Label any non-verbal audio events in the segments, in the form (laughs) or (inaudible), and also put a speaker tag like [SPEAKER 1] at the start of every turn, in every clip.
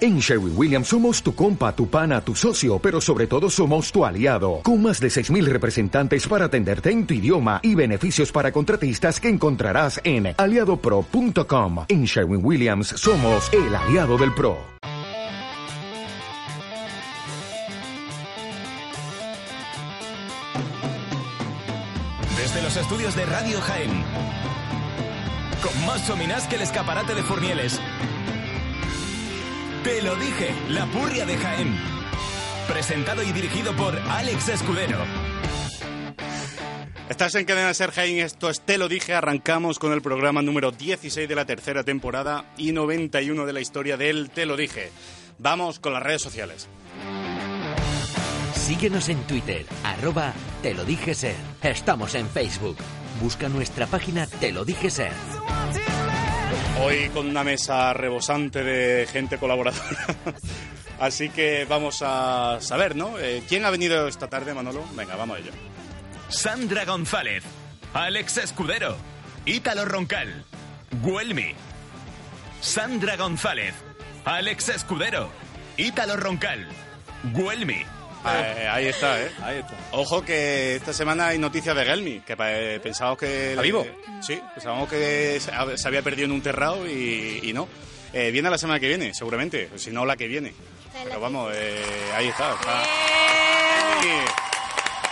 [SPEAKER 1] En Sherwin Williams somos tu compa, tu pana, tu socio, pero sobre todo somos tu aliado, con más de 6.000 representantes para atenderte en tu idioma y beneficios para contratistas que encontrarás en aliadopro.com. En Sherwin Williams somos el aliado del PRO.
[SPEAKER 2] Desde los estudios de Radio Jaén, con más dominás que el escaparate de Fornieles. Te lo dije, La Purria de Jaén. Presentado y dirigido por Alex Escudero.
[SPEAKER 3] Estás en Cadena Ser Jaén, esto es Te lo dije, arrancamos con el programa número 16 de la tercera temporada y 91 de la historia del Te lo dije. Vamos con las redes sociales.
[SPEAKER 4] Síguenos en Twitter, arroba Te lo dije ser. Estamos en Facebook. Busca nuestra página Te lo dije ser.
[SPEAKER 3] Hoy con una mesa rebosante de gente colaboradora. (laughs) Así que vamos a saber, ¿no? Eh, ¿Quién ha venido esta tarde, Manolo? Venga, vamos a ello.
[SPEAKER 2] Sandra González, Alex Escudero, Ítalo Roncal, Guelmi. Sandra González, Alex Escudero, Ítalo Roncal, Guelmi.
[SPEAKER 3] Eh, ahí está, ¿eh? Ahí está. Ojo que esta semana hay noticias de Gelmi, que eh, pensábamos que...
[SPEAKER 5] ¿Está vivo?
[SPEAKER 3] sí, pensábamos que se hab- se había perdido en un terrado y, y no. Eh, viene la semana que viene, seguramente, o si no la que viene. Pero vamos, eh, ahí está. está. Sí.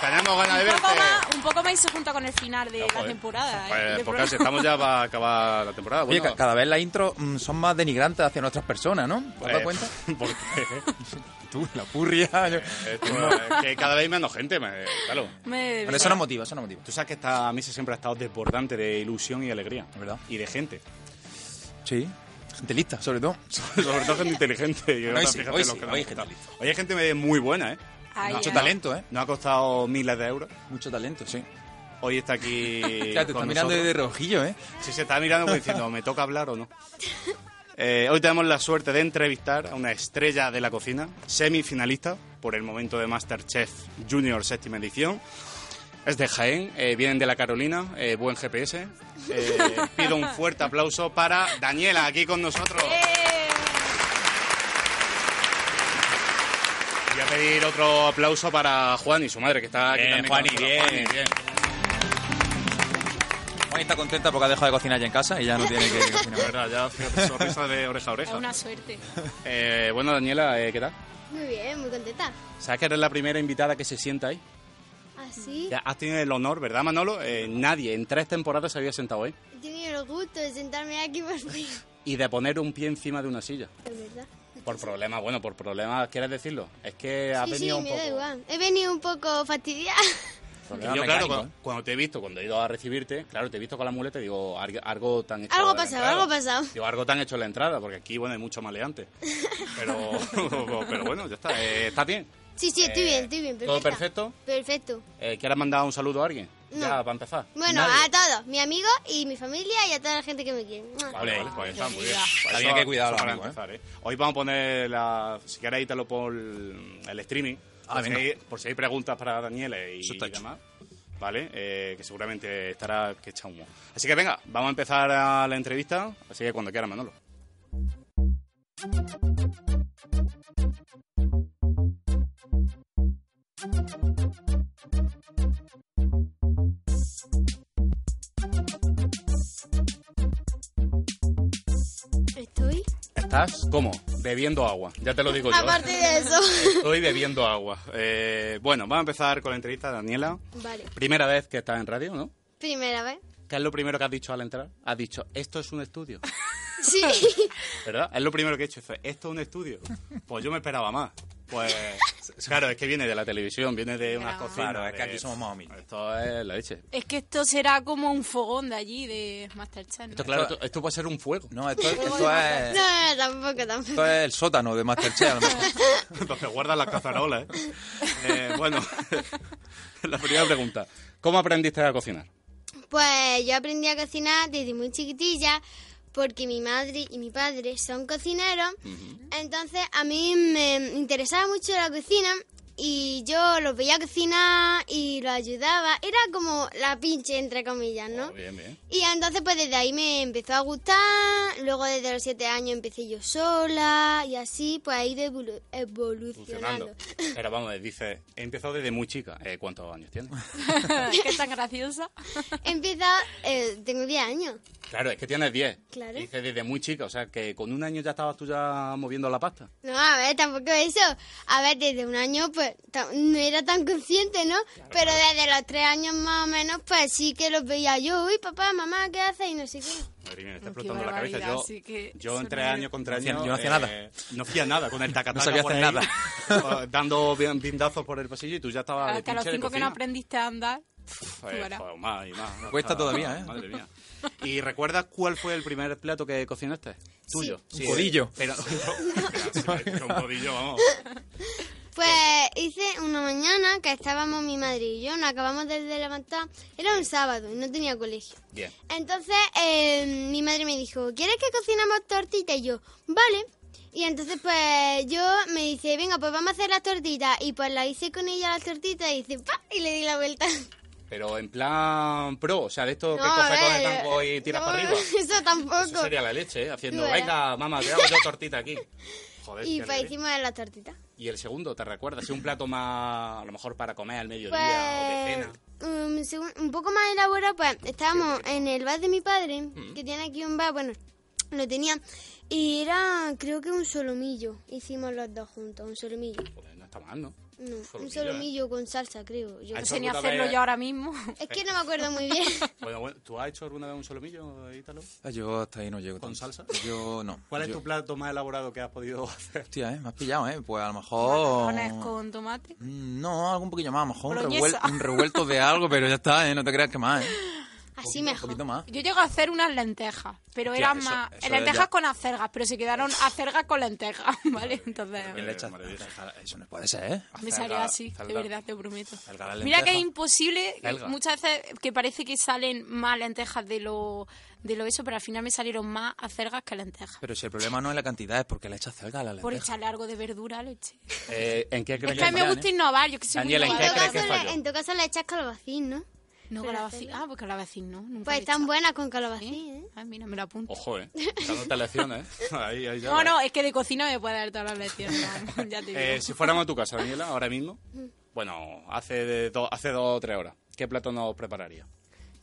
[SPEAKER 3] Tenemos ganas de
[SPEAKER 6] Eh, Un
[SPEAKER 3] verte.
[SPEAKER 6] poco, más, un poco más y se junta con el final de la
[SPEAKER 3] Joder.
[SPEAKER 6] temporada. ¿eh?
[SPEAKER 3] Pues,
[SPEAKER 6] Del
[SPEAKER 3] porque
[SPEAKER 6] programa. (laughs)
[SPEAKER 3] estamos ya para acabar la temporada.
[SPEAKER 5] Oye,
[SPEAKER 3] Bueno,
[SPEAKER 5] ca- cada vez las intros mm, son más denigrantes hacia nuestras personas, ¿no? ¿Te has dado
[SPEAKER 3] eh,
[SPEAKER 5] cuenta?
[SPEAKER 3] (laughs) porque,
[SPEAKER 5] (laughs) Tú, la (laughs) purria. yo-
[SPEAKER 3] esto, eh, que cada vez hay menos gente, me- claro.
[SPEAKER 6] Me-
[SPEAKER 5] Pero eso no motiva, eso no motiva.
[SPEAKER 3] Tú sabes que esta mesa siempre ha estado desbordante de ilusión y alegría.
[SPEAKER 5] Es verdad.
[SPEAKER 3] Y de gente. (laughs)
[SPEAKER 5] Sí. Gente lista, sobre todo.
[SPEAKER 3] Sobre todo gente inteligente. Y
[SPEAKER 5] Hoy
[SPEAKER 3] ahora
[SPEAKER 5] sí,
[SPEAKER 3] fíjate
[SPEAKER 5] hoy
[SPEAKER 3] lo
[SPEAKER 5] sí,
[SPEAKER 3] que
[SPEAKER 5] hoy
[SPEAKER 3] nos
[SPEAKER 5] hay
[SPEAKER 3] ha costado.
[SPEAKER 5] gente lista.
[SPEAKER 3] Hoy hay gente muy buena, ¿eh?
[SPEAKER 6] Ay,
[SPEAKER 5] Mucho
[SPEAKER 6] eh.
[SPEAKER 5] talento, ¿eh?
[SPEAKER 3] Nos ha costado miles de euros.
[SPEAKER 5] Mucho talento, sí.
[SPEAKER 3] Hoy está aquí.
[SPEAKER 5] (laughs) Ya, te
[SPEAKER 3] con
[SPEAKER 5] están mirando
[SPEAKER 3] nosotros.
[SPEAKER 5] de rojillo, ¿eh?
[SPEAKER 3] Sí, se está mirando como diciendo, ¿me toca hablar
[SPEAKER 6] (laughs)
[SPEAKER 3] o no? Eh, hoy tenemos la suerte de entrevistar a una estrella de la cocina, semifinalista por el momento de Masterchef Junior séptima edición. Es de Jaén, eh, vienen de la Carolina, eh, buen GPS.
[SPEAKER 6] (laughs)
[SPEAKER 3] Eh, pido un fuerte aplauso para Daniela, aquí con nosotros.
[SPEAKER 6] Eh,
[SPEAKER 3] Voy a pedir otro aplauso para Juan y su madre, que está aquí
[SPEAKER 5] Bien,
[SPEAKER 3] también.
[SPEAKER 5] Juani,
[SPEAKER 3] con nosotros.
[SPEAKER 5] bien.
[SPEAKER 3] Juani,
[SPEAKER 5] Juan está contenta porque ha dejado de cocinar ya en casa y ya no (laughs) tiene que cocinar.
[SPEAKER 3] La verdad, ya fíjate, sonrisa de oreja a
[SPEAKER 6] Es
[SPEAKER 3] oreja.
[SPEAKER 6] una suerte.
[SPEAKER 3] Eh, bueno, Daniela, eh, ¿qué tal?
[SPEAKER 7] Muy bien, muy contenta.
[SPEAKER 3] ¿Sabes que eres la primera invitada que se sienta ahí?
[SPEAKER 7] Así,
[SPEAKER 3] Ya has tenido el honor, ¿verdad, Manolo? Eh, nadie en tres temporadas se había sentado ahí.
[SPEAKER 7] he tenido el gusto de sentarme aquí por
[SPEAKER 3] (laughs)
[SPEAKER 7] fin.
[SPEAKER 3] Y de poner un pie encima de una silla.
[SPEAKER 7] Es verdad.
[SPEAKER 3] Por problemas, bueno, por problemas, ¿quieres decirlo? Es que has
[SPEAKER 7] Sí, sí,
[SPEAKER 3] venido un
[SPEAKER 7] me
[SPEAKER 3] poco...
[SPEAKER 7] da igual. He venido un poco fastidiada. (laughs)
[SPEAKER 5] Problema
[SPEAKER 3] yo, claro,
[SPEAKER 5] mecánico,
[SPEAKER 3] cuando,
[SPEAKER 5] ¿eh?
[SPEAKER 3] cuando te he visto, cuando he ido a recibirte, claro, te he visto con la muleta y digo, "Ar- algo tan hecho...
[SPEAKER 7] Algo
[SPEAKER 3] en la
[SPEAKER 7] pasado,
[SPEAKER 3] entrada".
[SPEAKER 7] algo pasado.
[SPEAKER 3] Digo, algo tan hecho en la entrada, porque aquí, bueno, hay mucho
[SPEAKER 7] (laughs)
[SPEAKER 3] maleante. Pero, pero (laughs) bueno, ya está. Eh, ¿Estás bien?
[SPEAKER 7] Sí, sí, estoy
[SPEAKER 3] Eh,
[SPEAKER 7] bien, estoy bien.
[SPEAKER 3] ¿todo
[SPEAKER 7] Perfecta.
[SPEAKER 3] perfecto?
[SPEAKER 7] Perfecto.
[SPEAKER 3] Eh, ¿Quieres mandar un saludo a alguien?
[SPEAKER 7] No.
[SPEAKER 3] Ya, para empezar.
[SPEAKER 7] Bueno,
[SPEAKER 3] Nadie.
[SPEAKER 7] a todos, mi amigo y mi familia y a toda la gente que me quiere. ¡Mua!
[SPEAKER 3] Vale,
[SPEAKER 5] Ole,
[SPEAKER 3] pues está muy bien.
[SPEAKER 5] Había
[SPEAKER 3] Eso-
[SPEAKER 5] que cuidar
[SPEAKER 3] eso
[SPEAKER 5] al
[SPEAKER 3] para
[SPEAKER 5] amigo, ¿eh?
[SPEAKER 3] empezar, ¿eh? Hoy vamos a poner, la, si queréis, ítalo por el streaming.
[SPEAKER 5] Ah,
[SPEAKER 3] por, si
[SPEAKER 5] venga.
[SPEAKER 3] hay, por si hay preguntas para Daniela y,
[SPEAKER 5] Eso está
[SPEAKER 3] y
[SPEAKER 5] hecho.
[SPEAKER 3] demás. ¿Vale? Eh, que seguramente estará que echa humo. Así que venga, vamos a empezar a la entrevista. Así que cuando quiera, Manolo.
[SPEAKER 7] ¿Estoy?
[SPEAKER 3] ¿Estás cómo? Bebiendo agua. Ya te lo digo yo. ¿eh?
[SPEAKER 7] Aparte de eso.
[SPEAKER 3] (laughs) Estoy bebiendo agua. Eh, bueno, vamos a empezar con la entrevista, Daniela.
[SPEAKER 7] vale,
[SPEAKER 3] Primera vez que estás en radio, ¿no?
[SPEAKER 7] primera vez.
[SPEAKER 3] ¿Qué es lo primero que has dicho al entrar? Has dicho, esto es un estudio. (laughs)
[SPEAKER 7] Sí,
[SPEAKER 3] ¿Verdad? Es lo primero que he hecho. fue, Esto es un estudio. Pues yo me esperaba más. Pues claro, es que viene de la televisión, viene de unas
[SPEAKER 6] Claro.
[SPEAKER 3] cocinas.
[SPEAKER 5] Claro, es que
[SPEAKER 3] de-
[SPEAKER 5] aquí somos más humildes.
[SPEAKER 3] Esto es la leche.
[SPEAKER 6] Es que esto será como un fogón de allí, de Masterchef. ¿no? (laughs)
[SPEAKER 3] Esto, claro, esto, esto puede ser un fuego.
[SPEAKER 5] No, esto, esto
[SPEAKER 7] no,
[SPEAKER 3] Eh.
[SPEAKER 5] es...
[SPEAKER 7] no, tampoco, tampoco.
[SPEAKER 5] Esto es el sótano de Masterchef, a lo mejor.
[SPEAKER 3] (laughs) Entonces guarda las cazarolas. ¿eh? Eh, bueno, (laughs) la primera pregunta. ¿Cómo aprendiste a cocinar?
[SPEAKER 7] Pues yo aprendí a cocinar desde muy chiquitilla porque mi madre y mi padre son cocineros. Entonces a mí me interesaba mucho la cocina y yo los veía cocinar y los ayudaba. Era como la pinche, entre comillas, ¿no?
[SPEAKER 3] Pues Bien, bien.
[SPEAKER 7] Y entonces pues desde ahí me empezó a gustar, luego desde los siete años empecé yo sola y así pues ha ido evolu- evolucionando.
[SPEAKER 3] Funcionando.
[SPEAKER 7] (laughs)
[SPEAKER 3] Pero vamos, eh, dice, he empezado desde muy chica. Eh, ¿Cuántos años tienes?
[SPEAKER 6] Qué
[SPEAKER 3] (laughs)
[SPEAKER 6] tan graciosa.
[SPEAKER 7] Empieza, eh, tengo 10 años.
[SPEAKER 3] Claro, es que tienes 10.
[SPEAKER 7] Claro.
[SPEAKER 3] Dice desde muy chica, o sea, que con un año ya estabas tú ya moviendo la pasta.
[SPEAKER 7] No, a ver, tampoco eso. A ver, desde un año pues ta- no era tan consciente, ¿no? Pero desde los tres años más o menos pues sí que los veía yo. Uy, papá, mamá, ¿qué haces? Y no sé qué.
[SPEAKER 3] Madre mía, me está
[SPEAKER 6] Qué
[SPEAKER 3] explotando la cabeza.
[SPEAKER 6] barbaridad,
[SPEAKER 3] Yo,
[SPEAKER 6] sí que
[SPEAKER 3] yo
[SPEAKER 6] eso
[SPEAKER 3] entre
[SPEAKER 6] no-
[SPEAKER 3] año contra
[SPEAKER 5] No hacía-
[SPEAKER 3] año... eh,
[SPEAKER 5] yo no hacía nada.
[SPEAKER 3] No hacía nada con el tacataca
[SPEAKER 5] No sabía
[SPEAKER 3] por
[SPEAKER 5] hacer
[SPEAKER 3] ahí,
[SPEAKER 5] nada.
[SPEAKER 3] (laughs) eh, dando bien- pindazos por el pasillo y tú ya estabas de
[SPEAKER 6] Hasta los
[SPEAKER 3] pinche de
[SPEAKER 6] cinco que
[SPEAKER 3] cocina.
[SPEAKER 6] no aprendiste a andar.
[SPEAKER 3] Pues,
[SPEAKER 6] tú verás.
[SPEAKER 3] pues, más y más. ¿no?
[SPEAKER 5] Cuesta
[SPEAKER 3] Ah,
[SPEAKER 5] todavía, ¿eh?
[SPEAKER 3] Madre mía. ¿Y recuerdas cuál fue el primer plato que cocinaste? Tuyo.
[SPEAKER 5] Un codillo.
[SPEAKER 3] eh, Pero, (laughs)
[SPEAKER 6] (laughs)
[SPEAKER 3] pero un codillo, vamos.
[SPEAKER 7] Pues hice una mañana que estábamos mi madre y yo, nos acabamos de levantar. Era un sábado y no tenía colegio.
[SPEAKER 3] Bien.
[SPEAKER 7] Entonces eh, mi madre me dijo, ¿quieres que cocinamos tortitas? Y yo, vale. Y entonces pues yo me dice, venga, pues vamos a hacer las tortitas. Y pues la hice con ella las tortitas y dice, ¡pa! Y le di la vuelta. (laughs)
[SPEAKER 3] Pero en plan pro, o sea, de esto que
[SPEAKER 7] No, a
[SPEAKER 3] coges con el
[SPEAKER 7] ver,
[SPEAKER 3] tango y tiras
[SPEAKER 7] no,
[SPEAKER 3] para
[SPEAKER 6] (laughs)
[SPEAKER 3] arriba.
[SPEAKER 7] (laughs) Eso tampoco.
[SPEAKER 3] Eso sería la leche, ¿eh? Haciendo,
[SPEAKER 7] Tú verás.
[SPEAKER 3] venga, mamá, te hago yo tortita
[SPEAKER 6] (laughs)
[SPEAKER 3] aquí. Joder,
[SPEAKER 7] y
[SPEAKER 3] qué
[SPEAKER 7] pues
[SPEAKER 3] nivel.
[SPEAKER 7] hicimos las tortitas.
[SPEAKER 3] ¿Y el segundo, ¿te recuerdas? Si un plato más, a lo mejor para comer al mediodía o de
[SPEAKER 7] Pues
[SPEAKER 3] cena.
[SPEAKER 7] um, segun- un poco más elaborado, pues estábamos en el bar de mi padre, que tiene aquí un bar, bueno, lo tenía, y era creo que un solomillo, hicimos los dos juntos, un solomillo.
[SPEAKER 3] Joder, Pues no está mal, ¿no?
[SPEAKER 7] No, un
[SPEAKER 3] Solomillo, ¿eh?
[SPEAKER 7] solomillo con salsa, creo. yo.
[SPEAKER 3] Ah,
[SPEAKER 6] No
[SPEAKER 3] Eso
[SPEAKER 6] sé ni
[SPEAKER 3] puta
[SPEAKER 6] hacerlo
[SPEAKER 3] vez-
[SPEAKER 6] yo ahora mismo.
[SPEAKER 7] Es que no me acuerdo muy
[SPEAKER 3] (laughs)
[SPEAKER 7] bien. (laughs)
[SPEAKER 3] Bueno, bueno, ¿tú has hecho alguna vez un solomillo, Ítalo?
[SPEAKER 5] Ah, Yo hasta ahí no llego.
[SPEAKER 3] ¿Con
[SPEAKER 5] tanto.
[SPEAKER 3] salsa?
[SPEAKER 5] Yo no.
[SPEAKER 3] ¿Cuál es
[SPEAKER 5] Yo-
[SPEAKER 3] tu plato más elaborado que has podido (laughs) hacer?
[SPEAKER 5] Hostia, eh, me has pillado, ¿eh? Pues a lo
[SPEAKER 3] Oh.
[SPEAKER 5] mejor...
[SPEAKER 6] Pones con tomate.
[SPEAKER 5] Mm, No, algo un poquillo más, a lo mejor un,
[SPEAKER 6] Boloñesa.
[SPEAKER 5] revuel- un revuelto de algo, pero ya está, ¿eh? No te creas que más, ¿eh?
[SPEAKER 7] Así
[SPEAKER 5] Un
[SPEAKER 7] mejor.
[SPEAKER 5] poquito más.
[SPEAKER 6] Yo llego a hacer unas lentejas, pero
[SPEAKER 5] Hostia,
[SPEAKER 6] eran
[SPEAKER 5] eso-
[SPEAKER 6] más.
[SPEAKER 5] eso
[SPEAKER 6] lentejas
[SPEAKER 5] ya-
[SPEAKER 6] con acergas, pero se quedaron acergas con lentejas, (laughs) ¿vale? Entonces.
[SPEAKER 5] le echas- Eso no puede ser, ¿eh?
[SPEAKER 6] Me salió
[SPEAKER 3] Acelga-
[SPEAKER 6] así, de
[SPEAKER 3] acelga.
[SPEAKER 6] verdad, te prometo.
[SPEAKER 5] Acelga la
[SPEAKER 6] Mira que es
[SPEAKER 5] lenteja.
[SPEAKER 6] imposible, eh,
[SPEAKER 3] Acelga.
[SPEAKER 6] muchas veces que parece que salen más lentejas de lo, de lo eso, pero al final me salieron más acergas que lentejas.
[SPEAKER 5] Pero si el problema no es la cantidad, es porque le echas celga a la
[SPEAKER 6] Por
[SPEAKER 5] lenteja.
[SPEAKER 6] echarle algo de verdura, leche.
[SPEAKER 3] ¿En qué
[SPEAKER 6] Es
[SPEAKER 3] crees
[SPEAKER 6] que a mí me
[SPEAKER 5] dirán,
[SPEAKER 6] gusta
[SPEAKER 5] ¿eh?
[SPEAKER 6] innovar, yo que soy muy
[SPEAKER 3] Daniela, ¿en
[SPEAKER 7] En
[SPEAKER 3] ¿Qué
[SPEAKER 7] tu,
[SPEAKER 3] crees
[SPEAKER 6] innovadora.
[SPEAKER 3] que
[SPEAKER 7] caso
[SPEAKER 3] falló?
[SPEAKER 7] le, en tu caso le echas calabacín, ¿no?
[SPEAKER 6] No,
[SPEAKER 7] Pero
[SPEAKER 6] calabacín.
[SPEAKER 7] hacerla.
[SPEAKER 6] Ah, pues calabacín no. nunca
[SPEAKER 7] Pues
[SPEAKER 6] le he
[SPEAKER 7] están
[SPEAKER 6] echado.
[SPEAKER 7] buenas con calabacín, ¿eh?
[SPEAKER 6] Ay, mira, me lo apunto.
[SPEAKER 3] Ojo, ¿eh? Dándote lecciones, ¿eh? (laughs) Ahí, ahí ya.
[SPEAKER 6] No, no, es que de cocina me puede dar todas las
[SPEAKER 3] (laughs)
[SPEAKER 6] lecciones. vamos, ya te digo.
[SPEAKER 3] Eh, si fuéramos a tu casa, Daniela, ahora mismo, bueno, hace, de do- hace dos o tres horas, ¿qué plato nos prepararía?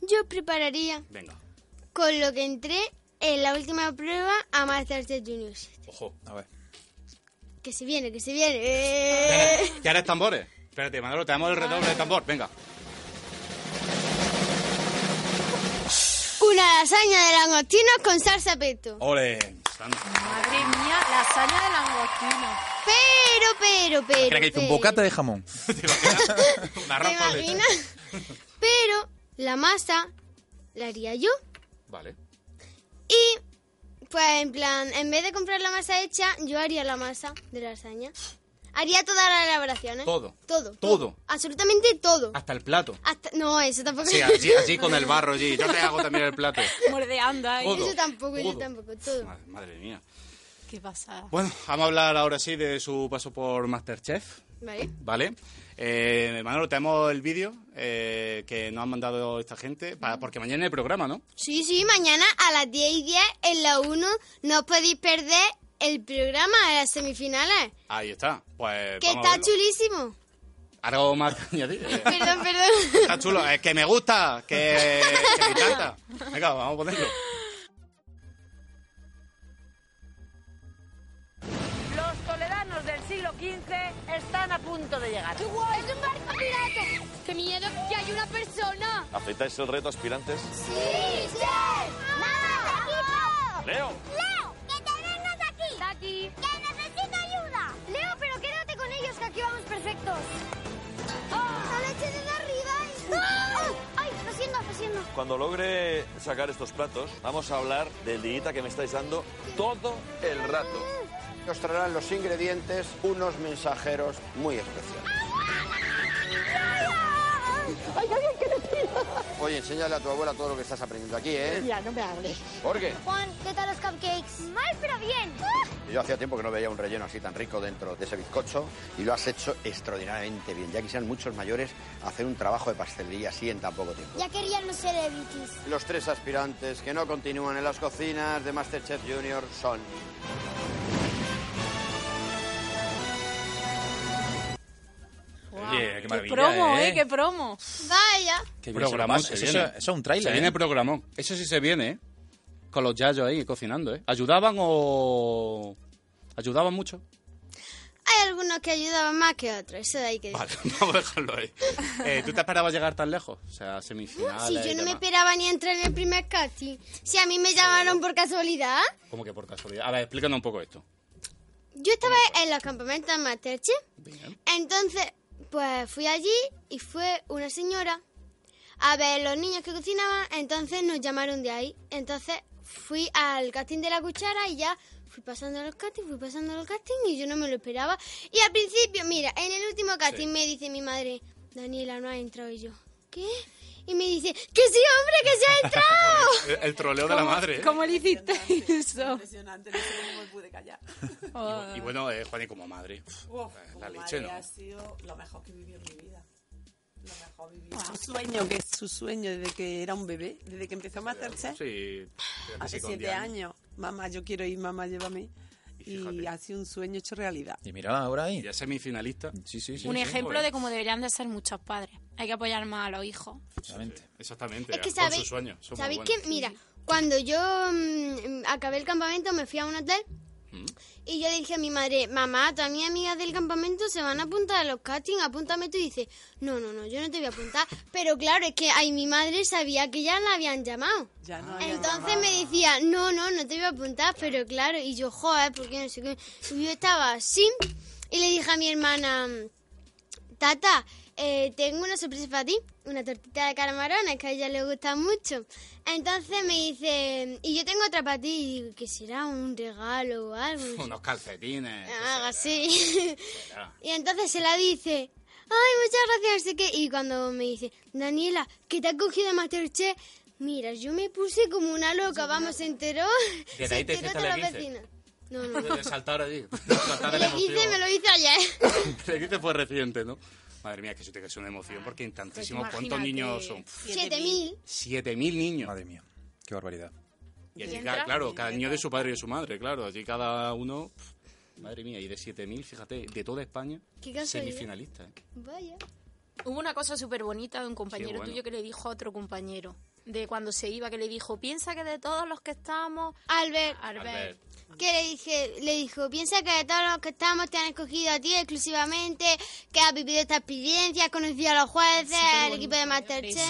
[SPEAKER 7] Yo prepararía
[SPEAKER 3] Venga.
[SPEAKER 7] con lo que entré en la última prueba a Masterchef Juniors.
[SPEAKER 3] Ojo.
[SPEAKER 5] A ver.
[SPEAKER 7] Que se viene, que se viene. Eh.
[SPEAKER 3] (laughs) ¿Qué harás tambores? Espérate, Manolo, te damos el redoble de tambor, venga.
[SPEAKER 7] Una lasaña de langostinos con salsa pesto.
[SPEAKER 3] ¡Ole! santo.
[SPEAKER 6] Madre mía, lasaña de langostino.
[SPEAKER 7] Pero, pero, pero.
[SPEAKER 5] Creía que hizo un
[SPEAKER 7] pero.
[SPEAKER 5] bocata de jamón.
[SPEAKER 3] ¿Te imaginas? Una
[SPEAKER 7] ¿Te
[SPEAKER 3] rafa de leche.
[SPEAKER 7] imaginas? (laughs) Pero la masa la haría yo.
[SPEAKER 3] Vale.
[SPEAKER 7] Y, pues, en plan, en vez de comprar la masa hecha, yo haría la masa de lasaña. Haría todas las elaboraciones.
[SPEAKER 3] Todo.
[SPEAKER 7] Todo.
[SPEAKER 3] Todo.
[SPEAKER 7] Absolutamente todo.
[SPEAKER 3] Hasta el plato.
[SPEAKER 7] Hasta- No, eso tampoco. (laughs)
[SPEAKER 3] Sí, así, así con el barro allí. Yo te hago también el plato.
[SPEAKER 6] Mordeando ahí.
[SPEAKER 3] Todo.
[SPEAKER 7] Eso tampoco, yo
[SPEAKER 3] Todo.
[SPEAKER 7] tampoco, todo.
[SPEAKER 3] Madre, madre mía.
[SPEAKER 6] Qué pasada.
[SPEAKER 3] Bueno, vamos a hablar ahora sí de su paso por Masterchef.
[SPEAKER 7] ¿Vale?
[SPEAKER 3] Vale. Eh, Manolo, tenemos el vídeo eh, que nos han mandado esta gente. Para, porque mañana es el programa, ¿no?
[SPEAKER 7] Sí, sí, mañana a las 10 y 10 en la 1 no os podéis perder el programa de las semifinales.
[SPEAKER 3] Ahí está. Pues.
[SPEAKER 7] Que
[SPEAKER 3] vamos a
[SPEAKER 7] está
[SPEAKER 3] verlo.
[SPEAKER 7] chulísimo.
[SPEAKER 3] Algo más que
[SPEAKER 7] (laughs)
[SPEAKER 3] añadir. Eh,
[SPEAKER 7] Perdón, perdón.
[SPEAKER 3] Está chulo. Es que me gusta. Que, que me
[SPEAKER 7] (laughs)
[SPEAKER 3] encanta. Venga, vamos a ponerlo.
[SPEAKER 8] Los toledanos del siglo XV están a punto de llegar.
[SPEAKER 9] ¡Es un barco pirata! ¡Qué miedo! ¡Que hay una persona!
[SPEAKER 10] ¿Aceptáis el reto, aspirantes?
[SPEAKER 9] ¡Sí! ¡Sí! ¡Vamos,
[SPEAKER 10] ¡Leo!
[SPEAKER 9] ¡Leo! ¡Que tenemos aquí! ¡Tati! ¡Que necesito ayuda! Leo, pero quédate con ellos, que aquí vamos perfectos. Oh, ¡La leche desde arriba! ¡Ay! Lo siento, lo siento.
[SPEAKER 10] Cuando logre sacar estos platos, vamos a hablar del dieta que me estáis dando todo el rato.
[SPEAKER 11] Os traerán los ingredientes unos mensajeros muy especiales.
[SPEAKER 9] ¡Ay, ay, ay! ¡Que te pido!
[SPEAKER 11] Oye, enséñale a tu abuela todo lo que estás aprendiendo aquí, ¿eh?
[SPEAKER 9] Ya, no me hables.
[SPEAKER 11] ¿Por qué?
[SPEAKER 9] Juan, ¿qué tal los cupcakes? ¡Ah! Mal, pero bien.
[SPEAKER 11] Yo hacía tiempo que no veía un relleno así tan rico dentro de ese bizcocho y lo has hecho extraordinariamente bien. Ya quisieran muchos mayores hacer un trabajo de pastelería así en tan poco tiempo.
[SPEAKER 9] Ya querían los celebrities.
[SPEAKER 11] Los tres aspirantes que no continúan en las cocinas de Masterchef Junior son...
[SPEAKER 5] Oye, qué maravilla,
[SPEAKER 6] promo,
[SPEAKER 5] ¿eh?
[SPEAKER 6] ¿eh? ¡Qué promo!
[SPEAKER 7] Vaya.
[SPEAKER 5] Qué bien se lo
[SPEAKER 3] Programón.
[SPEAKER 5] pasa. Eso, eso es un tráiler.
[SPEAKER 3] Se viene
[SPEAKER 5] ¿eh?
[SPEAKER 3] programón. Eso sí se viene, ¿eh? Con los yayos ahí cocinando, ¿eh? ¿Ayudaban o...? ¿Ayudaban mucho?
[SPEAKER 7] Hay algunos que ayudaban más que otros, eso hay que decir.
[SPEAKER 3] Vale, (laughs) vamos a dejarlo ahí. (laughs) Eh, ¿Tú te esperabas llegar tan lejos? O sea, semifinales
[SPEAKER 7] Si yo
[SPEAKER 3] y
[SPEAKER 7] no me
[SPEAKER 3] demás.
[SPEAKER 7] esperaba ni entrar en el primer casting, si a mí me llamaron por casualidad,
[SPEAKER 3] Como que por casualidad. A ver, explícanos un poco esto.
[SPEAKER 7] yo estaba en los campamentos de Masterchef. Entonces, pues fui allí y fue una señora a ver los niños que cocinaban, entonces nos llamaron de ahí. Entonces fui al casting de la cuchara y ya fui pasando los castings, fui pasando los castings y yo no me lo esperaba. Y al principio, mira, en el último casting me dice mi madre, Daniela, no ha entrado y yo. ¿Qué? Y me dice, que sí, hombre, que se ha entrado.
[SPEAKER 3] El, troleo de la madre. ¿eh?
[SPEAKER 6] ¿Cómo le hiciste eso?
[SPEAKER 12] Impresionante, no sé cómo me pude callar.
[SPEAKER 3] Y bueno, eh, Juani como madre. uf,
[SPEAKER 12] Uf,
[SPEAKER 3] la-
[SPEAKER 12] como
[SPEAKER 3] la
[SPEAKER 12] madre
[SPEAKER 3] leche, ¿no?
[SPEAKER 12] ha sido lo mejor que he vivido en mi vida. Lo mejor vivido. Su sueño, que es su sueño desde que era un bebé, desde que empezó Masterchef.
[SPEAKER 3] Sí.
[SPEAKER 12] Hace
[SPEAKER 3] con
[SPEAKER 12] siete
[SPEAKER 3] Diana.
[SPEAKER 12] años. Mamá, yo quiero ir, mamá, llévame. Y ha sido un sueño hecho realidad.
[SPEAKER 3] Y mira ahora ahí. Ya semifinalista. Sí, sí,
[SPEAKER 6] Un ejemplo
[SPEAKER 3] ¿eh?
[SPEAKER 6] de cómo deberían de ser muchos padres. Hay que apoyar más a los hijos.
[SPEAKER 3] Exactamente. Exactamente.
[SPEAKER 7] Es que
[SPEAKER 3] con
[SPEAKER 7] sabéis-
[SPEAKER 3] sus sueños. son muy
[SPEAKER 7] ¿Sabéis
[SPEAKER 3] buenos.
[SPEAKER 7] que, mira, cuando yo mm, acabé el campamento me fui a un hotel
[SPEAKER 3] ¿Mm?
[SPEAKER 7] y yo le dije a mi madre, mamá, todas mis amigas del campamento se van a apuntar a los castings, apúntame tú y dice, no, no, no, yo no te voy a apuntar. Pero claro, es que ahí mi madre sabía que ya la habían llamado.
[SPEAKER 12] Ah, Ya
[SPEAKER 3] Ah,
[SPEAKER 12] no había
[SPEAKER 7] Entonces
[SPEAKER 12] mamá.
[SPEAKER 7] me decía, no, no, no te voy a apuntar, pero claro, y yo, joder, porque no sé qué. Y yo estaba así y le dije a mi hermana, Tata, eh, tengo una sorpresa para ti, una tortita de camarones que a ella le gusta mucho. Entonces me dice, y yo tengo otra para ti, y digo, ¿qué será? ¿Un regalo o algo?
[SPEAKER 3] Unos calcetines.
[SPEAKER 7] Algo así.
[SPEAKER 3] (laughs) será?
[SPEAKER 7] y entonces se la dice, ay, muchas gracias, no sé qué. Y cuando me dice, Daniela, que te ha cogido Masterchef, mira, yo me puse como una loca, vamos, se enteró.
[SPEAKER 3] Desde
[SPEAKER 7] se
[SPEAKER 3] ahí te
[SPEAKER 7] enteró
[SPEAKER 3] hiciste
[SPEAKER 7] todos los
[SPEAKER 3] Leguince.
[SPEAKER 7] vecinos. No,
[SPEAKER 3] (laughs)
[SPEAKER 7] no.
[SPEAKER 3] De saltar
[SPEAKER 7] (laughs)
[SPEAKER 3] allí. Saltar de la
[SPEAKER 7] Le hice, me
[SPEAKER 3] emoción.
[SPEAKER 7] lo hice ayer.
[SPEAKER 3] (laughs) Le dice fue reciente, ¿no? Madre mía, que eso tiene que ser una emoción porque en
[SPEAKER 12] pues
[SPEAKER 3] tantísimos. ¿Cuántos
[SPEAKER 7] Pues Imagínate.
[SPEAKER 3] niños son?
[SPEAKER 7] Siete mil.
[SPEAKER 3] 7.000 niños. Madre mía,
[SPEAKER 5] qué barbaridad.
[SPEAKER 3] Y allí,
[SPEAKER 7] ¿Y
[SPEAKER 3] ca-
[SPEAKER 7] entra?
[SPEAKER 3] claro, cada niño de su padre y de su madre, claro. Allí cada uno, pf, madre mía, y de 7.000, fíjate, de toda España,
[SPEAKER 6] Qué casualidad.
[SPEAKER 3] semifinalista. ¿eh?
[SPEAKER 7] Vaya.
[SPEAKER 6] Hubo una cosa súper bonita de un compañero
[SPEAKER 3] Qué bueno.
[SPEAKER 6] tuyo que le dijo a otro compañero. De cuando se iba, que le dijo, piensa que de todos los que estamos...
[SPEAKER 7] Albert.
[SPEAKER 6] Albert.
[SPEAKER 7] Que le dije, le dijo, piensa que de todos los que estamos te han escogido a ti exclusivamente, que has vivido esta experiencia, has conocido a los jueces, al equipo de Masterchef.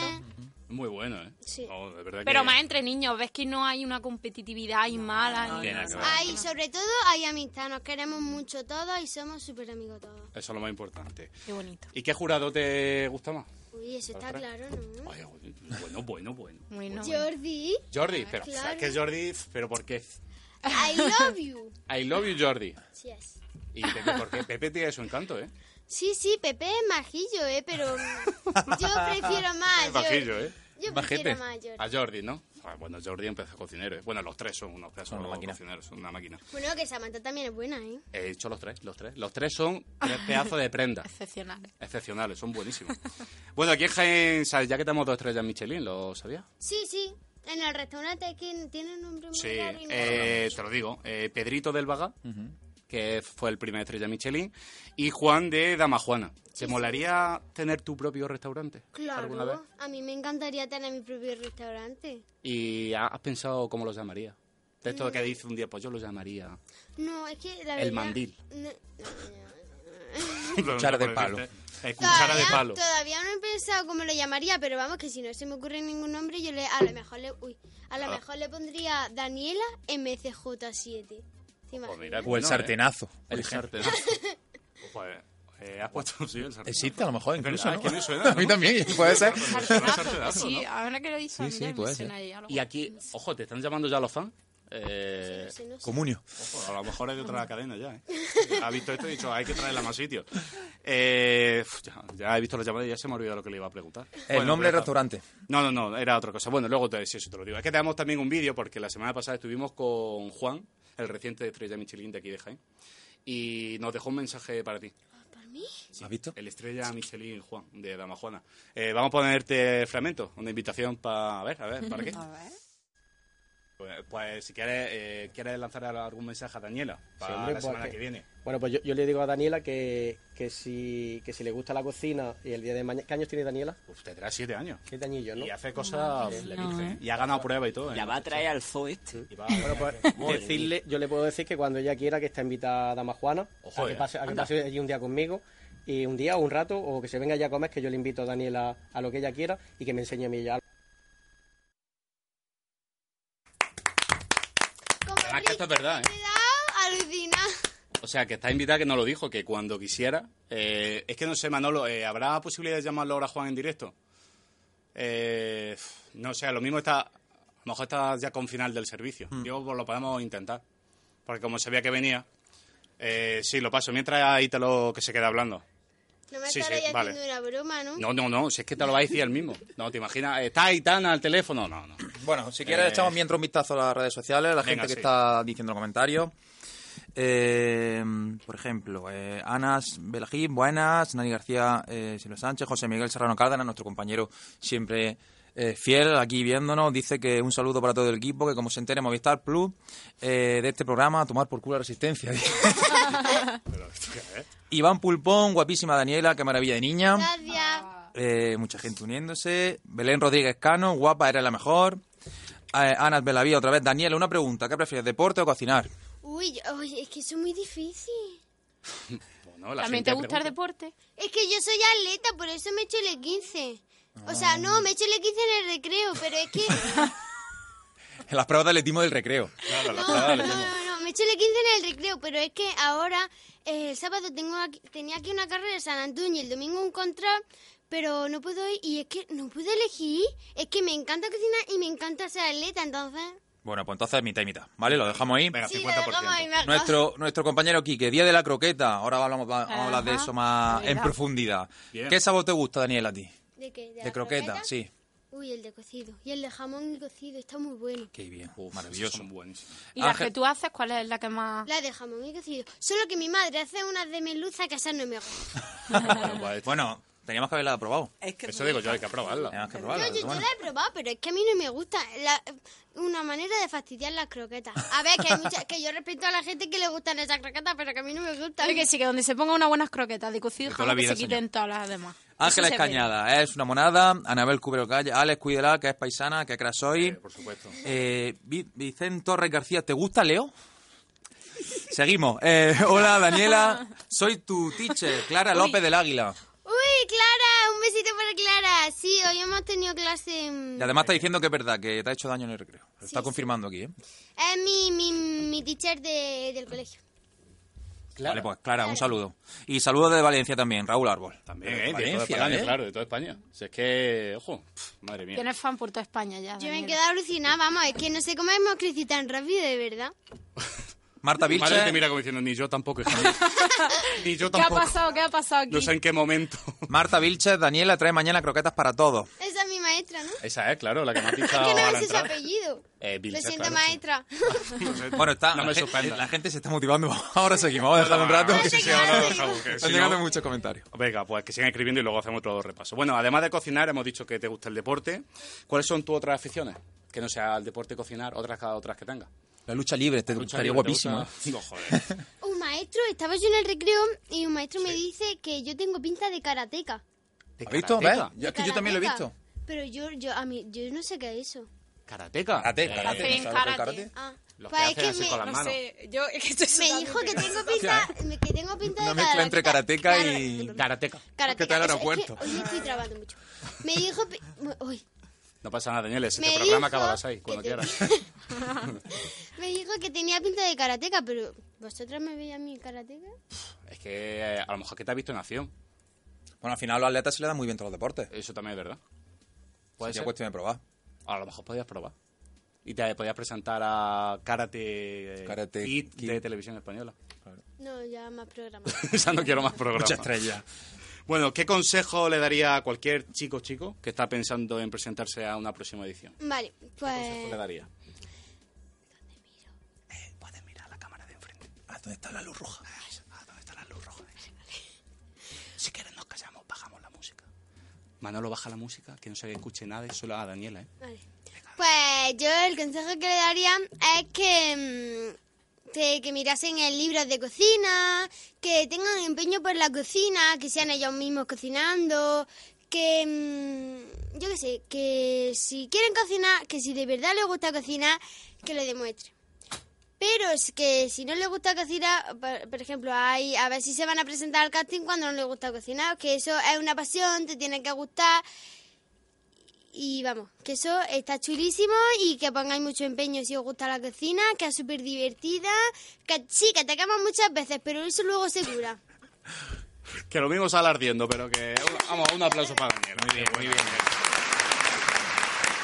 [SPEAKER 3] Muy bueno, ¿eh?
[SPEAKER 7] Sí.
[SPEAKER 3] No, de verdad
[SPEAKER 6] Pero
[SPEAKER 3] que-
[SPEAKER 6] más entre niños, ves que no hay una competitividad y mala. ni
[SPEAKER 3] tiene nada que ver.
[SPEAKER 7] Ahí, sobre todo, hay amistad, nos queremos mucho todos y somos súper amigos todos.
[SPEAKER 3] Eso es lo más importante.
[SPEAKER 6] Qué bonito.
[SPEAKER 3] ¿Y qué jurado te gusta más?
[SPEAKER 7] Uy, eso está
[SPEAKER 3] Ostras.
[SPEAKER 7] claro, ¿no?
[SPEAKER 3] Ay, uy, bueno, bueno,
[SPEAKER 7] (laughs)
[SPEAKER 3] bueno.
[SPEAKER 6] Bueno.
[SPEAKER 3] (laughs)
[SPEAKER 7] Jordi,
[SPEAKER 3] Jordi, pero
[SPEAKER 7] Ah, Claro.
[SPEAKER 3] es que Jordi, pero ¿por qué?
[SPEAKER 7] I love you.
[SPEAKER 3] I love you, Jordi.
[SPEAKER 7] Sí, es.
[SPEAKER 3] Y Pepe, ¿por qué? Pepe tiene su encanto, ¿eh?
[SPEAKER 7] Sí, sí, Pepe es majillo, ¿eh? Pero yo
[SPEAKER 3] (laughs)
[SPEAKER 7] prefiero más.
[SPEAKER 3] Es bajillo, ¿eh?
[SPEAKER 7] Yo prefiero más a Jordi.
[SPEAKER 3] A Jordi, ¿no? Ah, bueno, Jordi empezó cocinero. ¿eh? Bueno, los tres son unos pedazos de cocineros, son una máquina.
[SPEAKER 7] Bueno, que Samantha también es buena, ¿eh?
[SPEAKER 3] He dicho los tres, los tres. Los tres son
[SPEAKER 7] (laughs)
[SPEAKER 3] tres pedazos de prenda.
[SPEAKER 6] Excepcional.
[SPEAKER 3] Excepcionales, son buenísimos. Bueno, aquí en Jaén, ¿sabes? ya que tenemos dos estrellas Michelin, ¿lo sabías?
[SPEAKER 7] Sí, sí. En el restaurante que tiene un nombre muy
[SPEAKER 3] Sí,
[SPEAKER 7] raro y no-
[SPEAKER 3] eh, te lo digo. Eh, Pedrito del Vaga, que fue el primer estrella Michelin, y Juan de Damajuana. ¿Te molaría tener tu propio restaurante alguna vez?
[SPEAKER 7] Claro, a mí me encantaría tener mi propio restaurante.
[SPEAKER 3] ¿Y ha- has pensado cómo lo llamaría? De esto que dice un día, pues yo lo (laughs) llamaría
[SPEAKER 7] No, es que la verdad...
[SPEAKER 3] El Mandil.
[SPEAKER 7] no-
[SPEAKER 5] Cuchara de palo.
[SPEAKER 3] Eh, cuchara de
[SPEAKER 7] todavía-
[SPEAKER 3] palo.
[SPEAKER 7] Todavía no he pensado cómo lo llamaría, pero vamos, que si no se me ocurre ningún nombre, yo le, a lo mejor le, uy, a lo
[SPEAKER 5] Ah.
[SPEAKER 7] mejor le pondría Daniela MCJ7. ¿Te
[SPEAKER 3] Pues
[SPEAKER 7] imaginas?
[SPEAKER 5] O eh, el sartenazo. por
[SPEAKER 3] eh, El
[SPEAKER 5] ejemplo.
[SPEAKER 3] sartenazo. (laughs) Joder, eh, has puesto sí, el sartenazo.
[SPEAKER 5] Existe a lo mejor incluso,
[SPEAKER 3] ¿Verdad?
[SPEAKER 5] ¿no?
[SPEAKER 3] Que me suena,
[SPEAKER 5] (laughs) A mí también, puede ser.
[SPEAKER 3] Sartenazo,
[SPEAKER 6] Sí,
[SPEAKER 3] ¿no?
[SPEAKER 6] ahora que lo dices,
[SPEAKER 3] Sí, sí,
[SPEAKER 6] mira, me
[SPEAKER 3] puede
[SPEAKER 6] suena
[SPEAKER 3] ser.
[SPEAKER 6] ahí algo.
[SPEAKER 3] Y aquí, ojo, ¿te están llamando ya los fans? Eh,
[SPEAKER 7] Sí, no sé.
[SPEAKER 5] Comunio.
[SPEAKER 3] Ojo, a lo mejor es de otra cadena ya. ¿eh? Ha visto esto y ha dicho, hay que traerla a más sitios. Eh, uf, ya, ya he visto las llamadas y ya se me ha olvidado lo que le iba a preguntar. pues
[SPEAKER 5] El nombre del
[SPEAKER 3] pero-
[SPEAKER 5] restaurante.
[SPEAKER 3] No, no, no, era otra cosa. Bueno, luego te, si eso te lo digo. Es que tenemos también un vídeo porque la semana pasada estuvimos con Juan, el reciente estrella Michelin de aquí de Jaén, y nos dejó un mensaje para ti.
[SPEAKER 7] ¿Para mí?
[SPEAKER 3] ¿Has visto? El estrella Michelin Juan, de Dama Juana. Eh, vamos a ponerte fragmento, una invitación para... A ver, a ver,
[SPEAKER 13] (laughs)
[SPEAKER 3] ¿para qué?
[SPEAKER 12] A ver.
[SPEAKER 3] Pues, pues, si quieres, eh, ¿quieres lanzar algún mensaje a Daniela para
[SPEAKER 13] Sí, hombre,
[SPEAKER 3] la
[SPEAKER 13] pues,
[SPEAKER 3] semana
[SPEAKER 13] que-
[SPEAKER 3] que viene.
[SPEAKER 13] Bueno, pues yo, yo le digo a Daniela que, que, si, que si le gusta la cocina y el día de mañana... ¿Qué años tiene Daniela?
[SPEAKER 3] Pues tendrá siete años.
[SPEAKER 13] Siete añillos, ¿no?
[SPEAKER 3] Y hace cosas flequillas, ¿eh? Y ha ganado prueba y todo. ¿eh?
[SPEAKER 13] La va a traer
[SPEAKER 3] al zoo este.
[SPEAKER 13] Bueno,
[SPEAKER 3] (laughs)
[SPEAKER 13] pues decirle, yo le puedo decir que cuando ella quiera que está invitada a Dama Juana,
[SPEAKER 3] Ojo,
[SPEAKER 13] a que
[SPEAKER 3] eh.
[SPEAKER 13] pase, a que
[SPEAKER 3] Anda.
[SPEAKER 13] pase allí un día conmigo, y un día o un rato, o que se venga ya a comer, que yo le invito a Daniela a lo que ella quiera y que me enseñe a mí ya.
[SPEAKER 3] Además que esto es verdad, ¿eh?
[SPEAKER 7] Alucina.
[SPEAKER 3] O sea, que está invitada que no lo dijo, que cuando quisiera. Eh, es que no sé, Manolo, eh, ¿habrá posibilidad de llamarlo ahora a Juan en directo? Eh, no sé, a lo mismo está. A lo mejor está ya con final del servicio.
[SPEAKER 5] Hmm.
[SPEAKER 3] Yo pues, lo podemos intentar. Porque como se veía que venía. eh, sí, lo paso. Mientras ahí te lo que se queda hablando.
[SPEAKER 7] No me
[SPEAKER 3] Sí,
[SPEAKER 7] estará
[SPEAKER 3] sí,
[SPEAKER 7] ya
[SPEAKER 3] vale.
[SPEAKER 7] haciendo una broma, ¿no?
[SPEAKER 3] No, no, no. Si es que te lo va a decir él mismo. No, te imaginas. ¿Está Aitana al teléfono? No, no.
[SPEAKER 5] Bueno, si quieres,
[SPEAKER 3] Eh,
[SPEAKER 5] echamos mientras un vistazo a las redes sociales, a la
[SPEAKER 3] venga,
[SPEAKER 5] gente que
[SPEAKER 3] sí.
[SPEAKER 5] está diciendo comentarios. Eh, por ejemplo, eh, Anas Belajín, buenas, Nani García eh, Silva Sánchez, José Miguel Serrano Cárdenas, nuestro compañero siempre eh, fiel aquí viéndonos, dice que un saludo para todo el equipo, que como se entere Movistar Plus eh, de este programa, a tomar por culo la resistencia. Iván Pulpón, guapísima Daniela, qué maravilla de niña.
[SPEAKER 7] Gracias.
[SPEAKER 5] Eh, mucha gente uniéndose. Belén Rodríguez Cano, guapa, era la mejor. Eh, Ana Belavía, otra vez. Daniela, una pregunta. ¿Qué prefieres, deporte o cocinar?
[SPEAKER 7] Uy, yo- oye, es que eso es muy difícil.
[SPEAKER 3] Bueno,
[SPEAKER 7] ¿También te gusta el deporte? Es que yo soy atleta, por eso me echo el 15. O sea, no, me echo el 15 en el recreo, pero es que...
[SPEAKER 5] Las pruebas de atletismo del recreo. Ah,
[SPEAKER 7] No, no, no, no, me eché el 15 en el recreo, pero es que ahora, eh, el sábado tengo aquí- tenía aquí una carrera de San Antonio y el domingo un control, pero no puedo ir y es que no puedo elegir. Es que me encanta cocinar y me encanta ser atleta, entonces...
[SPEAKER 5] Bueno, pues entonces mitad y mitad, ¿vale? Lo dejamos ahí.
[SPEAKER 7] Sí, lo dejamos 50%. ahí, venga.
[SPEAKER 5] Nuestro, nuestro compañero Quique, Día de la Croqueta. Ahora hablamos, vamos a hablar de
[SPEAKER 7] Ajá,
[SPEAKER 5] eso más en
[SPEAKER 7] venga.
[SPEAKER 5] profundidad.
[SPEAKER 7] Bien.
[SPEAKER 5] ¿Qué sabor te gusta, Daniela, a ti?
[SPEAKER 7] ¿De qué? ¿De,
[SPEAKER 5] De,
[SPEAKER 7] la
[SPEAKER 5] croqueta? sí.
[SPEAKER 7] Uy, el de cocido. Y el de jamón y cocido, está muy bueno.
[SPEAKER 5] Qué bien, maravilloso.
[SPEAKER 6] ¿Y las
[SPEAKER 5] Ángel-
[SPEAKER 6] que tú haces, cuál es la que más...?
[SPEAKER 7] La de jamón y cocido. Solo que mi madre hace unas de meluza que esas no me gustan.
[SPEAKER 5] (laughs) bueno, teníamos que haberla aprobado.
[SPEAKER 7] que
[SPEAKER 3] Eso digo yo, hay que aprobarla.
[SPEAKER 5] Teníamos que
[SPEAKER 7] Yo,
[SPEAKER 5] aprobarla.
[SPEAKER 7] yo, yo
[SPEAKER 5] bueno.
[SPEAKER 7] la he probado, pero es que a mí no me gusta. La- una manera de fastidiar las croquetas. A ver, que, hay mucha- que yo respeto a la gente que le gustan esas croquetas, pero que a mí no me gustan.
[SPEAKER 6] Oye, que sí, que donde se pongan unas buenas croquetas de cocido,
[SPEAKER 5] De toda la
[SPEAKER 6] jamás que
[SPEAKER 5] vida,
[SPEAKER 6] se quiten todas las demás. Eso
[SPEAKER 5] Ángeles
[SPEAKER 6] se ve.
[SPEAKER 5] Cañada, es una monada. Anabel Cubero Calle, Alex Cuidela, que es paisana, que crack soy.
[SPEAKER 3] Por supuesto.
[SPEAKER 5] Eh, Vi- Vicente Torres García, ¿te gusta Leo? Seguimos. Eh, (laughs) hola Daniela, soy tu teacher, Clara López del Águila.
[SPEAKER 7] Uy, Clara, un besito para Clara. Sí, hoy hemos tenido clase. mm,
[SPEAKER 5] Y además está diciendo que es verdad, que te ha hecho daño en el recreo. Lo está confirmando aquí, ¿eh?
[SPEAKER 7] Es mi, mi, mi teacher de- del colegio.
[SPEAKER 5] Vale, pues Clara, un saludo. Y saludos de Valencia también, Raúl Árbol.
[SPEAKER 3] También, eh, de toda España, claro, de toda España. Si es que, ojo, pf, madre mía.
[SPEAKER 6] Tienes fan por toda España ya,
[SPEAKER 7] Yo me he
[SPEAKER 6] Daniela.
[SPEAKER 7] quedado alucinada, vamos, es que no sé cómo hemos crecido tan rápido, de verdad.
[SPEAKER 5] Marta
[SPEAKER 3] Mi
[SPEAKER 5] Vilche.
[SPEAKER 3] Madre te mira como diciendo, ni yo tampoco, hija mía. Ni yo
[SPEAKER 6] ¿Qué ha
[SPEAKER 3] tampoco.
[SPEAKER 6] pasado? ¿Qué ha pasado aquí?
[SPEAKER 3] No sé en qué momento.
[SPEAKER 5] Marta Vilches, Daniela, trae mañana croquetas para todos.
[SPEAKER 7] Esa es mi maestra, ¿no?
[SPEAKER 3] Esa es, claro, la que me ha
[SPEAKER 7] Es que
[SPEAKER 3] pinchado
[SPEAKER 7] no
[SPEAKER 3] a
[SPEAKER 7] me
[SPEAKER 3] la
[SPEAKER 7] sé su
[SPEAKER 3] entrada.
[SPEAKER 7] apellido.
[SPEAKER 5] Eh,
[SPEAKER 7] Lo siento, maestra. (laughs)
[SPEAKER 5] Bueno, está,
[SPEAKER 3] No
[SPEAKER 5] la,
[SPEAKER 3] me
[SPEAKER 5] gente,
[SPEAKER 3] sorprenda.
[SPEAKER 5] la gente se está motivando. (laughs) Ahora seguimos, vamos a dejar un rato.
[SPEAKER 3] Ah, Sí, sí, ahora lo dejamos, que si
[SPEAKER 5] (laughs) Están llegando
[SPEAKER 3] no-
[SPEAKER 5] muchos comentarios.
[SPEAKER 3] Venga, pues que sigan escribiendo y luego hacemos otro repaso. Bueno, además de cocinar, hemos dicho que te gusta el deporte. ¿Cuáles son tus otras aficiones? Que no sea el deporte, cocinar, otras, cada otras que tengas.
[SPEAKER 5] La lucha libre, te
[SPEAKER 3] Lucha
[SPEAKER 5] gustaría
[SPEAKER 3] libre, ¿te
[SPEAKER 5] guapísimo.
[SPEAKER 3] gusta? No,
[SPEAKER 5] (laughs)
[SPEAKER 3] joder.
[SPEAKER 7] Un maestro, estaba yo en el recreo y un maestro me dice que yo tengo pinta de karateca.
[SPEAKER 5] ¿Has visto? ¿Ves?
[SPEAKER 3] Karateka.
[SPEAKER 5] Yo- Es que yo también lo he
[SPEAKER 7] Karateca.
[SPEAKER 5] visto.
[SPEAKER 7] Pero yo, yo, a mí, yo no sé qué es eso.
[SPEAKER 3] ¿Karateka?
[SPEAKER 5] Karateka,
[SPEAKER 3] Eh,
[SPEAKER 5] karate, ¿no sabes lo que es karate?
[SPEAKER 7] Ah,
[SPEAKER 3] Los
[SPEAKER 7] pues
[SPEAKER 3] que
[SPEAKER 7] es
[SPEAKER 3] hacen así con las
[SPEAKER 7] no
[SPEAKER 3] manos.
[SPEAKER 7] sé, yo es que estoy Me dijo que tengo
[SPEAKER 5] Hostia,
[SPEAKER 7] pinta, que tengo pinta
[SPEAKER 5] Una mezcla
[SPEAKER 7] de karateca.
[SPEAKER 5] entre karateca y...
[SPEAKER 3] Karateka.
[SPEAKER 5] ¿Qué tal el
[SPEAKER 7] Karateca. Eso, es que
[SPEAKER 5] aeropuerto?
[SPEAKER 7] hoy me estoy trabando mucho. Me dijo, pi- uy,
[SPEAKER 3] No pasa nada, Daniel, ese
[SPEAKER 7] Me
[SPEAKER 3] programa
[SPEAKER 7] dijo
[SPEAKER 3] acaba a las seis, cuando
[SPEAKER 7] que te-
[SPEAKER 3] quieras.
[SPEAKER 7] me dijo que tenía pinta de karateca, pero vosotros me veis a mí karateca.
[SPEAKER 3] (laughs) Es que eh, a lo mejor que te ha visto en acción.
[SPEAKER 5] Bueno, al final a los atletas se le dan muy bien todos los deportes.
[SPEAKER 3] Eso también es verdad.
[SPEAKER 5] Sería
[SPEAKER 3] ser.
[SPEAKER 5] cuestión de probar.
[SPEAKER 3] A lo mejor podías probar. Y te podías presentar a Karate, eh,
[SPEAKER 14] Karate
[SPEAKER 3] Kid de Televisión Española. (laughs)
[SPEAKER 7] No, ya más
[SPEAKER 5] (laughs)
[SPEAKER 7] programas.
[SPEAKER 3] ya no quiero más programas.
[SPEAKER 5] Mucha estrella.
[SPEAKER 3] Bueno, ¿qué consejo le daría a cualquier chico chico que está pensando en presentarse a una próxima edición?
[SPEAKER 7] Vale,
[SPEAKER 3] ¿Qué le
[SPEAKER 7] pues.
[SPEAKER 3] daría?
[SPEAKER 5] Ah, ¿dónde está la luz roja? Ah, ¿dónde está la luz roja?
[SPEAKER 3] Si quieres nos callamos, bajamos la música. Manolo, baja la música, que no se escuche nada, solo a Daniela, ¿eh?
[SPEAKER 7] Vale. Pues yo el consejo que le daría es que, mm, que, que mirasen el libro de cocina, que tengan empeño por la cocina, que sean ellos mismos cocinando, que mm, yo qué sé, que si quieren cocinar, que si de verdad les gusta cocinar, que lo demuestren. Pero es que si no les gusta cocinar, por, por ejemplo, hay, a ver si se van a presentar al casting cuando no les gusta cocinar, que eso es una pasión, te tiene que gustar, y vamos, que eso está chulísimo y que pongáis mucho empeño si os gusta la cocina, que es súper divertida, que sí, que te quemas muchas veces, pero eso luego se cura.
[SPEAKER 3] Que lo mismo sale ardiendo, pero que. Vamos, un aplauso para Daniela. Muy bien, muy bien.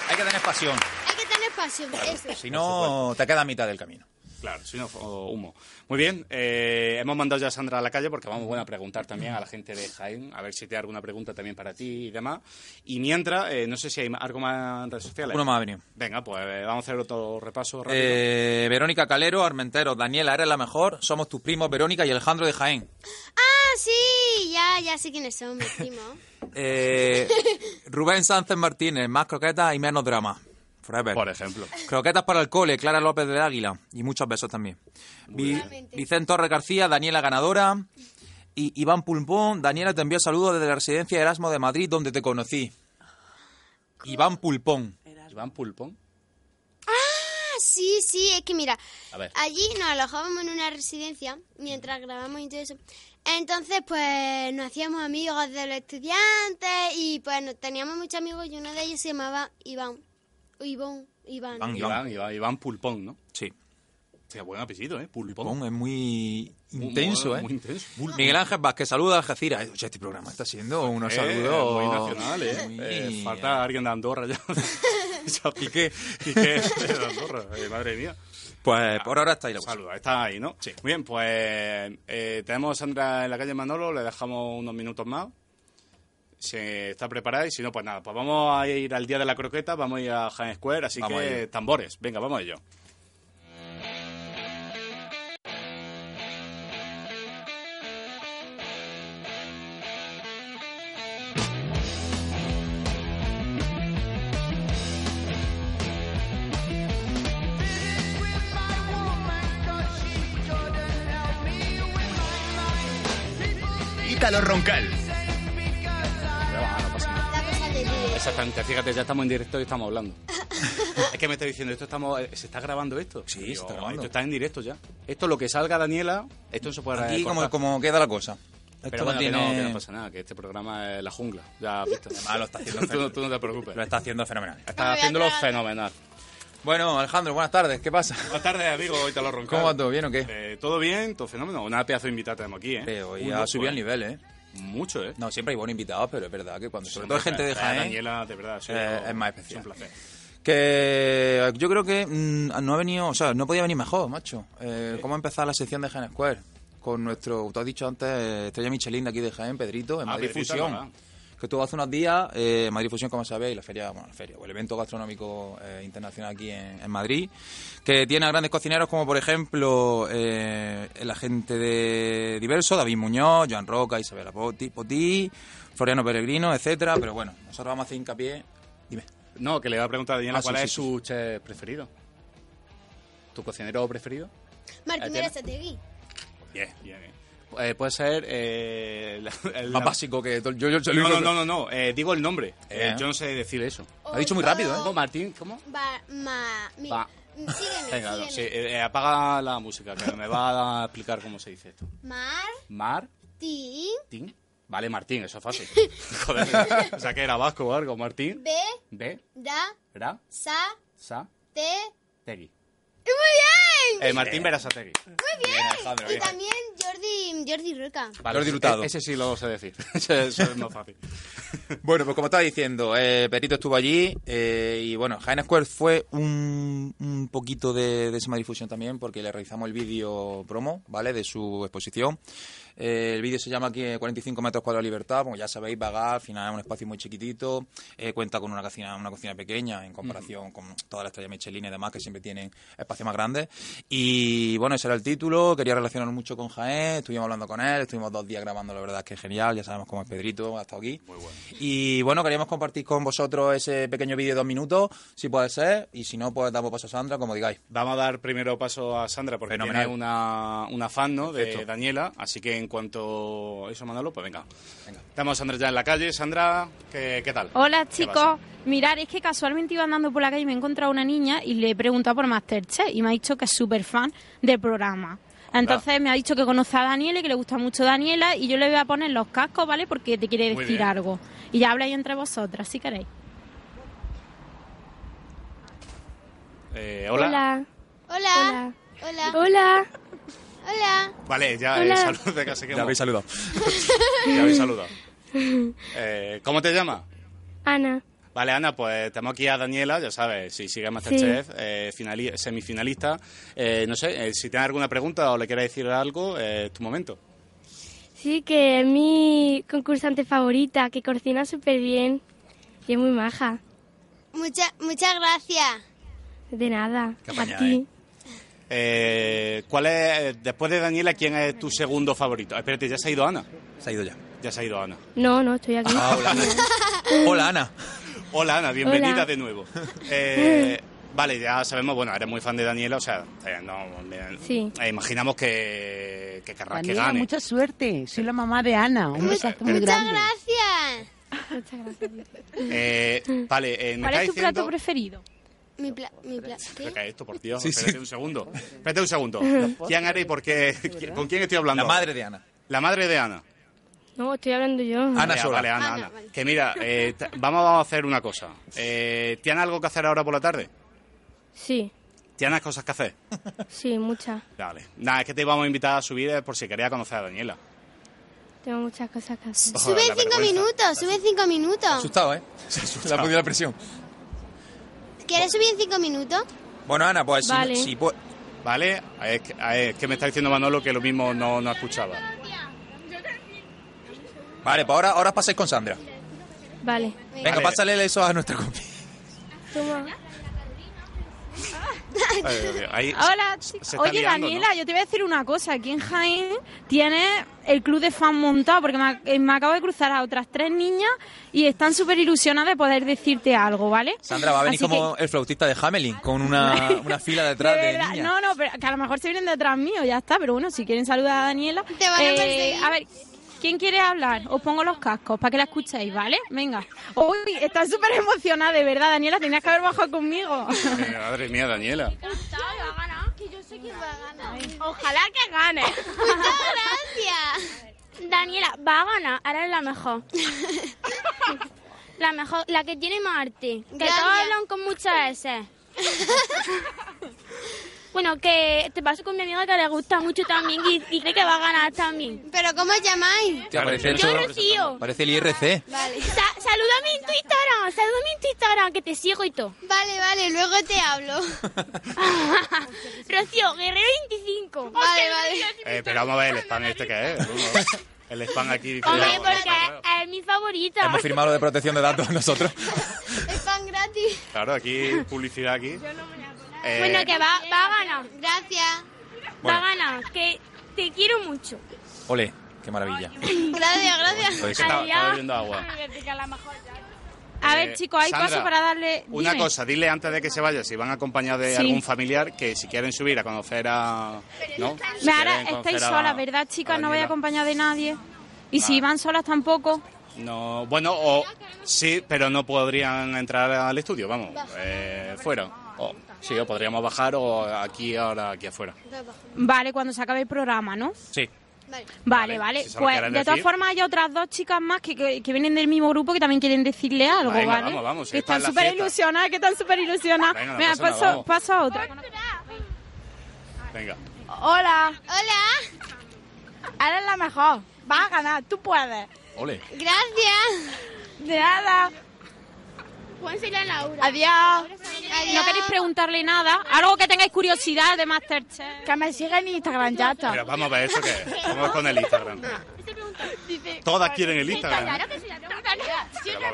[SPEAKER 5] Hay que tener pasión.
[SPEAKER 7] Hay que tener pasión, eso.
[SPEAKER 5] Si no, te queda a mitad del camino.
[SPEAKER 3] Claro, si no, o humo. Muy bien, eh, hemos mandado ya a Sandra a la calle porque vamos bueno, a preguntar también a la gente de Jaén, a ver si tiene alguna pregunta también para ti y demás. Y mientras, eh, no sé si hay ma- algo más en redes sociales.
[SPEAKER 5] Uno más ha venido.
[SPEAKER 3] Venga, pues eh, vamos a hacer otro repaso rápido.
[SPEAKER 5] Eh, Verónica Calero, Armentero, Daniela, eres la mejor. Somos tus primos, Verónica y Alejandro de Jaén.
[SPEAKER 7] Ah, sí, ya, ya sé quiénes son, mis primos.
[SPEAKER 3] (laughs)
[SPEAKER 5] (laughs) Eh, Rubén Sánchez Martínez, más croquetas y menos drama. Forever. Por
[SPEAKER 3] ejemplo.
[SPEAKER 5] Croquetas para el cole, Clara López del Águila. Y muchos besos también. Vi- Vicente Torres García, Daniela ganadora. Y Iván Pulpón, Daniela te envía saludos desde la residencia Erasmo de Madrid, donde te conocí. Iván Pulpón.
[SPEAKER 3] Iván Pulpón.
[SPEAKER 7] Ah, sí, sí, es que mira,
[SPEAKER 5] A ver.
[SPEAKER 7] allí nos alojábamos en una residencia mientras grabamos y todo eso. Entonces, pues nos hacíamos amigos de los estudiantes y pues nos- teníamos muchos amigos y uno de ellos se llamaba Iván. Iván, Iván.
[SPEAKER 3] Iván, Iván, Iván, Iván Pulpón, ¿no?
[SPEAKER 5] Sí.
[SPEAKER 3] Qué buen apellido, ¿eh? Pulpón.
[SPEAKER 5] Pulpón es muy intenso,
[SPEAKER 3] muy-
[SPEAKER 5] ¿eh?
[SPEAKER 3] muy intenso. Pulpón.
[SPEAKER 5] Miguel Ángel Vázquez, saluda a Algeciras. Oye, este programa está siendo unos saludos.
[SPEAKER 3] Eh, Muy nacional, ¿eh?
[SPEAKER 5] muy-
[SPEAKER 3] Eh, Falta alguien de Andorra ya. (laughs) ¿Y qué? ¿Y qué? De Andorra, eh, madre mía.
[SPEAKER 5] Pues por ahora está ahí la cosa.
[SPEAKER 3] Saluda, está ahí, ¿no? Sí. Muy bien, pues eh, tenemos a Sandra en la calle Manolo, le dejamos unos minutos más. Se está preparada y si no, pues nada, pues vamos a ir al día de la croqueta, vamos a ir a Jaén Square, así
[SPEAKER 5] Vamos a
[SPEAKER 3] que
[SPEAKER 5] ello.
[SPEAKER 3] tambores, venga, vamos a ello.
[SPEAKER 15] Ítalo Roncal.
[SPEAKER 3] Exactamente, fíjate, ya estamos en directo y estamos hablando. es que me está diciendo, esto estamos, eh, ¿se está grabando esto? Sí, se está grabando. Esto está en directo ya. Esto, lo que salga Daniela, esto no se puede
[SPEAKER 5] Aquí
[SPEAKER 3] recortar.
[SPEAKER 5] como, como queda la cosa. Esto
[SPEAKER 3] Pero
[SPEAKER 5] no
[SPEAKER 3] bueno, que no-
[SPEAKER 5] tiene-
[SPEAKER 3] que no pasa nada, que este programa es la jungla. Ya has visto.
[SPEAKER 5] Además, lo está haciendo
[SPEAKER 3] (laughs) tú, no- tú no te preocupes.
[SPEAKER 5] Lo está haciendo fenomenal.
[SPEAKER 3] Está haciéndolo fenomenal.
[SPEAKER 5] Bueno, Alejandro, buenas tardes. ¿Qué pasa?
[SPEAKER 3] Buenas tardes, amigo. Hoy te lo ronco.
[SPEAKER 5] ¿Cómo va todo? ¿Bien o qué?
[SPEAKER 3] todo bien, todo fenómeno. Una pedazo de invitada tenemos aquí, ¿eh?
[SPEAKER 5] Pero hoy ha subido el nivel, ¿eh?
[SPEAKER 3] Mucho, ¿eh?
[SPEAKER 5] No, siempre hay buenos invitados, pero es verdad que cuando... Sobre
[SPEAKER 3] hombre,
[SPEAKER 5] todo hay gente
[SPEAKER 3] la-
[SPEAKER 5] de
[SPEAKER 3] la
[SPEAKER 5] Jaén...
[SPEAKER 3] Daniela, de verdad, ha sido-
[SPEAKER 5] eh, es más
[SPEAKER 3] Es un
[SPEAKER 5] especial.
[SPEAKER 3] placer.
[SPEAKER 5] Que yo creo que mm, no ha venido... O sea, no podía venir mejor, macho. Eh, ¿Cómo empezar la sección de Jaén Square? Con nuestro... Tú has dicho antes eh, Estrella Michelin de aquí de Jaén, Pedrito, en
[SPEAKER 3] Ah,
[SPEAKER 5] Madrid
[SPEAKER 3] Pedrito,
[SPEAKER 5] Fusión.
[SPEAKER 3] ¿verdad?
[SPEAKER 5] Que estuvo hace unos días, eh, Madrid Fusión, como sabéis, la feria, bueno, la feria, o el evento gastronómico eh, internacional aquí en, en Madrid, que tiene a grandes cocineros como, por ejemplo, eh, la gente de Diverso, David Muñoz, Joan Roca, Isabela Poti, Potí, Floriano Peregrino, etcétera, pero bueno, nosotros vamos a hacer hincapié. Dime.
[SPEAKER 3] No, que le voy a preguntar a Daniela
[SPEAKER 5] Ah, sí,
[SPEAKER 3] cuál
[SPEAKER 5] sí,
[SPEAKER 3] es
[SPEAKER 5] sí,
[SPEAKER 3] su chef preferido. ¿Tu cocinero preferido?
[SPEAKER 7] Martín
[SPEAKER 3] Atiende.
[SPEAKER 7] Berazategui.
[SPEAKER 3] Bien, bien, bien. Eh, puede ser eh, la- el-
[SPEAKER 5] Más
[SPEAKER 3] la-
[SPEAKER 5] básico que todo- yo, yo, yo-
[SPEAKER 3] no, no, no, no, no, eh, digo el nombre. Eh,
[SPEAKER 5] Eh.
[SPEAKER 3] yo no sé decir eso.
[SPEAKER 7] Ha dicho muy rápido, ¿eh?
[SPEAKER 3] ¿Cómo, Oh, Martín? ¿Cómo?
[SPEAKER 7] Va, ma, mi-
[SPEAKER 3] Va.
[SPEAKER 7] Sígueme,
[SPEAKER 3] Venga, no,
[SPEAKER 7] sígueme.
[SPEAKER 3] sí, eh, eh, apaga la música, que me va a explicar cómo se dice esto. Martín.
[SPEAKER 7] Martín
[SPEAKER 3] Vale, Martín, eso es
[SPEAKER 7] (laughs)
[SPEAKER 3] fácil. Joder, o sea que era vasco o algo. Martín.
[SPEAKER 7] B,
[SPEAKER 3] B.
[SPEAKER 7] da,
[SPEAKER 3] Ra.
[SPEAKER 7] sa,
[SPEAKER 3] Sa.
[SPEAKER 7] te.
[SPEAKER 3] Tegui.
[SPEAKER 7] ¡Muy bien!
[SPEAKER 3] Eh, Martín Verasategui.
[SPEAKER 7] Muy bien.
[SPEAKER 3] Alejandro,
[SPEAKER 7] y
[SPEAKER 3] bien.
[SPEAKER 7] también Jordi, Jordi Ruca.
[SPEAKER 5] Jordi Hurtado.
[SPEAKER 3] E- Ese sí lo sé decir. (laughs) Ese- Eso es más fácil.
[SPEAKER 5] (laughs) Bueno, pues como estaba diciendo, eh, Perito estuvo allí eh, y bueno, Jaén Square fue un, un poquito de, de esa difusión también porque le realizamos el vídeo promo, ¿vale? De su exposición. Eh, el vídeo se llama aquí eh, 45 metros cuadrados de libertad, como ya sabéis, vagar, al final es un espacio muy chiquitito, eh, cuenta con una cocina, una cocina pequeña en comparación con todas las estrellas Michelin y demás que siempre tienen espacios más grandes. Y bueno, ese era el título, quería relacionar mucho con Jaén, estuvimos hablando con él, estuvimos dos días grabando, la verdad es que es genial, ya sabemos cómo es Pedrito, ha estado aquí. Y bueno, queríamos compartir con vosotros ese pequeño vídeo de dos minutos, si puede ser, y si no, pues damos paso a Sandra, como digáis.
[SPEAKER 3] Vamos a dar primero paso a Sandra porque
[SPEAKER 5] Fenomenal.
[SPEAKER 3] tiene una, una fan ¿no? de
[SPEAKER 5] Perfecto.
[SPEAKER 3] Daniela. Así que en cuanto eso, Manolo, pues venga. Estamos Sandra ya en la calle. Sandra, ¿qué, qué tal?
[SPEAKER 6] Hola
[SPEAKER 3] ¿Qué
[SPEAKER 6] chicos,
[SPEAKER 3] pasa?
[SPEAKER 6] mirad, es que casualmente iba andando por la calle y me he encontrado una niña y le he preguntado por Masterchef y me ha dicho que es súper fan del programa. Entonces me ha dicho que conoce a Daniela y que le gusta mucho Daniela y yo le voy a poner los cascos, ¿vale? Porque te quiere
[SPEAKER 3] Muy
[SPEAKER 6] decir
[SPEAKER 3] bien.
[SPEAKER 6] algo. Y ya habláis entre vosotras, si queréis.
[SPEAKER 3] Eh, hola.
[SPEAKER 7] Hola. Hola.
[SPEAKER 6] Hola.
[SPEAKER 7] Hola.
[SPEAKER 3] Vale, ya eh,
[SPEAKER 7] Hola.
[SPEAKER 3] saluda casi que
[SPEAKER 5] Ya habéis saludado.
[SPEAKER 3] ya habéis saludado. Eh, ¿Cómo te llamas?
[SPEAKER 15] Ana,
[SPEAKER 3] Vale, Ana, pues tenemos aquí a Daniela, ya sabes, si sigue Masterchef, eh, finali- semifinalista. Eh, no sé, eh, si tienes alguna pregunta o le quieres decir algo, eh, es tu momento.
[SPEAKER 15] sí que es mi concursante favorita, que cocina súper bien y es muy maja.
[SPEAKER 7] Mucha- muchas gracias.
[SPEAKER 15] De nada.
[SPEAKER 3] Qué
[SPEAKER 15] a
[SPEAKER 3] apañada,
[SPEAKER 15] ti.
[SPEAKER 3] Eh, ¿Cuál es, eh, después de Daniela, quién es tu segundo favorito? Ah, Espérate, ¿ya se ha ido Ana?
[SPEAKER 5] Se ha ido ya.
[SPEAKER 3] Ya se ha ido Ana.
[SPEAKER 15] No, no, estoy aquí.
[SPEAKER 3] hola, Ana.
[SPEAKER 5] hola, Ana.
[SPEAKER 3] Hola, Ana, bienvenida
[SPEAKER 15] Hola.
[SPEAKER 3] de
[SPEAKER 6] (laughs)
[SPEAKER 3] nuevo. Eh, vale, ya sabemos, bueno, eres muy fan de Daniela, o sea, eh, no, me-
[SPEAKER 15] Sí.
[SPEAKER 3] eh, imaginamos que, que querrás Ah, que
[SPEAKER 16] Daniela,
[SPEAKER 3] gane. (laughs)
[SPEAKER 16] mucha suerte. Soy la mamá de Ana. Un besazo muy
[SPEAKER 3] Muchas
[SPEAKER 16] grande.
[SPEAKER 7] Gracias.
[SPEAKER 3] Eh, vale, eh, me
[SPEAKER 6] ¿Cuál
[SPEAKER 3] está
[SPEAKER 6] es tu
[SPEAKER 3] diciendo...
[SPEAKER 6] plato preferido?
[SPEAKER 7] Mi pla- mi pla- ¿qué?
[SPEAKER 3] Me cae esto, por Dios.
[SPEAKER 5] Sí, sí.
[SPEAKER 3] espérate un
[SPEAKER 5] (laughs)
[SPEAKER 3] segundo. Espérate un segundo. ¿Quién eres y por qué? ¿Con quién estoy hablando?
[SPEAKER 5] La madre de Ana.
[SPEAKER 3] La madre de Ana.
[SPEAKER 15] No, estoy hablando yo.
[SPEAKER 3] Vale, Vale, Ana, Ana. Que mira, eh, t- vamos a hacer una cosa. Eh, ¿Tienes algo que hacer ahora por la tarde?
[SPEAKER 15] Sí,
[SPEAKER 3] ¿Tienes cosas que hacer?
[SPEAKER 15] sí, muchas.
[SPEAKER 3] Vale. Nada, es que te íbamos a invitar a subir eh, por si querías conocer a Daniela.
[SPEAKER 15] Tengo muchas cosas que hacer.
[SPEAKER 3] Sube La
[SPEAKER 7] Cinco
[SPEAKER 3] vergüenza.
[SPEAKER 7] minutos, sube cinco minutos.
[SPEAKER 5] Asustado, ¿eh? (laughs) Se ha podido la presión.
[SPEAKER 7] ¿Quieres subir en cinco minutos?
[SPEAKER 5] Bueno, Ana, pues si-
[SPEAKER 7] Vale.
[SPEAKER 5] si, pu-
[SPEAKER 3] Vale, es que, es que me está diciendo Manolo que lo mismo no, no escuchaba.
[SPEAKER 5] Vale, pues ahora, ahora pasáis con Sandra.
[SPEAKER 15] Vale.
[SPEAKER 5] Venga, pásale eso a nuestra compañera.
[SPEAKER 15] Toma.
[SPEAKER 6] Hola, chicos. Oye, Daniela, yo te voy a decir una cosa. Aquí en Jaén tienes el club de fan montado, porque me, ac- eh, me acabo de cruzar a otras tres niñas y están súper ilusionadas de poder decirte algo, ¿vale?
[SPEAKER 5] Sandra va a venir
[SPEAKER 6] Así que-
[SPEAKER 5] como el flautista de Hamelin, con una, una fila detrás
[SPEAKER 6] de
[SPEAKER 5] de,
[SPEAKER 6] verdad,
[SPEAKER 5] niñas.
[SPEAKER 6] no, no, pero que a lo mejor se vienen detrás mío, ya está. Pero bueno, si quieren saludar a Daniela.
[SPEAKER 7] Te van a
[SPEAKER 6] eh,
[SPEAKER 7] perseguir.
[SPEAKER 6] a ver, ¿quién quiere hablar? Os pongo los cascos para que la escuchéis, ¿vale? Venga. Uy, estás súper emocionada, de verdad, Daniela. Tenías que haber bajado conmigo.
[SPEAKER 3] Eh, madre mía, Daniela.
[SPEAKER 17] Que yo sé quién va a ganar.
[SPEAKER 15] Ojalá que gane.
[SPEAKER 17] Muchas gracias. Daniela, va a ganar. Ahora es la mejor. La mejor, la que tiene más arte. Que todos
[SPEAKER 15] Gracias.
[SPEAKER 17] hablan con muchas S. bueno, que eh, te paso con mi amiga que le gusta mucho también y, y cree que va a ganar también.
[SPEAKER 7] ¿Pero cómo os llamáis?
[SPEAKER 5] Hostia, parece, el
[SPEAKER 17] Yo,
[SPEAKER 5] sobre-
[SPEAKER 17] Rocío.
[SPEAKER 5] parece el IRC.
[SPEAKER 7] Vale.
[SPEAKER 17] salúdame en tu Instagram, salúdame en tu Instagram, que te sigo y todo.
[SPEAKER 7] Vale, vale, luego te hablo.
[SPEAKER 17] Rocío, Guerrero 25.
[SPEAKER 7] Vale, vale.
[SPEAKER 3] Eh, pero vamos a ver el spam este que es. El spam aquí. dice-
[SPEAKER 17] Hombre,
[SPEAKER 6] pues-
[SPEAKER 17] porque es, es mi favorita.
[SPEAKER 5] Hemos firmado lo de protección de datos nosotros.
[SPEAKER 7] Es pan gratis.
[SPEAKER 3] Claro, aquí publicidad aquí. Eh,
[SPEAKER 17] Bueno, que va, va a ganar.
[SPEAKER 7] Eh. Gracias.
[SPEAKER 17] Va
[SPEAKER 5] Bueno.
[SPEAKER 17] a ganar, que te quiero mucho.
[SPEAKER 5] Ole, qué maravilla.
[SPEAKER 7] Gracias, gracias.
[SPEAKER 3] pues
[SPEAKER 5] Lo dice, estaba- estaba
[SPEAKER 3] bebiendo agua.
[SPEAKER 6] A
[SPEAKER 3] Eh,
[SPEAKER 6] ver, chicos, hay
[SPEAKER 3] Sandra,
[SPEAKER 6] paso para darle.
[SPEAKER 3] Una
[SPEAKER 6] Dime.
[SPEAKER 3] cosa, dile antes de que se vaya, si van acompañados de
[SPEAKER 6] Sí.
[SPEAKER 3] algún familiar, que si quieren subir a conocer a... ¿no? Si
[SPEAKER 6] Ahora
[SPEAKER 3] quieren conocer
[SPEAKER 6] estáis
[SPEAKER 3] a-
[SPEAKER 6] solas, ¿verdad, chicas? No voy acompañada de nadie. Y si van solas tampoco.
[SPEAKER 3] No, bueno, o sí, pero no podrían entrar al estudio, vamos, eh, fuera. O, sí, o podríamos bajar o aquí, ahora aquí afuera.
[SPEAKER 6] Vale, cuando se acabe el programa, ¿no?
[SPEAKER 3] Sí.
[SPEAKER 6] Vale, vale.
[SPEAKER 3] si se lo
[SPEAKER 6] Pues
[SPEAKER 3] quieres
[SPEAKER 6] de todas
[SPEAKER 3] decir.
[SPEAKER 6] formas hay otras dos chicas más que, que, que vienen del mismo grupo que también quieren decirle algo,
[SPEAKER 3] Venga,
[SPEAKER 6] ¿vale?
[SPEAKER 3] vamos, vamos,
[SPEAKER 6] Que
[SPEAKER 3] es para
[SPEAKER 6] están
[SPEAKER 3] la
[SPEAKER 6] súper
[SPEAKER 3] fiesta.
[SPEAKER 6] ilusionadas, que están súper ilusionadas.
[SPEAKER 3] Venga, no
[SPEAKER 6] Venga,
[SPEAKER 3] pasa nada,
[SPEAKER 6] paso,
[SPEAKER 3] vamos.
[SPEAKER 6] paso a otra.
[SPEAKER 3] Venga.
[SPEAKER 6] Hola.
[SPEAKER 7] Hola.
[SPEAKER 18] Eres la mejor. Vas a ganar, tú puedes.
[SPEAKER 19] Ole.
[SPEAKER 7] Gracias.
[SPEAKER 18] De nada.
[SPEAKER 7] Juanse y la Laura.
[SPEAKER 18] Adiós.
[SPEAKER 6] No queréis preguntarle nada, algo que tengáis curiosidad de Masterchef.
[SPEAKER 18] Que me sigan en Instagram, ya está.
[SPEAKER 3] Mira, vamos a ver eso que es. Vamos con el Instagram. Todas quieren el Instagram.
[SPEAKER 6] que sí,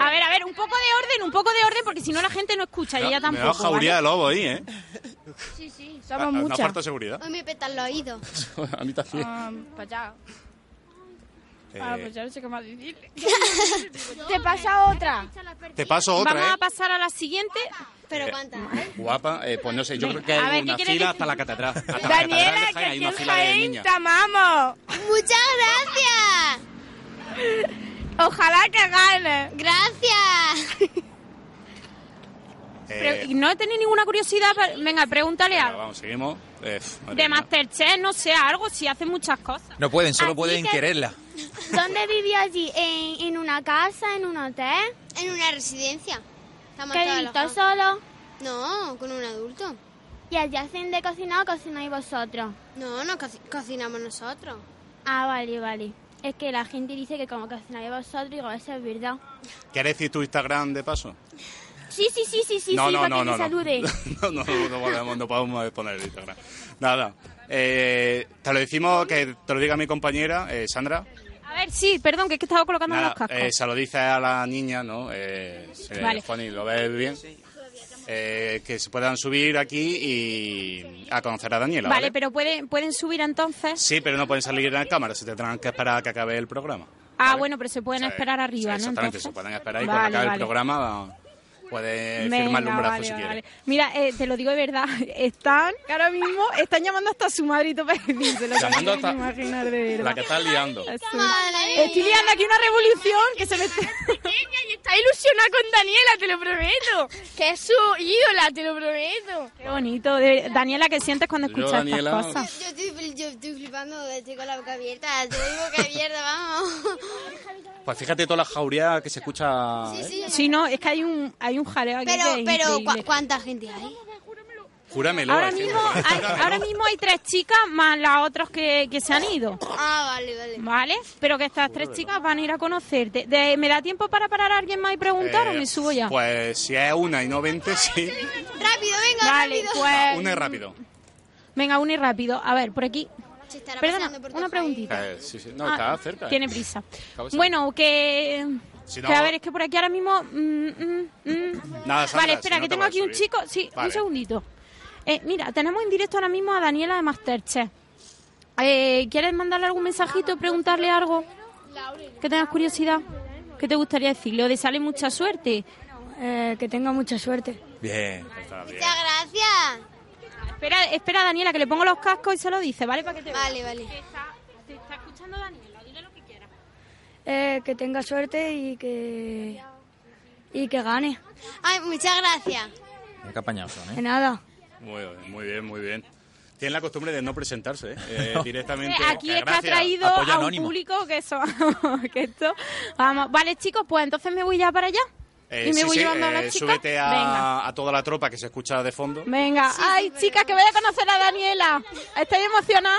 [SPEAKER 6] A ver, a ver, un poco de orden, un poco de orden, porque si no la gente no escucha y ella
[SPEAKER 3] Me da
[SPEAKER 6] tampoco.
[SPEAKER 3] jauría de
[SPEAKER 6] ¿vale?
[SPEAKER 3] lobo ahí, ¿eh?
[SPEAKER 7] Sí, sí.
[SPEAKER 3] Ah, ¿no muchas. falta seguridad?
[SPEAKER 7] Hoy me petan los oídos.
[SPEAKER 3] A mí también.
[SPEAKER 18] pues ya. Ah, pues
[SPEAKER 3] Eh,
[SPEAKER 18] ya no sé qué más (laughs) decirle. Te pasa otra.
[SPEAKER 3] te paso otra, ¿eh?
[SPEAKER 6] pasar eh. a la siguiente.
[SPEAKER 7] Pero
[SPEAKER 20] Eh,
[SPEAKER 7] cuánta.
[SPEAKER 20] Guapa, eh, pues no sé, yo creo que
[SPEAKER 7] A
[SPEAKER 20] hay
[SPEAKER 7] ver,
[SPEAKER 20] una
[SPEAKER 7] ¿qué quiere
[SPEAKER 20] fila
[SPEAKER 7] decir?
[SPEAKER 20] hasta la catedral. Hasta la catedral
[SPEAKER 18] Daniela,
[SPEAKER 20] de
[SPEAKER 18] que
[SPEAKER 20] Jaén hay
[SPEAKER 18] aquí
[SPEAKER 20] una
[SPEAKER 18] en
[SPEAKER 20] fila de
[SPEAKER 18] Jaén
[SPEAKER 20] niñas.
[SPEAKER 18] te amamos.
[SPEAKER 7] Muchas gracias.
[SPEAKER 18] Ojalá que gane.
[SPEAKER 3] Eh,
[SPEAKER 7] Gracias.
[SPEAKER 6] Pre- no tenéis ninguna curiosidad, pero- venga, pregúntale
[SPEAKER 3] Ah,
[SPEAKER 6] algo.
[SPEAKER 3] Vamos, seguimos. Eh, madre mía.
[SPEAKER 6] De Masterchef, no sé, algo, si hace muchas cosas.
[SPEAKER 5] No pueden, solo
[SPEAKER 21] Así
[SPEAKER 5] pueden
[SPEAKER 21] que-
[SPEAKER 5] quererla.
[SPEAKER 21] ¿Dónde vivió allí? ¿En, en una casa? ¿En un hotel?
[SPEAKER 7] En una residencia. Estamos
[SPEAKER 21] ¿Que
[SPEAKER 7] todos
[SPEAKER 21] vivió
[SPEAKER 7] alojados.
[SPEAKER 21] solo?
[SPEAKER 7] No, con un adulto.
[SPEAKER 21] ¿Y allí hacen de cocinar o cocináis vosotros?
[SPEAKER 7] No, no co- cocinamos nosotros.
[SPEAKER 21] Ah, vale, vale. Es que la gente dice que como cocináis vosotros, digo, eso es verdad.
[SPEAKER 3] ¿Quieres decir tu Instagram de paso?
[SPEAKER 21] Sí, sí, sí, sí, sí,
[SPEAKER 3] no,
[SPEAKER 21] sí,
[SPEAKER 3] no,
[SPEAKER 21] para
[SPEAKER 3] no,
[SPEAKER 21] que
[SPEAKER 3] no,
[SPEAKER 21] me
[SPEAKER 3] no. (laughs)
[SPEAKER 21] salude.
[SPEAKER 3] no, no, no podemos, no podemos poner el Instagram. Nada. Eh, te lo decimos, que te lo diga mi compañera, eh, Sandra.
[SPEAKER 6] A ver, sí, perdón, que es que estaba colocando
[SPEAKER 3] Nada,
[SPEAKER 6] los cascos.
[SPEAKER 3] eh, se lo dice a la niña, ¿no? Eh, se-
[SPEAKER 6] Vale.
[SPEAKER 3] Juani, ¿lo ves bien? Eh, que se puedan subir aquí y a conocer a Daniela.
[SPEAKER 6] vale,
[SPEAKER 3] ¿vale?
[SPEAKER 6] pero pueden, pueden subir entonces.
[SPEAKER 3] Sí, pero no pueden salir en cámara, se tendrán que esperar a que acabe el programa.
[SPEAKER 6] Ah, bueno, pero se pueden esperar arriba, ¿no?
[SPEAKER 3] Exactamente,
[SPEAKER 6] Entonces.
[SPEAKER 3] se pueden esperar y
[SPEAKER 6] Vale,
[SPEAKER 3] cuando acabe
[SPEAKER 6] vale.
[SPEAKER 3] el programa puede
[SPEAKER 6] Venga,
[SPEAKER 3] Eh, firmarle un brazo
[SPEAKER 6] vale,
[SPEAKER 3] si quiere.
[SPEAKER 6] vale. Mira, eh, te lo digo de verdad, (laughs) están, que ahora mismo están llamando hasta su madrito para decírselo. que
[SPEAKER 20] Llamando
[SPEAKER 6] no te
[SPEAKER 20] hasta-
[SPEAKER 6] imaginas, de verdad.
[SPEAKER 20] La que está liando.
[SPEAKER 6] Es un- Estoy liando aquí una revolución que se me está... (laughs)
[SPEAKER 18] pequeña y está ilusionada con Daniela, te lo prometo. Que es su ídola, te lo prometo.
[SPEAKER 6] Qué bonito. de- Daniela, ¿qué sientes cuando
[SPEAKER 20] Yo,
[SPEAKER 6] escuchas
[SPEAKER 20] Daniela,
[SPEAKER 6] estas cosas?
[SPEAKER 7] Yo estoy, fli- yo estoy flipando, estoy con la boca abierta. Te digo que abierta, vamos. (laughs)
[SPEAKER 20] Pues fíjate toda la jauría que se escucha. ¿eh?
[SPEAKER 7] sí.
[SPEAKER 6] Sí, no, es que hay un, hay un jaleo aquí
[SPEAKER 7] Pero,
[SPEAKER 6] que es
[SPEAKER 7] pero
[SPEAKER 6] increíble.
[SPEAKER 7] ¿cu- ¿cuánta gente hay?
[SPEAKER 20] Júramelo.
[SPEAKER 6] Ahora
[SPEAKER 20] hay gente.
[SPEAKER 6] mismo hay, ahora mismo hay tres chicas más las otras que, que se han ido.
[SPEAKER 7] Ah, vale, vale.
[SPEAKER 6] ¿Vale? Pero que estas tres chicas van a ir a conocerte. De- ¿Me da tiempo para parar a alguien más y preguntar o
[SPEAKER 3] Eh,
[SPEAKER 6] me subo ya?
[SPEAKER 3] Pues si es una y no 20, sí.
[SPEAKER 7] Rápido, venga,
[SPEAKER 6] Vale,
[SPEAKER 7] rápido.
[SPEAKER 6] pues-
[SPEAKER 3] Una y rápido.
[SPEAKER 6] Venga, una y rápido. A ver, por aquí.
[SPEAKER 7] Se estará
[SPEAKER 6] Perdona,
[SPEAKER 7] pasando por
[SPEAKER 6] una preguntita.
[SPEAKER 3] Eh, sí, sí. No,
[SPEAKER 6] Ah,
[SPEAKER 3] está cerca. eh.
[SPEAKER 6] Tiene prisa.
[SPEAKER 3] Acaba de salir.
[SPEAKER 6] Bueno, que...
[SPEAKER 3] Si
[SPEAKER 6] que
[SPEAKER 3] no-
[SPEAKER 6] a ver, es que por aquí ahora mismo... mm, mm, mm.
[SPEAKER 3] Nada, Sandra,
[SPEAKER 6] vale, espera,
[SPEAKER 3] si no te
[SPEAKER 6] que tengo
[SPEAKER 3] vas a
[SPEAKER 6] aquí un
[SPEAKER 3] subir.
[SPEAKER 6] chico. Sí,
[SPEAKER 3] Vale.
[SPEAKER 6] un segundito. Eh, mira, tenemos en directo ahora mismo a Daniela de Masterchef. Eh, ¿Quieres mandarle algún mensajito, preguntarle algo? Que tengas curiosidad. ¿Qué te gustaría decirle? ¿O desearle mucha suerte?
[SPEAKER 21] Eh, que tenga mucha suerte.
[SPEAKER 5] Bien.
[SPEAKER 7] Muchas gracias.
[SPEAKER 6] Espera, espera, Daniela, que le pongo los cascos y se lo dice, ¿vale? Para que te vea.
[SPEAKER 7] Vale, vale.
[SPEAKER 6] Te está escuchando Daniela, dile lo que quieras.
[SPEAKER 21] Eh, que tenga suerte y que... Y que gane.
[SPEAKER 7] Ay, muchas gracias.
[SPEAKER 5] Qué apañados son, ¿eh?
[SPEAKER 21] nada.
[SPEAKER 3] Muy bien, muy bien, muy bien. Tienen la costumbre de no presentarse, ¿eh? Eh, directamente. Eh,
[SPEAKER 6] Aquí es que ha
[SPEAKER 3] Gracias.
[SPEAKER 6] traído a un público que eso, (laughs) que esto. Vamos, vale, chicos, pues entonces me voy ya para allá.
[SPEAKER 3] Eh,
[SPEAKER 6] y me
[SPEAKER 3] sí,
[SPEAKER 6] voy
[SPEAKER 3] sí,
[SPEAKER 6] llevando a
[SPEAKER 3] eh,
[SPEAKER 6] las chicas.
[SPEAKER 3] Súbete
[SPEAKER 6] Venga.
[SPEAKER 3] a, a toda la tropa que se escucha de fondo.
[SPEAKER 6] Venga, ay, chicas, que voy a conocer a Daniela. ¿Estáis emocionada?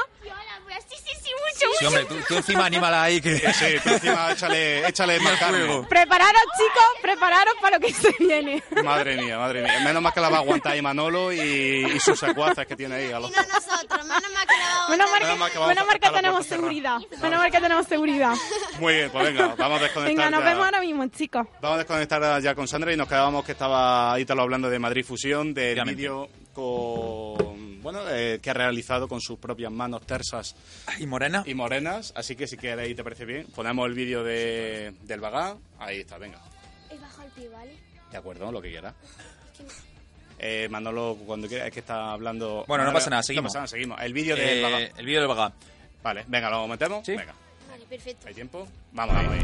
[SPEAKER 22] Sí, sí, sí, mucho,
[SPEAKER 5] Sí, hombre, tú, tú encima anímala ahí que...
[SPEAKER 3] Sí, tú encima échale, échale más carne.
[SPEAKER 6] Prepararos, chicos, prepararos para lo que se
[SPEAKER 3] (laughs)
[SPEAKER 6] viene.
[SPEAKER 3] Madre mía, madre mía. Menos más que la va a aguantar Manolo y, y sus secuaces que tiene ahí. A los...
[SPEAKER 7] Nosotros, menos mal que la vamos
[SPEAKER 6] Menos
[SPEAKER 7] a
[SPEAKER 6] mal
[SPEAKER 3] Menos mal que
[SPEAKER 6] que,
[SPEAKER 3] vamos
[SPEAKER 6] menos
[SPEAKER 3] a
[SPEAKER 6] mal que
[SPEAKER 3] sacar la
[SPEAKER 6] tenemos
[SPEAKER 3] puerta cerrada.
[SPEAKER 6] seguridad. Menos mal que tenemos seguridad.
[SPEAKER 3] Muy bien, pues venga, vamos a desconectar.
[SPEAKER 6] Venga, nos
[SPEAKER 3] ya.
[SPEAKER 6] vemos ahora mismo, chicos.
[SPEAKER 3] Vamos a desconectar ya con Sandra y nos quedábamos que estaba Ítalo hablando de Madrid Fusión, del
[SPEAKER 5] Obviamente.
[SPEAKER 3] vídeo con, bueno, eh, que ha realizado con sus propias manos tersas
[SPEAKER 5] (laughs) ¿Y Morena?
[SPEAKER 3] y morenas. Así que si quieres y te parece bien, ponemos el vídeo de, del Bagá. Ahí está, venga.
[SPEAKER 22] Es bajo el pie, ¿vale?
[SPEAKER 3] De acuerdo, lo que quieras. Eh, Manolo, cuando quieras, es que está hablando...
[SPEAKER 5] Bueno, no
[SPEAKER 3] Ahora-
[SPEAKER 5] pasa nada, seguimos.
[SPEAKER 3] pasa nada, seguimos. El vídeo del
[SPEAKER 5] Eh,
[SPEAKER 3] Bagá.
[SPEAKER 5] El vídeo del Bagá.
[SPEAKER 3] Vale, venga, lo metemos. Venga,
[SPEAKER 7] Vale, perfecto.
[SPEAKER 3] ¿hay tiempo? Vamos, vamos ahí.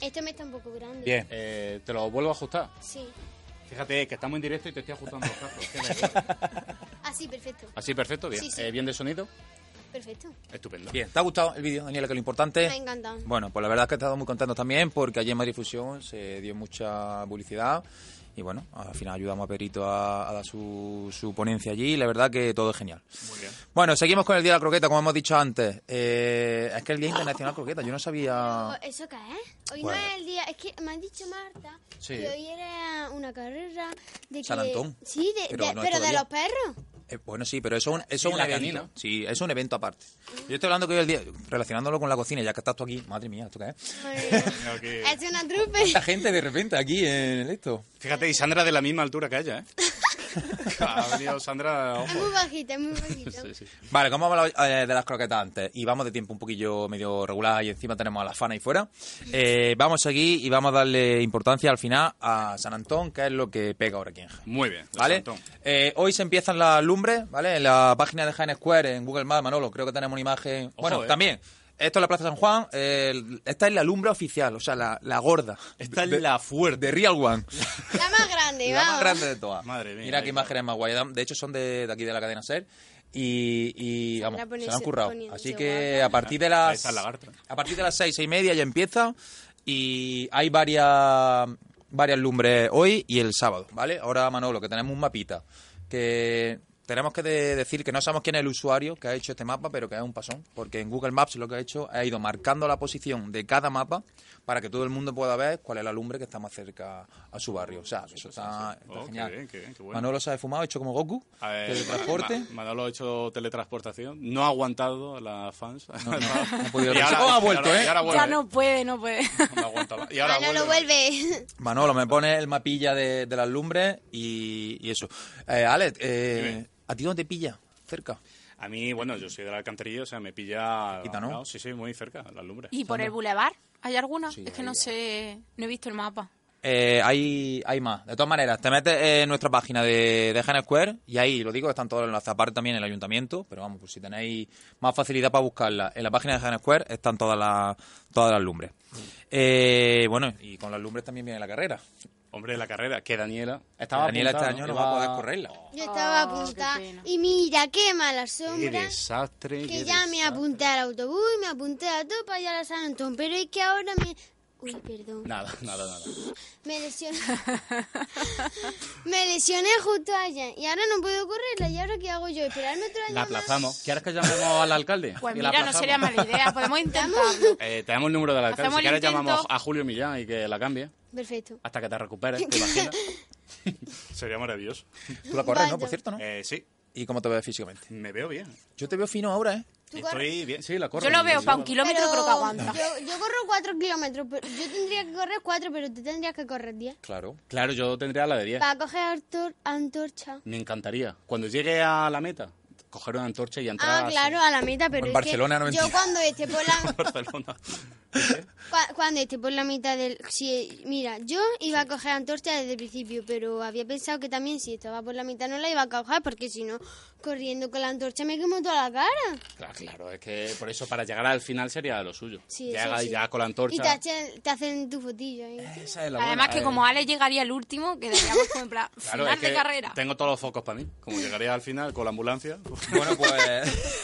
[SPEAKER 7] Esto me está un poco grande.
[SPEAKER 5] Bien.
[SPEAKER 3] Eh, ¿Te lo vuelvo a ajustar?
[SPEAKER 7] Sí.
[SPEAKER 3] Fíjate que estamos en directo y te estoy ajustando los brazos.
[SPEAKER 5] (laughs)
[SPEAKER 3] Qué vergüenza.
[SPEAKER 7] Así, Ah, perfecto.
[SPEAKER 3] Así, perfecto, bien.
[SPEAKER 7] Sí, sí.
[SPEAKER 3] Eh, bien de sonido,
[SPEAKER 7] Perfecto.
[SPEAKER 3] estupendo.
[SPEAKER 5] Bien, ¿te ha gustado el vídeo, Daniela? Que lo importante.
[SPEAKER 7] Me ha encantado.
[SPEAKER 5] Eh. Bueno, pues la verdad es que he estado muy contento también porque ayer en Madrid Fusión se dio mucha publicidad y bueno, al final ayudamos a Perito a, a dar su, su ponencia allí y la verdad que todo es genial.
[SPEAKER 3] Muy bien.
[SPEAKER 5] Bueno, seguimos con el Día de la Croqueta, como hemos dicho antes. Eh, es que el Día Internacional Croqueta, yo no sabía...
[SPEAKER 7] Oh, ¿Eso qué es? Hoy
[SPEAKER 5] Bueno.
[SPEAKER 7] no es el día. Es que me han dicho Marta
[SPEAKER 5] Sí.
[SPEAKER 7] que hoy era una carrera de que-
[SPEAKER 5] San Antón.
[SPEAKER 7] Sí, de,
[SPEAKER 5] Pero
[SPEAKER 7] de-
[SPEAKER 5] no es
[SPEAKER 7] pero de
[SPEAKER 5] todavía. (laughs)
[SPEAKER 7] los perros.
[SPEAKER 5] Eh, bueno, sí, pero eso es un, eso
[SPEAKER 3] Sí,
[SPEAKER 5] es un
[SPEAKER 3] la
[SPEAKER 5] evento.
[SPEAKER 3] canina.
[SPEAKER 5] Sí, es un evento aparte. Yo estoy hablando que hoy el día, relacionándolo con la cocina, ya que estás tú aquí, madre mía, ¿esto qué es?
[SPEAKER 7] Es
[SPEAKER 5] (laughs)
[SPEAKER 7] una trupe.
[SPEAKER 5] La gente de repente aquí en esto.
[SPEAKER 3] Fíjate, y Sandra de la misma altura que
[SPEAKER 5] (laughs)
[SPEAKER 3] ella, ¿eh? ha venido Sandra,
[SPEAKER 7] Es
[SPEAKER 3] ojo.
[SPEAKER 7] muy bajita, es muy bajita.
[SPEAKER 5] Vale, como hemos hablado eh, de las croquetas antes y vamos de tiempo un poquillo medio regular y encima tenemos a la fana ahí fuera, eh, vamos a seguir y vamos a darle importancia al final a San Antón, que es lo que pega ahora aquí en Jaén.
[SPEAKER 3] Muy bien,
[SPEAKER 5] ¿Vale?
[SPEAKER 3] Santón.
[SPEAKER 5] Eh, hoy se empiezan las lumbres, ¿vale? En la página de Jaén Square, en Google Maps, Manolo, creo que tenemos una imagen. bueno,
[SPEAKER 3] eh.
[SPEAKER 5] también. Esto es la Plaza San Juan. eh, esta es la lumbre oficial, o sea, la, la gorda. Esta es la fuerte. De Real (laughs) One.
[SPEAKER 7] La más grande,
[SPEAKER 5] La más
[SPEAKER 7] vamos.
[SPEAKER 5] grande de todas.
[SPEAKER 3] Madre mía,
[SPEAKER 5] Mira
[SPEAKER 3] ahí
[SPEAKER 5] qué imágenes más guay. De hecho, son de, de aquí de la cadena Ser. Y, y, vamos,
[SPEAKER 7] Sandra
[SPEAKER 5] se
[SPEAKER 7] poniéndose-
[SPEAKER 5] la han currado.
[SPEAKER 7] poniéndose
[SPEAKER 5] Así que Eh, a partir de
[SPEAKER 3] Ahí
[SPEAKER 5] las.
[SPEAKER 3] está el lagarto.
[SPEAKER 5] A partir de las seis, seis y media ya empieza. Y hay varias varias lumbres hoy y el sábado, ¿vale? Ahora, Manolo, que tenemos un mapita. Que tenemos que de- decir que no sabemos quién es el usuario que ha hecho este mapa, pero que es un pasón. Porque en Google Maps lo que ha hecho ha ido marcando la posición de cada mapa para que todo el mundo pueda ver cuál es la lumbre que está más cerca a su barrio. O sea, eso está, está
[SPEAKER 3] Oh, qué
[SPEAKER 5] genial.
[SPEAKER 3] bien, qué bien, qué bueno.
[SPEAKER 5] Manolo se ha fumado, hecho como Goku.
[SPEAKER 3] A ver,
[SPEAKER 5] teletransporte.
[SPEAKER 3] Ma- Manolo ha hecho teletransportación. No ha aguantado a las fans. (laughs) No,
[SPEAKER 5] no ha podido regresar. ¿Cómo ha vuelto, eh?
[SPEAKER 6] Ya no puede,
[SPEAKER 5] (laughs)
[SPEAKER 6] no puede.
[SPEAKER 3] Y ahora
[SPEAKER 7] Ahora Ah, lo vuelve. (laughs)
[SPEAKER 5] Manolo, me pone el mapilla de, de las lumbres y, y eso. Eh, Alex, eh, ¿a ti dónde te pilla? Cerca.
[SPEAKER 3] A mí, bueno, yo soy de la alcantarilla, o sea, me pilla...
[SPEAKER 5] Cerquita, ¿no?
[SPEAKER 3] Sí, sí, muy cerca, la lumbre.
[SPEAKER 6] ¿Y por el bulevar? ¿Hay alguna?
[SPEAKER 5] Sí,
[SPEAKER 6] es que
[SPEAKER 5] hay-
[SPEAKER 6] no sé, no he visto el mapa.
[SPEAKER 5] Eh, hay, hay más. De todas maneras, te metes en nuestra página de, de Gen Square y ahí, lo digo, están todos los enlaces. Aparte también en el ayuntamiento, pero vamos, pues si tenéis más facilidad para buscarla, en la página de Gen Square están todas las, todas las lumbres. Eh, bueno, y con las lumbres también viene la carrera.
[SPEAKER 3] Hombre, la carrera, que Daniela... Estaba
[SPEAKER 5] Daniela este
[SPEAKER 3] apuntada,
[SPEAKER 5] año no
[SPEAKER 3] Iba-
[SPEAKER 5] va a poder correrla.
[SPEAKER 7] Yo estaba
[SPEAKER 6] Ah,
[SPEAKER 7] apuntada. Y mira, qué mala
[SPEAKER 3] Qué
[SPEAKER 7] sombra.
[SPEAKER 3] desastre.
[SPEAKER 7] Que
[SPEAKER 3] qué
[SPEAKER 7] ya me apunté al autobús, me apunté a todo para allá a San Antón. Pero es que ahora me. Uy, perdón.
[SPEAKER 3] Nada, (laughs) nada, nada.
[SPEAKER 6] (laughs)
[SPEAKER 7] Me lesioné. (laughs) me lesioné justo ayer. Y ahora no puedo correrla. ¿Y ahora qué hago yo? ¿Esperarme otro año?
[SPEAKER 3] La aplazamos. ¿Quieres que llamemos al alcalde?
[SPEAKER 6] Pues
[SPEAKER 3] Y la
[SPEAKER 6] mira, no
[SPEAKER 3] aplazamos.
[SPEAKER 6] sería mala
[SPEAKER 5] (laughs)
[SPEAKER 6] idea, podemos intentarlo.
[SPEAKER 3] Eh, tenemos el número del alcalde.
[SPEAKER 6] Hacemos
[SPEAKER 3] Si
[SPEAKER 6] el
[SPEAKER 3] quieres
[SPEAKER 6] intento.
[SPEAKER 3] llamamos a Julio Millán y que la cambie
[SPEAKER 7] Perfecto.
[SPEAKER 3] hasta que te recuperes, ¿te
[SPEAKER 6] (laughs)
[SPEAKER 3] imaginas? (laughs) sería maravilloso.
[SPEAKER 5] Tú la corres, ¿no? Por cierto, ¿no?
[SPEAKER 3] Eh, sí,
[SPEAKER 5] ¿Y cómo te ves físicamente?
[SPEAKER 3] me veo bien.
[SPEAKER 5] Yo te veo fino ahora, ¿eh?
[SPEAKER 3] Estoy bien, sí, la corro.
[SPEAKER 6] Yo lo veo
[SPEAKER 3] Sí,
[SPEAKER 6] para
[SPEAKER 3] sí.
[SPEAKER 6] un kilómetro,
[SPEAKER 7] Pero
[SPEAKER 6] creo que aguanta.
[SPEAKER 7] Yo, yo corro 4 kilómetros. Pero yo tendría que correr 4, pero tú tendrías que correr 10.
[SPEAKER 5] Claro.
[SPEAKER 3] Claro, yo tendría la de 10.
[SPEAKER 7] Para coger antor- antorcha.
[SPEAKER 3] Me encantaría. Cuando llegue a la meta, coger una antorcha y entrar
[SPEAKER 7] Ah,
[SPEAKER 3] así. (laughs)
[SPEAKER 7] claro, a la meta, pero
[SPEAKER 3] Como en
[SPEAKER 7] es
[SPEAKER 3] Barcelona, no
[SPEAKER 7] que
[SPEAKER 3] mentira.
[SPEAKER 7] yo cuando esté por la
[SPEAKER 3] (laughs) Barcelona.
[SPEAKER 7] cua- cuando esté por la mitad del si mira, yo iba a coger antorcha desde el principio, pero había pensado que también si estaba por la mitad no la iba a coger porque si no corriendo con la antorcha me quemo toda la cara.
[SPEAKER 3] Claro, claro, es que por eso para llegar al final sería lo suyo.
[SPEAKER 7] Sí,
[SPEAKER 3] Llega
[SPEAKER 7] sí,
[SPEAKER 3] y
[SPEAKER 7] sí.
[SPEAKER 3] ya con la
[SPEAKER 7] Y
[SPEAKER 3] antorcha.
[SPEAKER 7] te hacen, te hacen tu fotillo ahí.
[SPEAKER 3] (laughs) Esa es la
[SPEAKER 6] Además
[SPEAKER 3] buena,
[SPEAKER 6] que
[SPEAKER 3] eh.
[SPEAKER 6] como Ale llegaría el último, que deberíamos como
[SPEAKER 5] (laughs)
[SPEAKER 6] en plan,
[SPEAKER 3] Claro,
[SPEAKER 6] final
[SPEAKER 3] es que
[SPEAKER 6] de carrera.
[SPEAKER 3] Tengo todos los focos para mí.
[SPEAKER 7] (laughs)
[SPEAKER 3] Como llegaría al final con la ambulancia.
[SPEAKER 5] Bueno, pues.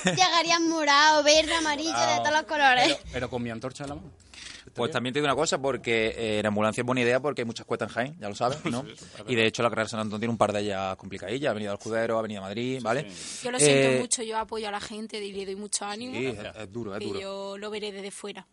[SPEAKER 5] (laughs)
[SPEAKER 7] Llegarían morado, verde, amarillo, de todos los colores.
[SPEAKER 3] Pero con mi antorcha en la mano.
[SPEAKER 5] Pues también te digo una cosa, porque eh, la ambulancia es buena idea porque hay muchas cuestas en Jaén, ya lo sabes, ¿no? y de hecho la carrera de San Antón tiene un par de ellas complicadillas, Avenida Alcudero, Avenida Madrid, ¿vale?
[SPEAKER 6] Yo lo siento
[SPEAKER 5] Eh,
[SPEAKER 6] mucho, yo apoyo a la gente y le doy mucho ánimo.
[SPEAKER 5] Sí, es- es duro, es
[SPEAKER 6] y
[SPEAKER 5] duro.
[SPEAKER 6] yo lo veré desde fuera.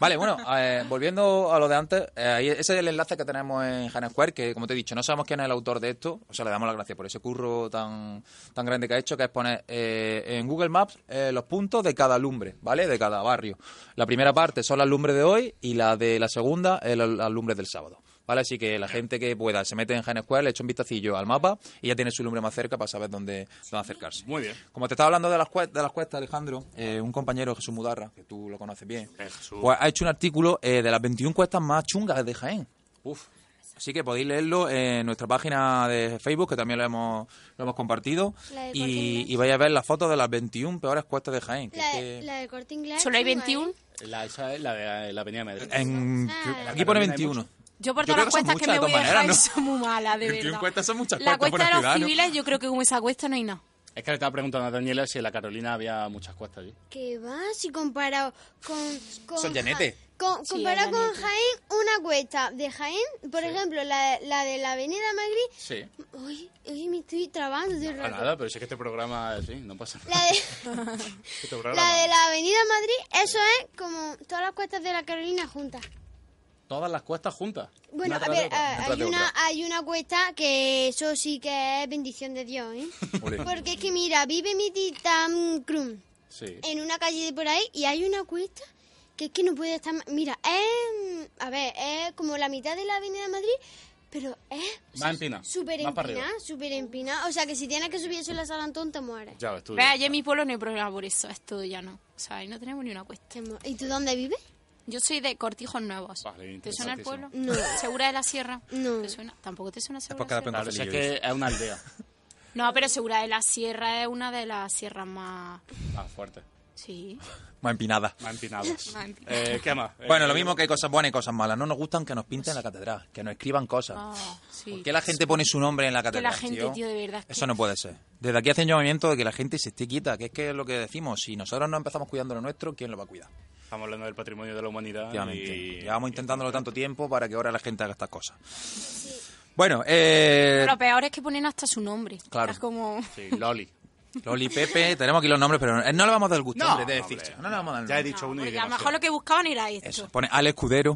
[SPEAKER 5] Vale, bueno, eh, volviendo a lo de antes, eh, ahí- ese es el enlace que tenemos en Jaén Square, que como te he dicho, no sabemos quién es el autor de esto, o sea, le damos las gracias por ese curro tan, tan grande que ha hecho, que es poner eh, en Google Maps eh, los puntos de cada lumbre, ¿vale? De cada barrio. La primera parte son las lumbres de hoy y la de la segunda, eh, la- las lumbres del sábado. ¿Vale? Así que la gente que pueda se mete en Jaén Square, le echa un vistacillo al mapa y ya tiene su lumbre más cerca para saber dónde, dónde acercarse.
[SPEAKER 3] Muy bien.
[SPEAKER 5] Como te estaba hablando de las, cuest- de las cuestas, Alejandro, eh, un compañero, Jesús Mudarra, que tú lo conoces bien,
[SPEAKER 3] Eh,
[SPEAKER 5] pues ha hecho un artículo eh, de las 21 cuestas más chungas de Jaén.
[SPEAKER 3] Uf.
[SPEAKER 5] Así que podéis leerlo en nuestra página de Facebook, que también lo hemos, lo hemos compartido.
[SPEAKER 7] La de Corte
[SPEAKER 5] Y, y vais a ver las fotos de las 21 peores cuestas de Jaén. que
[SPEAKER 7] La,
[SPEAKER 5] es que-
[SPEAKER 7] la del corte inglés.
[SPEAKER 6] ¿Solo hay
[SPEAKER 7] chunga, ¿eh?
[SPEAKER 6] 21?
[SPEAKER 3] La, esa es la de la Avenida de Madrid.
[SPEAKER 5] En-
[SPEAKER 6] Ah.
[SPEAKER 5] aquí pone 21.
[SPEAKER 6] Yo por
[SPEAKER 5] Yo creo
[SPEAKER 6] todas las
[SPEAKER 5] que son
[SPEAKER 6] cuestas que
[SPEAKER 5] muchas,
[SPEAKER 6] me
[SPEAKER 5] de
[SPEAKER 6] voy a
[SPEAKER 5] todas
[SPEAKER 6] dejar
[SPEAKER 5] maneras,
[SPEAKER 6] (laughs) son muy malas, de
[SPEAKER 5] Porque en
[SPEAKER 6] verdad.
[SPEAKER 5] cuentas son muchas
[SPEAKER 6] La
[SPEAKER 5] cuentas por
[SPEAKER 6] cuesta de
[SPEAKER 5] la
[SPEAKER 6] los
[SPEAKER 5] ciudad, ¿no?
[SPEAKER 6] civiles, yo creo que con esa cuesta no hay nada.
[SPEAKER 3] Es que le estaba preguntando a Daniela si en la Carolina había muchas cuestas allí.
[SPEAKER 7] Que va, si comparado con... con
[SPEAKER 3] Son
[SPEAKER 7] Ja-
[SPEAKER 3] llanetes.
[SPEAKER 7] con-
[SPEAKER 6] Sí,
[SPEAKER 7] comparado
[SPEAKER 6] hay
[SPEAKER 7] con
[SPEAKER 6] llanetes.
[SPEAKER 7] Jaén, una cuesta de Jaén, por ejemplo, la, la de la Avenida Magri...
[SPEAKER 3] Sí.
[SPEAKER 7] Uy, uy, me estoy trabando de
[SPEAKER 3] Ah,
[SPEAKER 7] rato.
[SPEAKER 3] nada, pero si es que este programa, eh, sí, no pasa nada.
[SPEAKER 7] La
[SPEAKER 3] (laughs)
[SPEAKER 7] de,
[SPEAKER 3] Este programa,
[SPEAKER 7] la de la Avenida Madrid, eso es como todas las cuestas de la Carolina juntas.
[SPEAKER 3] Todas las cuestas juntas.
[SPEAKER 7] Bueno,
[SPEAKER 3] Una
[SPEAKER 7] a
[SPEAKER 3] tras de
[SPEAKER 7] ver,
[SPEAKER 3] otra,
[SPEAKER 7] eh,
[SPEAKER 3] una tras
[SPEAKER 7] hay,
[SPEAKER 3] de
[SPEAKER 7] una,
[SPEAKER 3] otra.
[SPEAKER 7] hay una cuesta que eso sí que es bendición de Dios,
[SPEAKER 3] (laughs)
[SPEAKER 7] ¿eh?
[SPEAKER 3] Ole.
[SPEAKER 7] Porque es que mira, vive mi tita mm, Crum
[SPEAKER 3] Sí.
[SPEAKER 7] en una calle de por ahí y hay una cuesta que es que no puede estar... ma- Mira, es... mm, A ver, es como la mitad de la Avenida Madrid, pero es
[SPEAKER 3] Más empina.
[SPEAKER 7] súper
[SPEAKER 3] más para arriba.
[SPEAKER 7] empinada, súper empinada. O sea, que si tienes que subir eso en la Salantón te mueres.
[SPEAKER 3] Ya ves tú.
[SPEAKER 6] Ve, allí en mi pueblo no hay problema por eso, es todo ya no. O sea, ahí no tenemos ni una cuesta.
[SPEAKER 7] ¿Y tú dónde vives?
[SPEAKER 6] Yo soy de Cortijos Nuevos. ¿Te suena el pueblo?
[SPEAKER 7] No.
[SPEAKER 6] ¿Segura de la Sierra?
[SPEAKER 7] No.
[SPEAKER 6] ¿Te suena? ¿Tampoco te suena Segura
[SPEAKER 5] porque
[SPEAKER 6] de
[SPEAKER 5] la
[SPEAKER 6] la Sierra?
[SPEAKER 5] pregunta
[SPEAKER 3] Claro, si es
[SPEAKER 5] Felipe.
[SPEAKER 3] que es una (laughs) aldea.
[SPEAKER 6] No, pero Segura de la Sierra es una de las sierras más...
[SPEAKER 3] Más fuerte.
[SPEAKER 6] Sí.
[SPEAKER 5] Más empinada.
[SPEAKER 3] Más empinadas.
[SPEAKER 6] Más empinadas.
[SPEAKER 3] eh, ¿Qué (laughs) más?
[SPEAKER 5] Bueno,
[SPEAKER 3] Eh,
[SPEAKER 5] lo mismo que hay cosas buenas y cosas malas. No nos gustan que nos pinten la catedral, que nos escriban cosas.
[SPEAKER 6] Ah, sí.
[SPEAKER 5] Que la gente pone su nombre en la
[SPEAKER 6] Que
[SPEAKER 5] catedral.
[SPEAKER 6] la gente, tío, de verdad. es que-
[SPEAKER 5] Eso no puede ser. Desde aquí hacen llamamiento de que la gente se esté quieta, que es que es lo que decimos. Si nosotros no empezamos cuidando lo nuestro, ¿quién lo va a cuidar?
[SPEAKER 3] Estamos hablando del patrimonio de la humanidad.
[SPEAKER 5] Efectivamente.
[SPEAKER 3] Y...
[SPEAKER 5] Llevamos intentándolo tanto tiempo para que ahora la gente haga estas cosas. Bueno, eh,
[SPEAKER 6] Lo peor es que ponen hasta su nombre.
[SPEAKER 5] Claro.
[SPEAKER 6] Es como...
[SPEAKER 3] Sí, Loli.
[SPEAKER 5] Loli Pepe, tenemos aquí los nombres, pero eh, no le vamos a dar el gusto,
[SPEAKER 6] No,
[SPEAKER 5] hombre, de decir. No le vamos a dar el
[SPEAKER 3] pues Ya he
[SPEAKER 5] nombre.
[SPEAKER 3] dicho uno y
[SPEAKER 6] Porque a lo mejor lo que buscaban era esto.
[SPEAKER 5] Pone al escudero.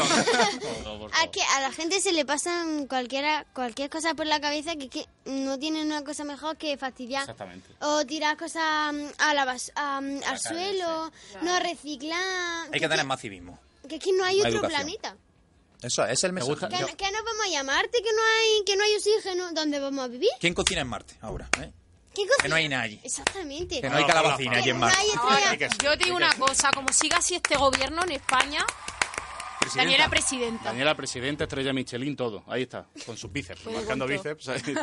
[SPEAKER 7] (laughs) A que a la gente se le pasan cualquiera, cualquier cosa por la cabeza que, que no tienen una cosa mejor que fastidiar.
[SPEAKER 3] Exactamente.
[SPEAKER 7] O tirar cosas mm, a la bas- a, mm, al suelo, no reciclar.
[SPEAKER 5] Hay que tener más civismo.
[SPEAKER 7] Que es que no hay
[SPEAKER 5] Más
[SPEAKER 7] otro
[SPEAKER 5] educación.
[SPEAKER 7] planeta.
[SPEAKER 5] Eso es, es el mensaje.
[SPEAKER 7] Que,
[SPEAKER 5] Yo-
[SPEAKER 7] no- que no vamos a llamarte, que no hay, que no hay oxígeno, ¿dónde vamos a vivir?
[SPEAKER 5] ¿Quién cocina en Marte ahora? eh?
[SPEAKER 7] ¿Qué cosa?
[SPEAKER 5] Que no hay nadie.
[SPEAKER 7] Exactamente.
[SPEAKER 5] Que no hay calabacina allí en Marte.
[SPEAKER 6] Ahora, yo te digo una cosa, como siga así este gobierno en España,
[SPEAKER 3] Presidenta.
[SPEAKER 6] Daniela presidenta.
[SPEAKER 3] Daniela, presidenta, estrella Michelin, todo. Ahí está, con sus bíceps,
[SPEAKER 6] Pues
[SPEAKER 3] marcando
[SPEAKER 6] con todo.
[SPEAKER 3] bíceps. ahí.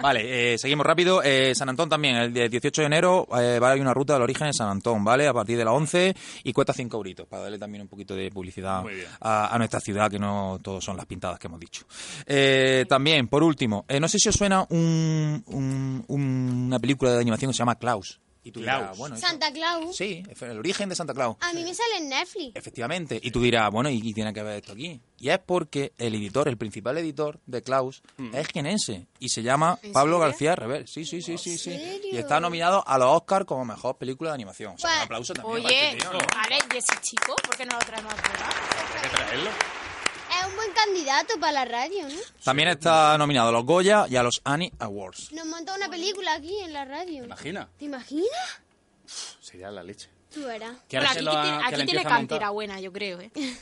[SPEAKER 5] Vale, eh, seguimos rápido. Eh, San Antón también, el de 18 de enero eh, va a haber una ruta del origen en San Antón, ¿vale? A partir de las 11 y cuesta 5 euritos, para darle también un poquito de publicidad
[SPEAKER 3] Muy bien.
[SPEAKER 5] a, a nuestra ciudad, que no todos son las pintadas que hemos dicho. Eh, también, por último, eh, no sé si os suena un- un- una película de animación que se llama Klaus. Y tú dirás,
[SPEAKER 3] Klaus.
[SPEAKER 5] bueno, eso-
[SPEAKER 7] Santa Claus.
[SPEAKER 5] sí, el origen de Santa Claus.
[SPEAKER 7] A mí me sale en Netflix.
[SPEAKER 5] Efectivamente. Y tú dirás, bueno, ¿y qué tiene que ver esto aquí? Y es porque el editor, el principal editor de Klaus,
[SPEAKER 3] Mm.
[SPEAKER 5] es genense y se llama
[SPEAKER 7] ¿En
[SPEAKER 5] Pablo
[SPEAKER 7] serio?
[SPEAKER 5] García Rebel. Sí, sí, sí, sí, sí.
[SPEAKER 7] serio?
[SPEAKER 5] Y está nominado a los Oscar como mejor película de animación. O sea, un
[SPEAKER 6] Pues,
[SPEAKER 5] aplauso también. para
[SPEAKER 6] Oye,
[SPEAKER 5] este tío, ¿no?
[SPEAKER 6] vale, y ese chico, ¿por qué no lo traemos al programa?
[SPEAKER 7] Es un buen candidato para la radio, ¿no?
[SPEAKER 5] También está nominado a los Goya y a los Annie Awards.
[SPEAKER 7] Nos monta una película aquí en la radio.
[SPEAKER 3] (laughs) Imagina,
[SPEAKER 7] ¿Te imaginas?
[SPEAKER 3] sería la leche.
[SPEAKER 7] Tú verás.
[SPEAKER 3] Que ahora se
[SPEAKER 6] Bueno, aquí,
[SPEAKER 3] lo ha-
[SPEAKER 6] tiene-
[SPEAKER 3] que
[SPEAKER 6] aquí
[SPEAKER 3] le
[SPEAKER 6] tiene
[SPEAKER 3] empieza a montar.
[SPEAKER 6] cantera buena, yo creo, ¿eh? (laughs)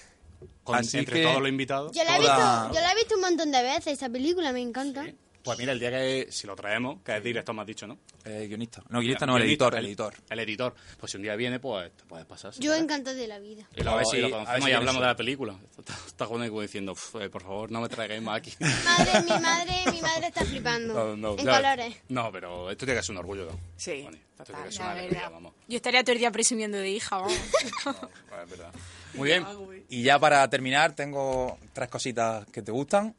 [SPEAKER 3] Con-
[SPEAKER 5] Así
[SPEAKER 3] entre
[SPEAKER 5] que-
[SPEAKER 3] todos los invitados.
[SPEAKER 7] Yo la, he
[SPEAKER 5] Toda-
[SPEAKER 7] visto, yo la he visto un montón de veces, esa película me encanta.
[SPEAKER 3] Pues mira, el día que si lo traemos, que es director, me has dicho, ¿no?
[SPEAKER 5] Eh, guionista. No,
[SPEAKER 3] Este
[SPEAKER 5] guionista no, el editor, el editor.
[SPEAKER 3] El editor. Pues si un día viene, pues te puedes pasar. si
[SPEAKER 7] Yo
[SPEAKER 3] quieres.
[SPEAKER 7] encantada de la vida.
[SPEAKER 3] Y lo,
[SPEAKER 5] A ver
[SPEAKER 3] y
[SPEAKER 5] si-
[SPEAKER 3] lo
[SPEAKER 5] a ver
[SPEAKER 3] conocemos
[SPEAKER 5] si
[SPEAKER 3] y
[SPEAKER 5] viene
[SPEAKER 3] hablamos
[SPEAKER 5] eso.
[SPEAKER 3] de la película. Está, está Juaneco diciendo, "Uf, eh, por favor, no me traigáis más aquí.
[SPEAKER 7] Madre, mi madre, mi madre está flipando.
[SPEAKER 3] No, no,
[SPEAKER 7] en
[SPEAKER 3] ya-
[SPEAKER 7] colores.
[SPEAKER 3] No, pero esto tiene que ser un orgullo. ¿no?
[SPEAKER 6] Sí,
[SPEAKER 3] Juani, esto tiene
[SPEAKER 6] total,
[SPEAKER 3] que ser
[SPEAKER 6] la
[SPEAKER 3] una alegría,
[SPEAKER 6] verdad.
[SPEAKER 3] vamos.
[SPEAKER 6] Yo estaría todo el día presumiendo de hija, vamos.
[SPEAKER 3] Ah, es verdad. Ah, Muy bien.
[SPEAKER 5] Y ya para terminar, tengo tres cositas que te gustan.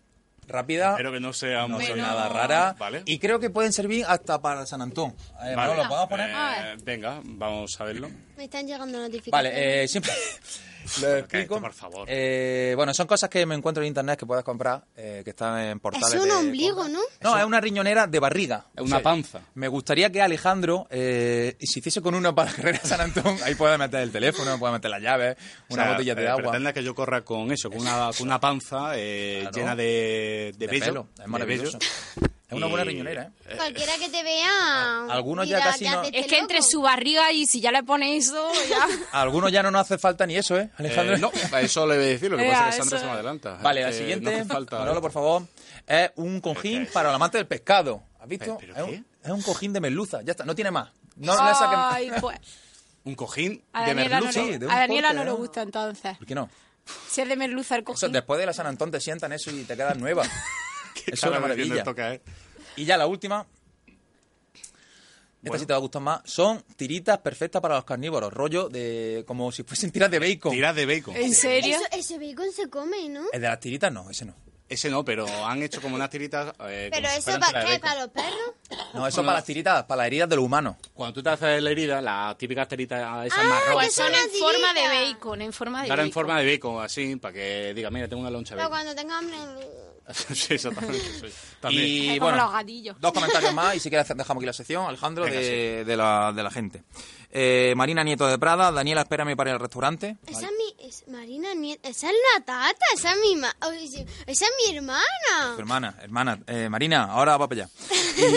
[SPEAKER 5] Rápida.
[SPEAKER 3] Espero que no sea
[SPEAKER 5] No
[SPEAKER 3] muy-
[SPEAKER 5] son nada rara.
[SPEAKER 3] Vale.
[SPEAKER 5] Y creo que pueden servir hasta para San Antón. Eh,
[SPEAKER 3] Vale.
[SPEAKER 5] Manolo, ¿podemos poner?
[SPEAKER 3] Eh, venga, vamos a verlo.
[SPEAKER 7] Me están llegando notificaciones.
[SPEAKER 5] Vale, eh, siempre (laughs) lo explico.
[SPEAKER 3] por favor.
[SPEAKER 5] Eh, bueno, son cosas que me encuentro en internet que puedes comprar, eh, que están en portales.
[SPEAKER 7] es un
[SPEAKER 5] de-
[SPEAKER 7] ombligo, ¿no?
[SPEAKER 5] No, es una riñonera de barriga.
[SPEAKER 3] Es una
[SPEAKER 5] O sea,
[SPEAKER 3] panza.
[SPEAKER 5] Me gustaría que Alejandro eh, se hiciese con uno para la carrera de San Antón. Ahí puede meter el teléfono, puede meter las llaves, una
[SPEAKER 3] O sea,
[SPEAKER 5] botella de
[SPEAKER 3] eh,
[SPEAKER 5] agua.
[SPEAKER 3] pretenda que yo corra con eso, con una, con una panza eh,
[SPEAKER 5] Claro.
[SPEAKER 3] llena de, de,
[SPEAKER 5] De
[SPEAKER 3] vello,
[SPEAKER 5] pelo, es
[SPEAKER 3] de
[SPEAKER 5] maravilloso.
[SPEAKER 3] vello.
[SPEAKER 5] Es una buena
[SPEAKER 3] Y-
[SPEAKER 5] riñonera, ¿eh?
[SPEAKER 7] Cualquiera que te vea.
[SPEAKER 5] Ah, Algunos ya
[SPEAKER 7] dirá,
[SPEAKER 5] casi
[SPEAKER 7] ¿qué
[SPEAKER 5] no-
[SPEAKER 7] hace este
[SPEAKER 6] Es que entre
[SPEAKER 7] loco?
[SPEAKER 6] su barriga y si ya le pone eso, ya...
[SPEAKER 5] A algunos ya no nos hace falta ni eso, ¿eh, Alejandro?
[SPEAKER 3] Eh, no, a eso le voy a decir, lo que
[SPEAKER 6] Eh,
[SPEAKER 3] pasa
[SPEAKER 6] a
[SPEAKER 3] es que Sandra
[SPEAKER 6] eso-
[SPEAKER 3] se me adelanta.
[SPEAKER 5] Vale,
[SPEAKER 3] Es
[SPEAKER 5] la
[SPEAKER 3] que
[SPEAKER 5] siguiente,
[SPEAKER 3] No hace falta. ¿eh?
[SPEAKER 5] Manolo, por favor, es un cojín para el amante del pescado. ¿Has visto?
[SPEAKER 3] ¿Pero
[SPEAKER 5] es,
[SPEAKER 3] qué?
[SPEAKER 5] un, es un cojín de merluza, ya está, no tiene más. No le saquen más.
[SPEAKER 6] Ay, pues...
[SPEAKER 3] Un cojín (laughs)
[SPEAKER 6] A
[SPEAKER 3] de
[SPEAKER 6] Daniela, no
[SPEAKER 3] merluza.
[SPEAKER 5] Sí, de
[SPEAKER 6] le,
[SPEAKER 5] un
[SPEAKER 6] a Daniela
[SPEAKER 5] pote,
[SPEAKER 6] no le
[SPEAKER 5] ¿no?
[SPEAKER 6] gusta, entonces.
[SPEAKER 5] ¿Por qué no?
[SPEAKER 6] Si es de merluza el
[SPEAKER 5] Eso,
[SPEAKER 6] cojín.
[SPEAKER 5] después de la San Antón te sientan eso y te quedas nueva.
[SPEAKER 3] (laughs)
[SPEAKER 5] eso es
[SPEAKER 23] ¿eh?
[SPEAKER 5] una
[SPEAKER 3] Ahora me entiendo
[SPEAKER 5] maravilla.
[SPEAKER 3] esto que es.
[SPEAKER 5] Y ya la última. Esta sí te va a gustar más. Son tiritas perfectas para los carnívoros. Rollo de. como si fuesen tiras de bacon.
[SPEAKER 3] Tiras de bacon.
[SPEAKER 7] Eso- ese bacon se come, ¿no?
[SPEAKER 5] El de las tiritas no, ese no.
[SPEAKER 3] Ese no, pero han hecho como unas tiritas. eh,
[SPEAKER 7] Pero
[SPEAKER 3] como si
[SPEAKER 7] eso
[SPEAKER 3] fueran
[SPEAKER 7] para
[SPEAKER 3] tiras de
[SPEAKER 7] qué,
[SPEAKER 3] bacon.
[SPEAKER 7] para los perros.
[SPEAKER 5] No, eso para las tiritas, para las heridas de los humanos.
[SPEAKER 23] Cuando tú te haces la herida, las típicas tiritas
[SPEAKER 7] Ah,
[SPEAKER 23] esas
[SPEAKER 6] Pues
[SPEAKER 23] marrones,
[SPEAKER 6] son en
[SPEAKER 7] tirita.
[SPEAKER 6] forma de bacon, en forma de
[SPEAKER 23] ahora en
[SPEAKER 6] bacon.
[SPEAKER 23] forma de bacon, así, para que diga, mira, tengo una loncha de
[SPEAKER 7] Pero
[SPEAKER 23] bacon.
[SPEAKER 7] cuando tenga hambre.
[SPEAKER 23] (laughs) sí, exactamente. sí.
[SPEAKER 5] También. Y
[SPEAKER 6] como
[SPEAKER 5] bueno,
[SPEAKER 6] los gatillos.
[SPEAKER 5] Dos comentarios más y si quieres dejamos aquí la sección, Alejandro,
[SPEAKER 23] Venga,
[SPEAKER 5] de, de la, de la gente. Eh, Marina Nieto de Prada, Daniela, espérame para ir al restaurante.
[SPEAKER 7] Esa es mi. es Marina Nieto. Esa es la tata, esa es mi. ma- oye, Esa es mi
[SPEAKER 5] Tu
[SPEAKER 7] hermana.
[SPEAKER 5] hermana, hermana, eh, Marina, ahora va para allá.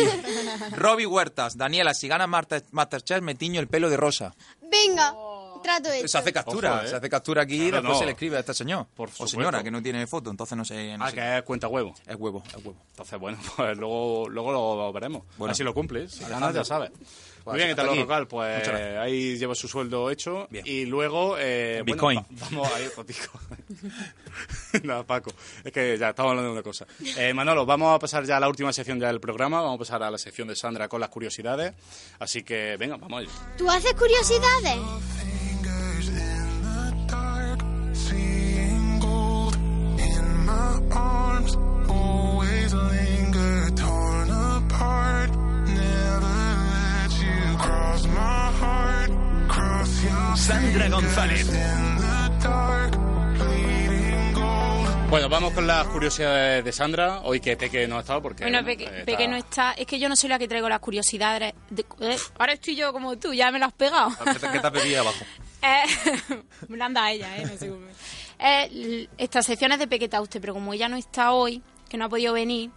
[SPEAKER 6] (laughs)
[SPEAKER 5] Robbie Huertas, Daniela, si ganas Master- Masterchef me tiño el pelo de rosa.
[SPEAKER 7] Venga,
[SPEAKER 6] Oh.
[SPEAKER 7] trato hecho.
[SPEAKER 5] Se hace captura,
[SPEAKER 23] Ojo, eh.
[SPEAKER 5] se hace captura aquí y
[SPEAKER 23] Claro,
[SPEAKER 5] después
[SPEAKER 23] no.
[SPEAKER 5] se le escribe a este señor.
[SPEAKER 23] Por
[SPEAKER 5] o
[SPEAKER 23] supuesto.
[SPEAKER 5] señora, que no tiene foto, entonces no sé. no
[SPEAKER 23] Ah,
[SPEAKER 5] sé.
[SPEAKER 23] que es cuenta huevo.
[SPEAKER 5] Es huevo, es huevo.
[SPEAKER 23] Entonces, bueno, (laughs) pues luego, luego lo, lo veremos.
[SPEAKER 5] Bueno.
[SPEAKER 23] Así lo cumples. Si ganas,
[SPEAKER 5] Alejandro.
[SPEAKER 23] ya sabes.
[SPEAKER 5] Pues
[SPEAKER 23] Muy bien, ¿qué
[SPEAKER 5] hasta
[SPEAKER 23] tal,
[SPEAKER 5] aquí.
[SPEAKER 23] local? Pues
[SPEAKER 5] Muchas gracias.
[SPEAKER 23] ahí lleva su sueldo hecho. Y luego. Eh, bueno,
[SPEAKER 5] Bitcoin.
[SPEAKER 23] va- vamos a ir contigo. (laughs) Nada, Paco. Es que ya estamos hablando de una cosa. Eh, Manolo, vamos a pasar ya a la última sección ya del programa. Vamos a pasar a la sección de Sandra con las curiosidades. Así que, venga, vamos allá.
[SPEAKER 7] ¿Tú haces curiosidades?
[SPEAKER 15] Sandra González.
[SPEAKER 23] Bueno, vamos con las curiosidades de Sandra. Hoy que Peque no ha estado porque.
[SPEAKER 6] Bueno,
[SPEAKER 23] bueno,
[SPEAKER 6] Peque,
[SPEAKER 23] eh,
[SPEAKER 6] Peque no está. Es que yo no soy la que traigo las curiosidades. de- eh, ahora estoy yo como tú, ya me lo has pegado.
[SPEAKER 23] Ah,
[SPEAKER 5] ¿Qué te ha pedido abajo?
[SPEAKER 6] Eh, (laughs) me la han dado a ella, ¿eh? No sé cómo. Eh, l- estas secciones de Pequetauste, pero como ella no está hoy, que no ha podido venir,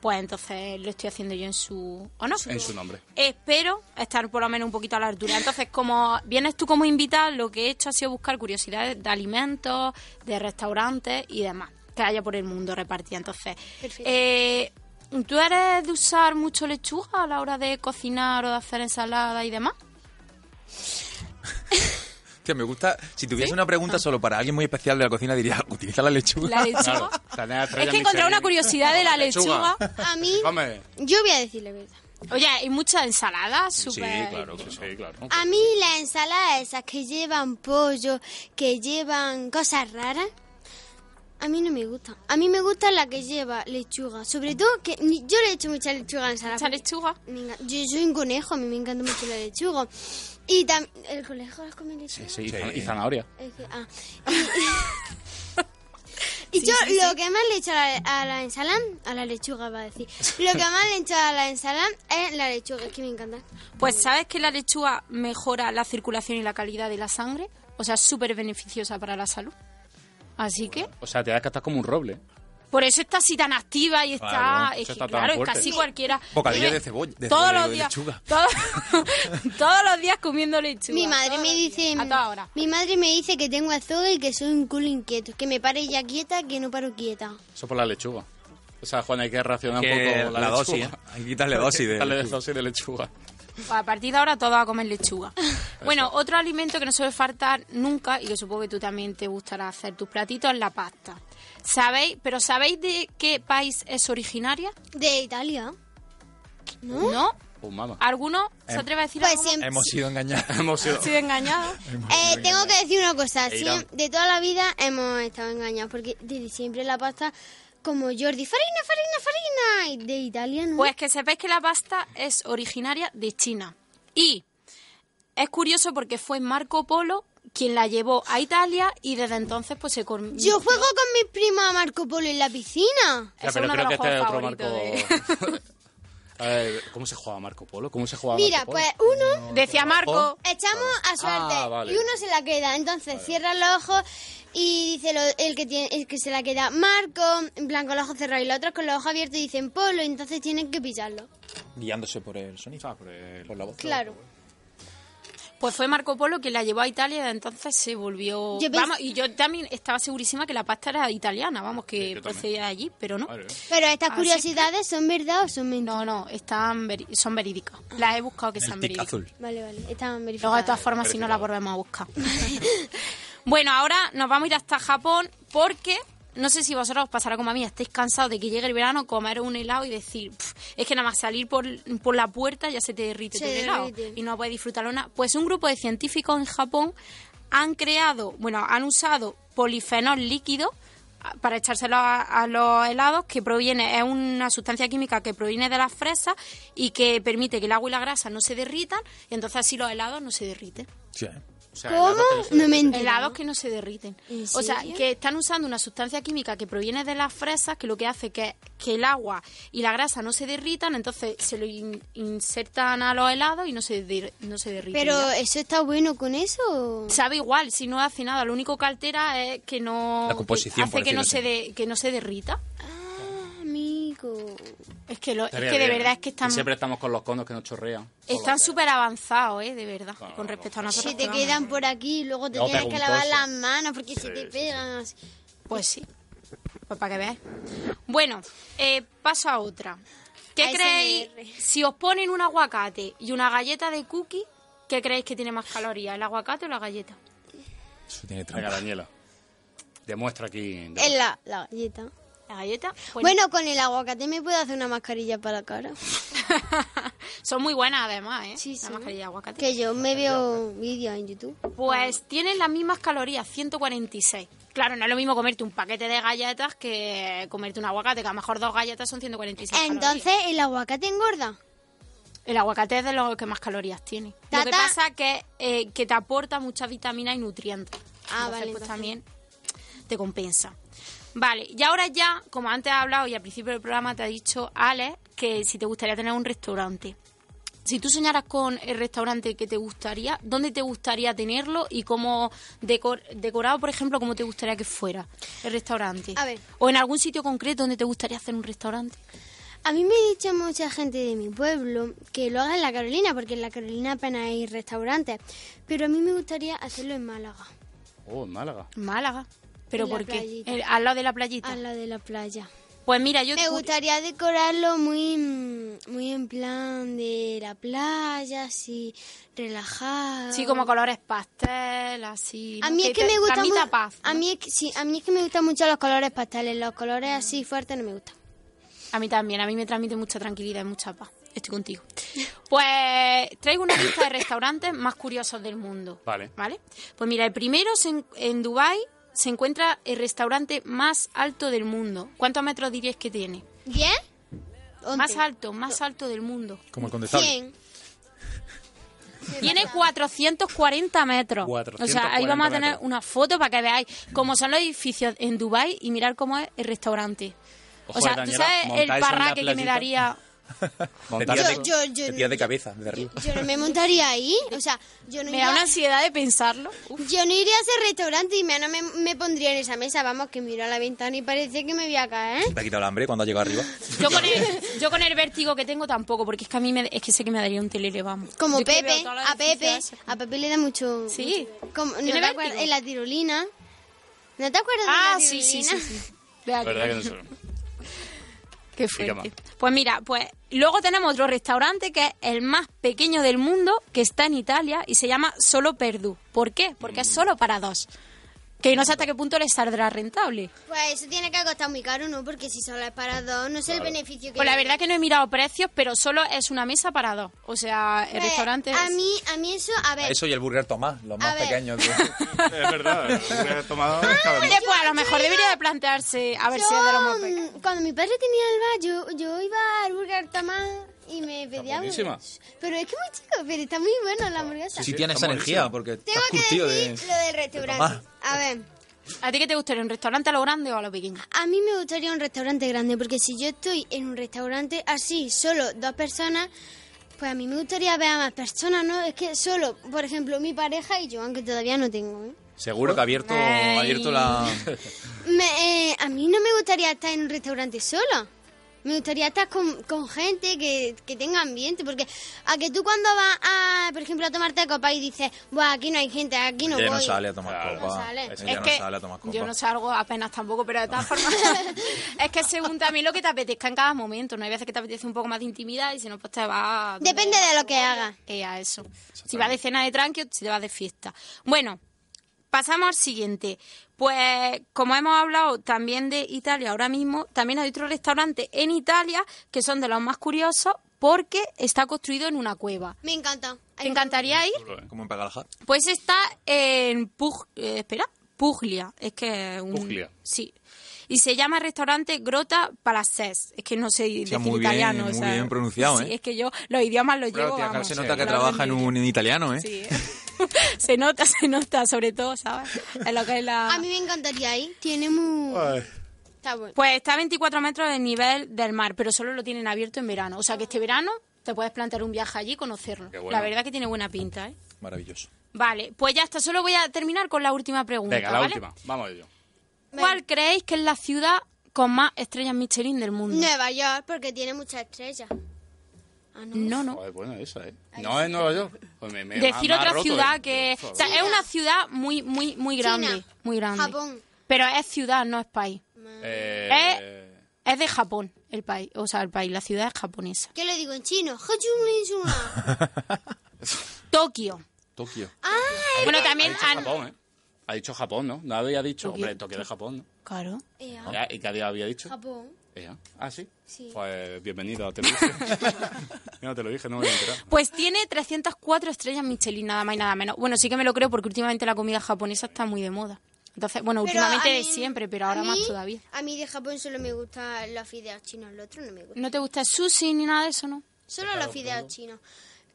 [SPEAKER 6] pues entonces lo estoy haciendo yo en su honor.
[SPEAKER 23] En su nombre.
[SPEAKER 6] Espero estar por lo menos un poquito a la altura. Entonces, como vienes tú como invitada, lo que he hecho ha sido buscar curiosidades de alimentos, de restaurantes y demás que haya por el mundo repartida. Entonces,
[SPEAKER 7] Perfecto.
[SPEAKER 6] eh, ¿tú eres de usar mucho lechuga a la hora de cocinar o de hacer ensalada
[SPEAKER 23] (laughs)
[SPEAKER 6] y demás?
[SPEAKER 5] Tío, me gusta. Si tuviese una pregunta solo para alguien muy especial de la cocina, diría: utiliza la lechuga.
[SPEAKER 6] Ah. La lechuga. Claro, Es que encontré una curiosidad de la lechuga.
[SPEAKER 5] Ah.
[SPEAKER 7] A mí, yo voy a decir la verdad.
[SPEAKER 6] Oye, hay mucha ensalada, súper.
[SPEAKER 23] sí, sí, claro.
[SPEAKER 7] A mí las ensaladas esas que llevan pollo, que llevan cosas raras, a mí no me gustan. A mí me gusta la que lleva lechuga. Sobre todo que ni- yo le he hecho mucha lechuga a la ensalada.
[SPEAKER 6] ¿Mucha
[SPEAKER 7] porque
[SPEAKER 6] lechuga?
[SPEAKER 7] me enga- Yo soy un conejo, a mí me encanta mucho la lechuga. Y también... ¿El conejo has comido lechuga?
[SPEAKER 23] Sí, y zanahoria.
[SPEAKER 7] Es que- ah. (laughs) Y, y yo lo que más le he hecho a la, a la ensalada, a la lechuga va a decir, lo que más le he hecho a la ensalada es la lechuga, es que me encanta.
[SPEAKER 6] Pues sabes que la lechuga mejora la circulación y la calidad de la sangre. O sea, es súper beneficiosa para la salud. Así que,
[SPEAKER 23] O sea, te das que estás como un roble.
[SPEAKER 6] por eso está así tan activa y está.
[SPEAKER 23] Claro,
[SPEAKER 6] es
[SPEAKER 23] eso
[SPEAKER 6] que,
[SPEAKER 23] está tan
[SPEAKER 6] claro, es
[SPEAKER 23] fuerte.
[SPEAKER 6] casi cualquiera.
[SPEAKER 5] Bocadillo
[SPEAKER 6] Dime,
[SPEAKER 5] de cebolla. De
[SPEAKER 6] todos
[SPEAKER 5] cebolla,
[SPEAKER 6] los
[SPEAKER 5] de
[SPEAKER 6] días. (laughs)
[SPEAKER 5] lechuga.
[SPEAKER 6] todo- todos los días comiendo lechuga.
[SPEAKER 7] Mi madre me dice, mi madre me dice que tengo azúcar y que soy un culo inquieto, que me pare ya quieta, que no paro quieta.
[SPEAKER 23] Eso por la lechuga. O sea, Juan, hay que racionar
[SPEAKER 5] Que
[SPEAKER 23] un poco la,
[SPEAKER 5] la
[SPEAKER 23] lechuga.
[SPEAKER 5] dosis, ¿eh? Hay que quitarle dosis
[SPEAKER 23] (laughs)
[SPEAKER 5] de
[SPEAKER 23] Quitarle
[SPEAKER 5] lechuga.
[SPEAKER 23] dosis de lechuga.
[SPEAKER 6] Pues A partir de ahora todo va a comer lechuga. Bueno, otro alimento que no suele faltar nunca y que supongo que tú también te gustará hacer tus platitos es la pasta. ¿Sabéis? ¿Pero sabéis de qué país es originaria?
[SPEAKER 7] De Italia.
[SPEAKER 6] ¿No?
[SPEAKER 23] Oh, mamá.
[SPEAKER 6] ¿Alguno se
[SPEAKER 23] Em-
[SPEAKER 6] atreve a decir
[SPEAKER 7] Pues
[SPEAKER 6] algo?
[SPEAKER 7] siempre-
[SPEAKER 5] Hemos sido engañados.
[SPEAKER 23] (laughs) Hemos sido.
[SPEAKER 6] Estoy engañado.
[SPEAKER 7] Eh, tengo que decir una cosa,
[SPEAKER 23] E
[SPEAKER 7] sí,
[SPEAKER 23] Irán.
[SPEAKER 7] de toda la vida hemos estado engañados, porque desde siempre la pasta, como Jordi, farina, farina, farina, y de Italia
[SPEAKER 6] (laughs)
[SPEAKER 7] no.
[SPEAKER 6] Pues que sepáis que la pasta es originaria de China. Y es curioso porque fue Marco Polo quien la llevó a Italia y desde entonces pues se... con-
[SPEAKER 7] Yo juego con mis primos a Marco Polo en la piscina.
[SPEAKER 23] Ya,
[SPEAKER 6] es
[SPEAKER 23] pero
[SPEAKER 6] uno de
[SPEAKER 23] creo
[SPEAKER 6] los
[SPEAKER 23] que este es otro
[SPEAKER 6] juegos
[SPEAKER 23] Marco. (laughs) A ver, ¿cómo se jugaba Marco Polo? ¿Cómo se jugaba
[SPEAKER 7] Mira,
[SPEAKER 23] Marco
[SPEAKER 7] pues
[SPEAKER 23] Polo? (laughs)
[SPEAKER 7] uno...
[SPEAKER 6] Decía
[SPEAKER 23] ¿Oh?
[SPEAKER 6] Marco.
[SPEAKER 7] Echamos a suerte
[SPEAKER 23] Ah, vale.
[SPEAKER 7] y uno se la queda. Entonces cierra los ojos y dice lo- el, que tiene, el que se la queda Marco, en plan con los ojos cerrados y los otros con los ojos abiertos y dicen Polo, entonces tienen que pillarlo.
[SPEAKER 5] (laughs) Guiándose por el sonido. por, la voz.
[SPEAKER 7] Claro.
[SPEAKER 6] Pues fue Marco Polo quien la llevó a Italia y desde entonces se volvió...
[SPEAKER 7] Yo pens-
[SPEAKER 6] Vamos, y yo también estaba segurísima que la pasta era italiana, vamos, que
[SPEAKER 7] yo también.
[SPEAKER 6] procedía de allí, pero no.
[SPEAKER 7] Pero estas
[SPEAKER 6] Así-
[SPEAKER 7] curiosidades son verdad o son mentiras.
[SPEAKER 6] No, no, están veri- son verídicas. Las he buscado que sean verídicas.
[SPEAKER 7] Vale, vale, estaban
[SPEAKER 6] Luego,
[SPEAKER 7] verificadas.
[SPEAKER 6] de todas formas,
[SPEAKER 7] (laughs)
[SPEAKER 6] si no la volvemos a buscar. bueno, ahora nos vamos a ir hasta Japón porque no sé si vosotros os pasará como a mí, estáis cansados de que llegue el verano, comer un helado y decir, "Pf, es que nada más salir por, por la puerta ya se te derrite
[SPEAKER 7] Se
[SPEAKER 6] todo el helado
[SPEAKER 7] derrite.
[SPEAKER 6] y no puedes disfrutarlo nada. Pues un grupo de científicos en Japón han creado, bueno, han usado polifenol líquido a- para echárselo a, a los helados que proviene, es una sustancia química que proviene de las fresas y que permite que el agua y la grasa no se derritan y entonces así los helados no se derriten. Helados que no se derriten.
[SPEAKER 7] ¿En
[SPEAKER 6] O sea,
[SPEAKER 7] serio?
[SPEAKER 6] que están usando una sustancia química que proviene de las fresas, que lo que hace que, que el agua y la grasa no se derritan, entonces se lo in- insertan a los helados y no se, der- no se derriten.
[SPEAKER 7] Pero
[SPEAKER 6] ya.
[SPEAKER 7] eso está bueno con eso.
[SPEAKER 6] Sabe igual, si no hace nada, lo único que altera es que no
[SPEAKER 5] La composición,
[SPEAKER 6] hace
[SPEAKER 5] por
[SPEAKER 6] que no se
[SPEAKER 5] decirlo
[SPEAKER 6] de- que no se derrita.
[SPEAKER 7] Ah, Amigo.
[SPEAKER 6] Es que lo- es
[SPEAKER 23] Estaría
[SPEAKER 6] que de
[SPEAKER 3] ¿eh?
[SPEAKER 23] bien. ¿eh?
[SPEAKER 6] verdad es que
[SPEAKER 23] Y
[SPEAKER 6] están
[SPEAKER 23] Siempre estamos con los conos que nos chorrean.
[SPEAKER 6] están súper avanzados, eh, de verdad, con respecto a nosotros.
[SPEAKER 7] Si te quedan por aquí y luego te
[SPEAKER 23] No,
[SPEAKER 7] tienes que
[SPEAKER 23] peguntoso.
[SPEAKER 7] lavar las manos porque se te pegan así.
[SPEAKER 6] Pues sí. Pues para que veáis. Bueno, eh, paso a otra. ¿Qué
[SPEAKER 7] ASMR.
[SPEAKER 6] creéis? Si os ponen un aguacate y una galleta de cookie, ¿qué creéis que tiene más calorías? ¿El aguacate o la galleta?
[SPEAKER 23] Eso tiene trampa. Venga, Daniela. Demuestra aquí.
[SPEAKER 7] Es la, la galleta.
[SPEAKER 6] ¿La galleta? pues
[SPEAKER 7] Bueno, con el aguacate me puedo hacer una mascarilla para la cara.
[SPEAKER 6] (laughs) Son muy buenas además, ¿eh? La mascarilla de aguacate.
[SPEAKER 7] Que yo me veo vídeos en YouTube.
[SPEAKER 6] Pues tienen las mismas calorías, 146. Claro, no es lo mismo comerte un paquete de galletas que comerte un aguacate, que a lo mejor dos galletas son 146 calorías.
[SPEAKER 7] Entonces, ¿el aguacate engorda?
[SPEAKER 6] El aguacate es de los que más calorías tiene. Lo que
[SPEAKER 7] Tata.
[SPEAKER 6] pasa que eh, que te aporta muchas vitaminas y nutrientes.
[SPEAKER 7] Ah,
[SPEAKER 6] Entonces,
[SPEAKER 7] vale,
[SPEAKER 6] pues
[SPEAKER 7] entonces.
[SPEAKER 6] también te compensa. Vale, y ahora ya, como antes he hablado y al principio del programa te ha dicho Ale que si te gustaría tener un restaurante. Si tú soñaras con el restaurante que te gustaría, ¿dónde te gustaría tenerlo y cómo decor- decorado, por ejemplo, cómo te gustaría que fuera el restaurante?
[SPEAKER 7] A ver.
[SPEAKER 6] O en algún sitio concreto donde te gustaría hacer un restaurante.
[SPEAKER 7] A mí me ha dicho mucha gente de mi pueblo que lo haga en la Carolina, porque en la Carolina apenas hay restaurantes. Pero a mí me gustaría hacerlo en Málaga.
[SPEAKER 23] Oh, en Málaga.
[SPEAKER 6] Málaga. ¿Pero
[SPEAKER 7] En la
[SPEAKER 6] por qué?
[SPEAKER 7] playita.
[SPEAKER 6] El- ¿Al lado de la playita?
[SPEAKER 7] A la de la playa.
[SPEAKER 6] Pues mira, yo...
[SPEAKER 7] Me gustaría decorarlo muy, mm, muy en plan de la playa, así relajado.
[SPEAKER 6] Sí, como colores pastel, así... ¿no?
[SPEAKER 7] A mí es que
[SPEAKER 6] te-
[SPEAKER 7] me gusta
[SPEAKER 6] transmita
[SPEAKER 7] mu-
[SPEAKER 6] paz.
[SPEAKER 7] A mí es que, sí, a mí es que me gustan mucho los colores pasteles, los colores así fuertes no me gustan.
[SPEAKER 6] A mí también, a mí me transmite mucha tranquilidad y mucha paz. Estoy contigo. Pues traigo una lista de restaurantes más curiosos del mundo.
[SPEAKER 23] Vale.
[SPEAKER 6] ¿Vale? Pues mira, el primero se en, en Dubái se encuentra el restaurante más alto del mundo. ¿Cuántos metros dirías que tiene?
[SPEAKER 7] ¿Bien?
[SPEAKER 6] Más alto, más alto del mundo.
[SPEAKER 5] Como el
[SPEAKER 6] Tiene 440 metros. O sea, ahí
[SPEAKER 5] 440
[SPEAKER 6] vamos a tener
[SPEAKER 5] metros.
[SPEAKER 6] una foto para que veáis cómo son los edificios en Dubai y mirar cómo es el restaurante.
[SPEAKER 5] Ojo,
[SPEAKER 6] o sea,
[SPEAKER 5] Daniela,
[SPEAKER 6] tú sabes el
[SPEAKER 5] montáis en la
[SPEAKER 6] parraque que me
[SPEAKER 5] playita.
[SPEAKER 6] daría.
[SPEAKER 5] Te
[SPEAKER 7] Yo-
[SPEAKER 5] tiras de,
[SPEAKER 7] yo- yo-
[SPEAKER 5] te tiras de cabeza, de
[SPEAKER 7] (laughs)
[SPEAKER 5] arriba.
[SPEAKER 7] Yo no me montaría ahí, o sea, yo no
[SPEAKER 6] Me
[SPEAKER 7] iría-
[SPEAKER 6] da una ansiedad de pensarlo.
[SPEAKER 7] Yo no iría a ese restaurante y menos me, me pondría en esa mesa, vamos, que miro a la ventana y parece que me voy a caer.
[SPEAKER 5] Te ha quitado el hambre cuando ha llegado arriba.
[SPEAKER 6] Yo con,
[SPEAKER 5] (laughs)
[SPEAKER 6] el, yo con el vértigo que tengo tampoco, porque es que a mí me, es que sé que me daría un telele, vamos.
[SPEAKER 7] Como
[SPEAKER 6] Yo es que veo
[SPEAKER 7] Pepe,
[SPEAKER 6] todos los
[SPEAKER 7] a Pepe,
[SPEAKER 6] edificios
[SPEAKER 7] a Pepe le da mucho...
[SPEAKER 6] Sí.
[SPEAKER 7] Como, ¿no
[SPEAKER 6] ¿Tiene
[SPEAKER 7] te acuerdas?
[SPEAKER 6] vértigo?
[SPEAKER 7] En la tirolina. ¿No te acuerdas
[SPEAKER 6] Ah,
[SPEAKER 7] de la
[SPEAKER 6] sí,
[SPEAKER 7] tirolina?
[SPEAKER 6] sí, sí, sí. De aquí.
[SPEAKER 23] verdad que
[SPEAKER 5] (laughs)
[SPEAKER 23] no sé.
[SPEAKER 6] Qué
[SPEAKER 23] Sí, que
[SPEAKER 6] fuerte. Pues mira, pues luego tenemos otro restaurante que es el más pequeño del mundo, que está en Italia y se llama Solo Perdú. ¿Por qué? Porque es solo para dos. Que no sé hasta qué punto les saldrá rentable.
[SPEAKER 7] Pues eso tiene que costar muy caro, ¿no? Porque si solo es para dos, no sé el beneficio que...
[SPEAKER 6] Pues la verdad que no he mirado precios, pero solo es una mesa para dos. O sea, el
[SPEAKER 7] Pues,
[SPEAKER 6] restaurante
[SPEAKER 7] A
[SPEAKER 6] es-
[SPEAKER 7] mí, a mí eso, a ver...
[SPEAKER 5] Eso y el burger Tomás, los más
[SPEAKER 7] ver.
[SPEAKER 5] pequeños.
[SPEAKER 7] (laughs)
[SPEAKER 5] tío.
[SPEAKER 23] Es verdad.
[SPEAKER 5] eh,
[SPEAKER 23] he tomado cada
[SPEAKER 6] Oye,
[SPEAKER 23] uno.
[SPEAKER 6] pues a lo mejor debería de plantearse a ver si es de los más pequeños.
[SPEAKER 7] Yo, mm, Cuando mi padre tenía el bar, yo, yo iba al Burger Tomás y me pedía
[SPEAKER 5] buenísima.
[SPEAKER 7] burgers. Pero es que muy chico, pero está muy bueno la hamburguesa.
[SPEAKER 5] Si tienes esa energía, porque estás curtido de...
[SPEAKER 7] Lo del restaurante. A ver,
[SPEAKER 6] ¿A ti qué te gustaría? ¿Un restaurante a lo grande o a lo pequeño?
[SPEAKER 7] a mí me gustaría un restaurante grande, porque si yo estoy en un restaurante así, solo dos personas, pues a mí me gustaría ver a más personas, ¿no? Es que solo, por ejemplo, mi pareja y yo, aunque todavía no tengo, ¿eh?
[SPEAKER 5] Seguro que ha abierto, ha abierto la...
[SPEAKER 7] Me- eh, a mí no me gustaría estar en un restaurante sola. Me gustaría estar con, con gente que, que tenga ambiente, porque a que tú cuando vas a, por ejemplo, a tomarte copa y dices, Buah, aquí no hay gente, aquí no
[SPEAKER 5] Ella no
[SPEAKER 7] voy".
[SPEAKER 5] sale a tomar
[SPEAKER 7] Claro, no
[SPEAKER 5] copa.
[SPEAKER 7] sale.
[SPEAKER 5] Ella
[SPEAKER 6] Es
[SPEAKER 5] no
[SPEAKER 6] que
[SPEAKER 5] sale a tomar copa.
[SPEAKER 6] Yo no salgo apenas tampoco, pero
[SPEAKER 5] (laughs)
[SPEAKER 6] de todas formas (laughs) es que según también lo que te apetezca en cada momento, no hay veces que te apetece un poco más de intimidad y si no pues te va
[SPEAKER 7] Depende de lo que hagas.
[SPEAKER 6] Eh, a eso. Si vas de cena de tranqui o si te vas de fiesta. Bueno, Pasamos al siguiente. Pues como hemos hablado también de Italia ahora mismo, también hay otros restaurantes en Italia que son de los más curiosos porque está construido en una cueva.
[SPEAKER 7] Me encanta.
[SPEAKER 6] ¿Te encantaría ir?
[SPEAKER 5] Como en Pegalaja.
[SPEAKER 6] Pues está en Pug, eh, espera, Puglia, es que es un
[SPEAKER 5] Puglia.
[SPEAKER 6] sí. Y se llama restaurante Grota Palaces. Es que no sé decir
[SPEAKER 5] muy bien,
[SPEAKER 6] italiano,
[SPEAKER 5] muy
[SPEAKER 6] o sea,
[SPEAKER 5] bien pronunciado,
[SPEAKER 6] sí,
[SPEAKER 5] ¿eh?
[SPEAKER 6] es que yo los idiomas los llevo
[SPEAKER 5] Gracias,
[SPEAKER 6] vamos,
[SPEAKER 5] se nota que
[SPEAKER 6] los
[SPEAKER 5] trabaja en
[SPEAKER 6] domino.
[SPEAKER 5] un en italiano, ¿eh?
[SPEAKER 6] Sí, ¿eh? (laughs) se nota, se nota, sobre todo, ¿sabes? En lo que es la
[SPEAKER 7] A mí me encantaría ir. Tiene muy...
[SPEAKER 6] Está bueno. Pues está a 24 metros del nivel del mar, pero solo lo tienen abierto en verano. O sea que este verano te puedes plantear un viaje allí y conocerlo.
[SPEAKER 5] Qué bueno.
[SPEAKER 6] La verdad que tiene buena pinta, ¿eh?
[SPEAKER 5] Maravilloso.
[SPEAKER 6] Vale, pues ya está. Solo voy a terminar con la última pregunta,
[SPEAKER 3] Venga, la
[SPEAKER 6] ¿vale?
[SPEAKER 3] última. Vamos a ello.
[SPEAKER 6] ¿Cuál creéis que es la ciudad con más estrellas Michelin del mundo?
[SPEAKER 7] Nueva York, porque tiene muchas estrellas. Ah,
[SPEAKER 6] No, no.
[SPEAKER 3] Joder, bueno, esa, ¿eh? No es Nueva York. Pues me- me-
[SPEAKER 6] Decir
[SPEAKER 3] me ha
[SPEAKER 6] otra
[SPEAKER 3] roto,
[SPEAKER 6] ciudad
[SPEAKER 3] ¿eh?
[SPEAKER 6] que...
[SPEAKER 3] Por
[SPEAKER 6] O sea,
[SPEAKER 3] favor.
[SPEAKER 6] es una ciudad muy, muy, muy grande.
[SPEAKER 7] China.
[SPEAKER 6] Muy grande.
[SPEAKER 7] Japón.
[SPEAKER 6] Pero es ciudad, no es país.
[SPEAKER 3] Eh,
[SPEAKER 6] Es de Japón, el país. O sea, el país. La ciudad es japonesa.
[SPEAKER 7] Yo le digo en chino. Hachuninsuna.
[SPEAKER 6] (laughs) Tokio.
[SPEAKER 3] Tokio.
[SPEAKER 7] Ah,
[SPEAKER 6] Bueno, Ah, también...
[SPEAKER 3] Ha
[SPEAKER 6] han-
[SPEAKER 3] dicho Japón, ¿eh? Ha dicho Japón, ¿no? No había dicho. Hombre, Tokio de Japón, ¿no?
[SPEAKER 6] Claro.
[SPEAKER 3] Ya, ¿Y qué había había dicho?
[SPEAKER 7] eh, ah, Japón.
[SPEAKER 3] Ea. Ah, sí.
[SPEAKER 7] Sí.
[SPEAKER 3] Pues bienvenido a Tenerife. no te lo dije, no me voy a enterar.
[SPEAKER 6] Pues tiene 304 estrellas Michelin, nada más y nada menos. Bueno, sí que me lo creo porque últimamente la comida japonesa está muy de moda. Entonces, bueno,
[SPEAKER 7] Pero
[SPEAKER 6] últimamente
[SPEAKER 7] a mí-
[SPEAKER 6] siempre, pero
[SPEAKER 7] a
[SPEAKER 6] ahora más
[SPEAKER 7] mí-
[SPEAKER 6] todavía.
[SPEAKER 7] A mí de Japón solo me gustan los fideos chinos, lo otro no me gusta.
[SPEAKER 6] ¿No te gusta el sushi ni nada de eso, no?
[SPEAKER 7] Solo los fideos chinos.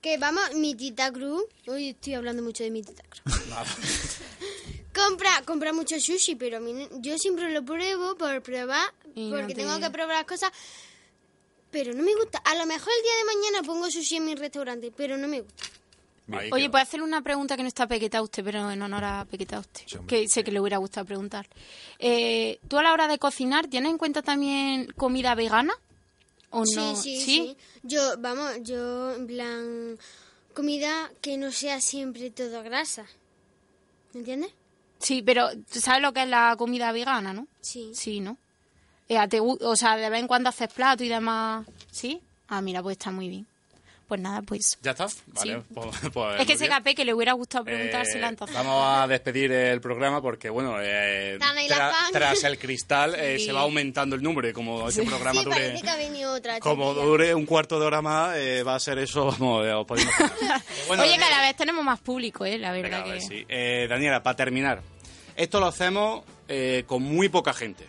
[SPEAKER 7] Que vamos, mi tita Cruz. Uy, estoy hablando mucho de mi tita Cruz. (laughs) compra, compra mucho sushi, pero a mí no- yo siempre lo pruebo por probar,
[SPEAKER 6] Y no
[SPEAKER 7] porque
[SPEAKER 6] te-
[SPEAKER 7] tengo que probar las cosas. Pero no me gusta. A lo mejor el día de mañana pongo sushi en mi restaurante, pero no me gusta.
[SPEAKER 6] Oye, puedo hacerle una pregunta que no está pequetada usted, pero en honor a pequetada usted, que sé que le hubiera gustado preguntar. Eh, ¿Tú a la hora de cocinar tienes en cuenta también comida vegana o no?
[SPEAKER 7] Sí, sí, sí. Yo, vamos, yo, en plan, comida que no sea siempre todo grasa. ¿Me entiendes?
[SPEAKER 6] Sí, pero tú sabes lo que es la comida vegana, ¿no?
[SPEAKER 7] Sí.
[SPEAKER 6] Sí, ¿no? Eh, a te gu- o sea, de vez en cuando haces plato y demás. ¿Sí? Ah, mira, pues está muy bien. Pues nada, pues.
[SPEAKER 3] ¿Ya está? Vale, pues, pues,
[SPEAKER 6] es que
[SPEAKER 3] muy
[SPEAKER 6] ese
[SPEAKER 3] bien.
[SPEAKER 6] capé que le hubiera gustado preguntársela
[SPEAKER 3] Eh,
[SPEAKER 6] entonces.
[SPEAKER 3] Vamos a despedir el programa porque, bueno, eh,
[SPEAKER 7] Dana y la
[SPEAKER 3] tra-
[SPEAKER 7] Pan.
[SPEAKER 3] tras el cristal eh,
[SPEAKER 7] Sí.
[SPEAKER 3] se va aumentando el número y como ese programa
[SPEAKER 7] sí,
[SPEAKER 3] dure...
[SPEAKER 7] parece que ha venido otra.
[SPEAKER 3] Como
[SPEAKER 7] chiquilla.
[SPEAKER 3] dure un cuarto de hora más, eh, va a ser eso, vamos, eh, os podemos...
[SPEAKER 6] (laughs) Oye, cada vez tenemos más público, ¿eh? La verdad que.
[SPEAKER 3] Sí. Eh, Daniela, para terminar, esto lo hacemos eh, con muy poca gente,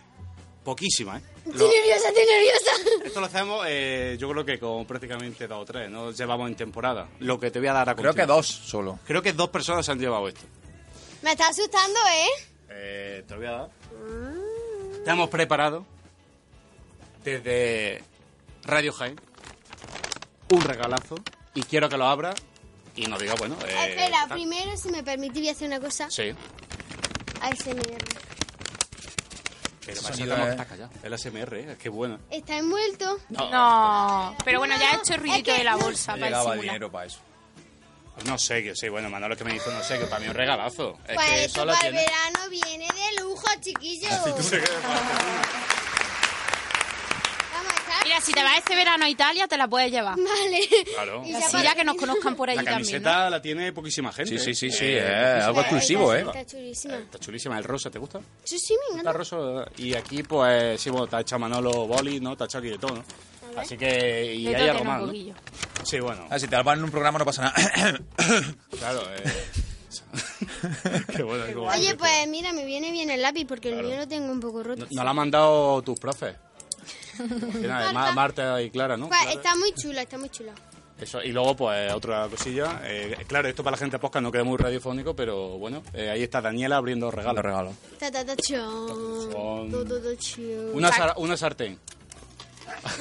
[SPEAKER 3] poquísima, ¿eh?
[SPEAKER 7] Estoy
[SPEAKER 3] Lo-
[SPEAKER 7] nerviosa, estoy nerviosa.
[SPEAKER 3] Esto lo hacemos, eh, yo creo que con prácticamente dos o tres, no llevamos en temporada. Lo que te voy a dar a
[SPEAKER 5] Creo que
[SPEAKER 3] continuación.
[SPEAKER 5] dos solo.
[SPEAKER 3] Creo que dos personas se han llevado esto.
[SPEAKER 7] (laughs) Me está asustando, ¿eh?
[SPEAKER 3] Eh, te lo voy a dar.
[SPEAKER 7] Mm.
[SPEAKER 3] Te hemos preparado desde Radio Jaén un regalazo y quiero que lo abra y nos diga, bueno. eh,
[SPEAKER 7] Espera,
[SPEAKER 3] tal.
[SPEAKER 7] primero, si me permitís, voy a hacer una cosa.
[SPEAKER 3] Sí.
[SPEAKER 7] ASMR.
[SPEAKER 3] Pero
[SPEAKER 5] Ese
[SPEAKER 3] para eso
[SPEAKER 5] sonido
[SPEAKER 3] tenemos-
[SPEAKER 5] es-
[SPEAKER 3] taca ya. El ASMR, eh, qué bueno.
[SPEAKER 7] Está envuelto.
[SPEAKER 3] No.
[SPEAKER 6] No, pero bueno, ya he hecho el ruidito
[SPEAKER 7] es que
[SPEAKER 6] de la
[SPEAKER 7] no-
[SPEAKER 6] bolsa para disimular.
[SPEAKER 5] para eso.
[SPEAKER 3] No sé, que sí, bueno, Manolo que me dijo, no sé, que para mí es un regalazo. Es
[SPEAKER 7] Pues pues,
[SPEAKER 3] que
[SPEAKER 7] esto
[SPEAKER 3] solo
[SPEAKER 7] para el
[SPEAKER 3] tiene.
[SPEAKER 7] verano viene de lujo, chiquillo.
[SPEAKER 6] Mira, si te vas este verano a Italia, te la puedes llevar.
[SPEAKER 7] (laughs) Vale.
[SPEAKER 3] Claro.
[SPEAKER 6] Y así ya que nos conozcan
[SPEAKER 7] pues,
[SPEAKER 6] por allí
[SPEAKER 3] La
[SPEAKER 6] también.
[SPEAKER 3] camiseta la tiene poquísima gente.
[SPEAKER 5] Sí, sí, sí, sí,
[SPEAKER 3] Eh,
[SPEAKER 5] eh,
[SPEAKER 3] poquísima
[SPEAKER 5] algo
[SPEAKER 3] gente.
[SPEAKER 5] exclusivo, ¿eh?
[SPEAKER 7] Pues, Está chulísima.
[SPEAKER 3] Está chulísima. ¿El rosa te gusta?
[SPEAKER 7] Sí, sí, me
[SPEAKER 3] Está
[SPEAKER 7] encanta.
[SPEAKER 3] rosa. Y aquí, pues, sí, bueno, te ha echado Manolo Boli, ¿no? Te ha echado aquí de todo, ¿no? Así que... Y
[SPEAKER 6] Le
[SPEAKER 3] hay algo
[SPEAKER 6] toquen un
[SPEAKER 3] más, ¿no?
[SPEAKER 6] poquillo.
[SPEAKER 3] Sí, bueno.
[SPEAKER 5] Ah, si te la ponen en un programa no pasa nada.
[SPEAKER 3] claro, eh... (laughs) Qué bueno, qué bueno.
[SPEAKER 7] Oye, pues mira, me viene bien el lápiz porque
[SPEAKER 3] este. Claro.
[SPEAKER 7] el mío lo tengo un poco roto.
[SPEAKER 3] No- Nos la han mandado tus profes. Que nada, Ma- Marta y Clara, ¿no?
[SPEAKER 7] Pues,
[SPEAKER 3] Clara.
[SPEAKER 7] está muy chula, está muy chula.
[SPEAKER 3] Eso, y luego, pues, otra cosilla. Eh, claro, esto para la gente posca no queda muy radiofónico, pero bueno, eh, ahí está Daniela abriendo regalos.
[SPEAKER 5] regalo.
[SPEAKER 7] Ta, ta, ta, chon.
[SPEAKER 3] Son
[SPEAKER 7] Ta, ta, ta, chon.
[SPEAKER 3] una, sar- una sartén. (laughs)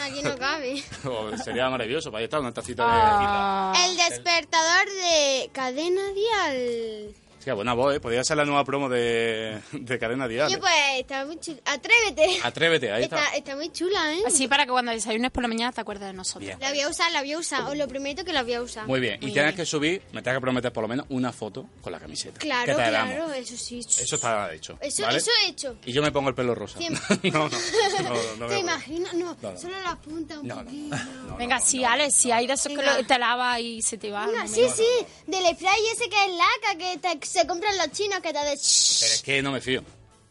[SPEAKER 7] Aquí no cabe.
[SPEAKER 3] Oh, Sería maravilloso, para ahí está, una tacita de
[SPEAKER 7] El despertador de cadena dial.
[SPEAKER 3] gita. Sí, buena voz, ¿eh? Podría ser la nueva promo de, de Cadena Dial. ¿eh?
[SPEAKER 7] Oye, pues está muy chula. Atrévete.
[SPEAKER 3] Atrévete, ahí está.
[SPEAKER 7] Está, está muy chula, ¿eh?
[SPEAKER 6] Así para que cuando desayunes por la mañana te acuerdes de nosotros.
[SPEAKER 3] Bien.
[SPEAKER 7] La voy a usar, la voy a usar. Os lo prometo que la voy a usar.
[SPEAKER 3] Muy bien, y tienes que subir, me tienes que prometer por lo menos una foto con la camiseta.
[SPEAKER 7] Claro,
[SPEAKER 3] que te
[SPEAKER 7] claro,
[SPEAKER 3] damos.
[SPEAKER 7] eso sí.
[SPEAKER 3] Eso está hecho.
[SPEAKER 7] Eso,
[SPEAKER 3] ¿vale?
[SPEAKER 7] eso he hecho.
[SPEAKER 3] Y yo me pongo el pelo rosa.
[SPEAKER 7] Cien-
[SPEAKER 3] (laughs) no, no, no,
[SPEAKER 7] (laughs)
[SPEAKER 3] no, no
[SPEAKER 7] ¿Te
[SPEAKER 3] me voy.
[SPEAKER 7] imaginas? No,
[SPEAKER 3] No, no.
[SPEAKER 7] solo la punta un poquito.
[SPEAKER 6] Venga, sí, Alex, si hay de esos que lo- te lava y se te va. al
[SPEAKER 3] Ah,
[SPEAKER 7] Venga,
[SPEAKER 6] momento.
[SPEAKER 7] sí, sí, del spray ese que es laca, que te se compran los chinos que te de...
[SPEAKER 3] Pero es que no me fío.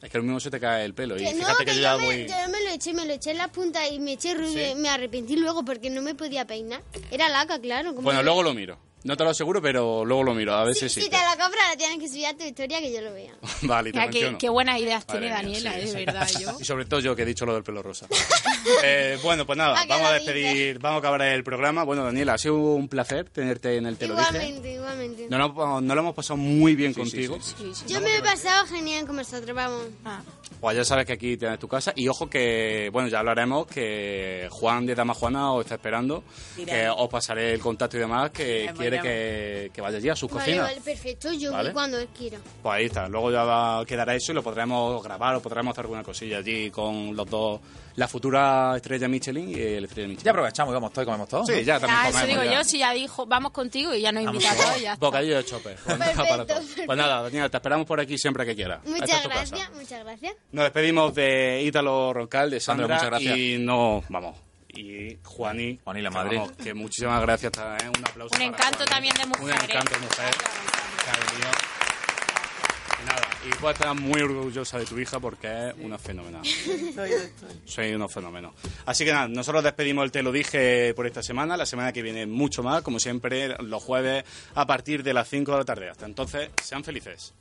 [SPEAKER 3] Es que el mismo se te cae el pelo. Y
[SPEAKER 7] Que no,
[SPEAKER 3] fíjate que,
[SPEAKER 7] que
[SPEAKER 3] yo
[SPEAKER 7] yo,
[SPEAKER 3] ya
[SPEAKER 7] me,
[SPEAKER 3] voy.
[SPEAKER 7] yo me lo eché, me lo eché en la punta y me eché rubio
[SPEAKER 3] ¿Sí?
[SPEAKER 7] y me arrepentí luego porque no me podía peinar. Era laca, claro. como-
[SPEAKER 3] Bueno, luego lo miro. No te lo aseguro, pero luego lo miro. A ver si
[SPEAKER 7] Si
[SPEAKER 3] sí.
[SPEAKER 7] te la compras, la tienes que subir a tu historia que yo lo vea.
[SPEAKER 3] (laughs) Vale, te
[SPEAKER 6] Mira, qué,
[SPEAKER 3] menciono.
[SPEAKER 6] qué buenas ideas
[SPEAKER 3] Madre
[SPEAKER 6] tiene
[SPEAKER 3] mía,
[SPEAKER 6] Daniela,
[SPEAKER 3] sí,
[SPEAKER 6] eh,
[SPEAKER 3] sí.
[SPEAKER 6] de verdad. Yo.
[SPEAKER 3] (laughs) Y sobre todo yo que he dicho lo del pelo
[SPEAKER 6] (laughs)
[SPEAKER 3] rosa. Eh, bueno, pues nada,
[SPEAKER 6] ¿A qué
[SPEAKER 3] vamos a
[SPEAKER 6] lo ¿eh?
[SPEAKER 3] despedir, vamos a acabar el programa. Bueno, Daniela, ha sido un placer tenerte en el Te lo dije.
[SPEAKER 7] Igualmente, igualmente.
[SPEAKER 3] No lo, no lo hemos pasado muy bien
[SPEAKER 7] Sí, sí,
[SPEAKER 3] contigo.
[SPEAKER 7] Yo me he pasado genial con vosotros, vamos.
[SPEAKER 6] Ah,
[SPEAKER 3] Pues ya sabes que aquí tienes tu casa. Y ojo que, bueno, ya hablaremos que Juan de Dama Juana os está esperando.
[SPEAKER 7] Mira.
[SPEAKER 3] Que os pasaré el contacto y demás, que
[SPEAKER 7] Vale,
[SPEAKER 3] quiere
[SPEAKER 7] vale.
[SPEAKER 3] que, que vaya allí a sus
[SPEAKER 7] Vale,
[SPEAKER 3] cocinas.
[SPEAKER 7] vale, perfecto. Yo
[SPEAKER 3] Vale.
[SPEAKER 7] voy cuando él quiera.
[SPEAKER 3] Pues ahí está, luego ya va- quedará eso y lo podremos grabar o podremos hacer alguna cosilla allí con los dos, la futura estrella Michelin y el estrella Michelin. Ya
[SPEAKER 5] aprovechamos y vamos todos y comemos todos.
[SPEAKER 3] Sí, ya
[SPEAKER 6] Ah,
[SPEAKER 3] también
[SPEAKER 6] eso digo
[SPEAKER 3] comemos. ya.
[SPEAKER 6] yo, si ya dijo, vamos contigo y ya nos
[SPEAKER 3] Vamos
[SPEAKER 6] invita a
[SPEAKER 3] todos.
[SPEAKER 6] todos, ya está.
[SPEAKER 3] Bocadillo de chope.
[SPEAKER 6] (laughs)
[SPEAKER 3] Pues nada, para todos. Pues nada, Daniela, te esperamos por aquí siempre que quieras. Esta es
[SPEAKER 7] Muchas
[SPEAKER 3] tu casa.
[SPEAKER 7] gracias, muchas gracias.
[SPEAKER 3] Nos despedimos de Ítalo Roncal, de Sandra,
[SPEAKER 5] Sandra, muchas gracias.
[SPEAKER 3] y no, vamos, y Juaní. Juaní la
[SPEAKER 5] madre.
[SPEAKER 3] que muchísimas gracias también, un aplauso.
[SPEAKER 6] Un encanto también de
[SPEAKER 3] Un
[SPEAKER 6] mujeres.
[SPEAKER 3] encanto, mujer. que ha venido. Y nada, y voy a estar muy orgullosa de tu hija porque es una fenomenal. Soy unos fenómenos. Así que nada, nosotros despedimos el Te lo dije por esta semana. La semana que viene mucho más, como siempre, los jueves a partir de las 5 de la tarde. Hasta entonces, sean felices.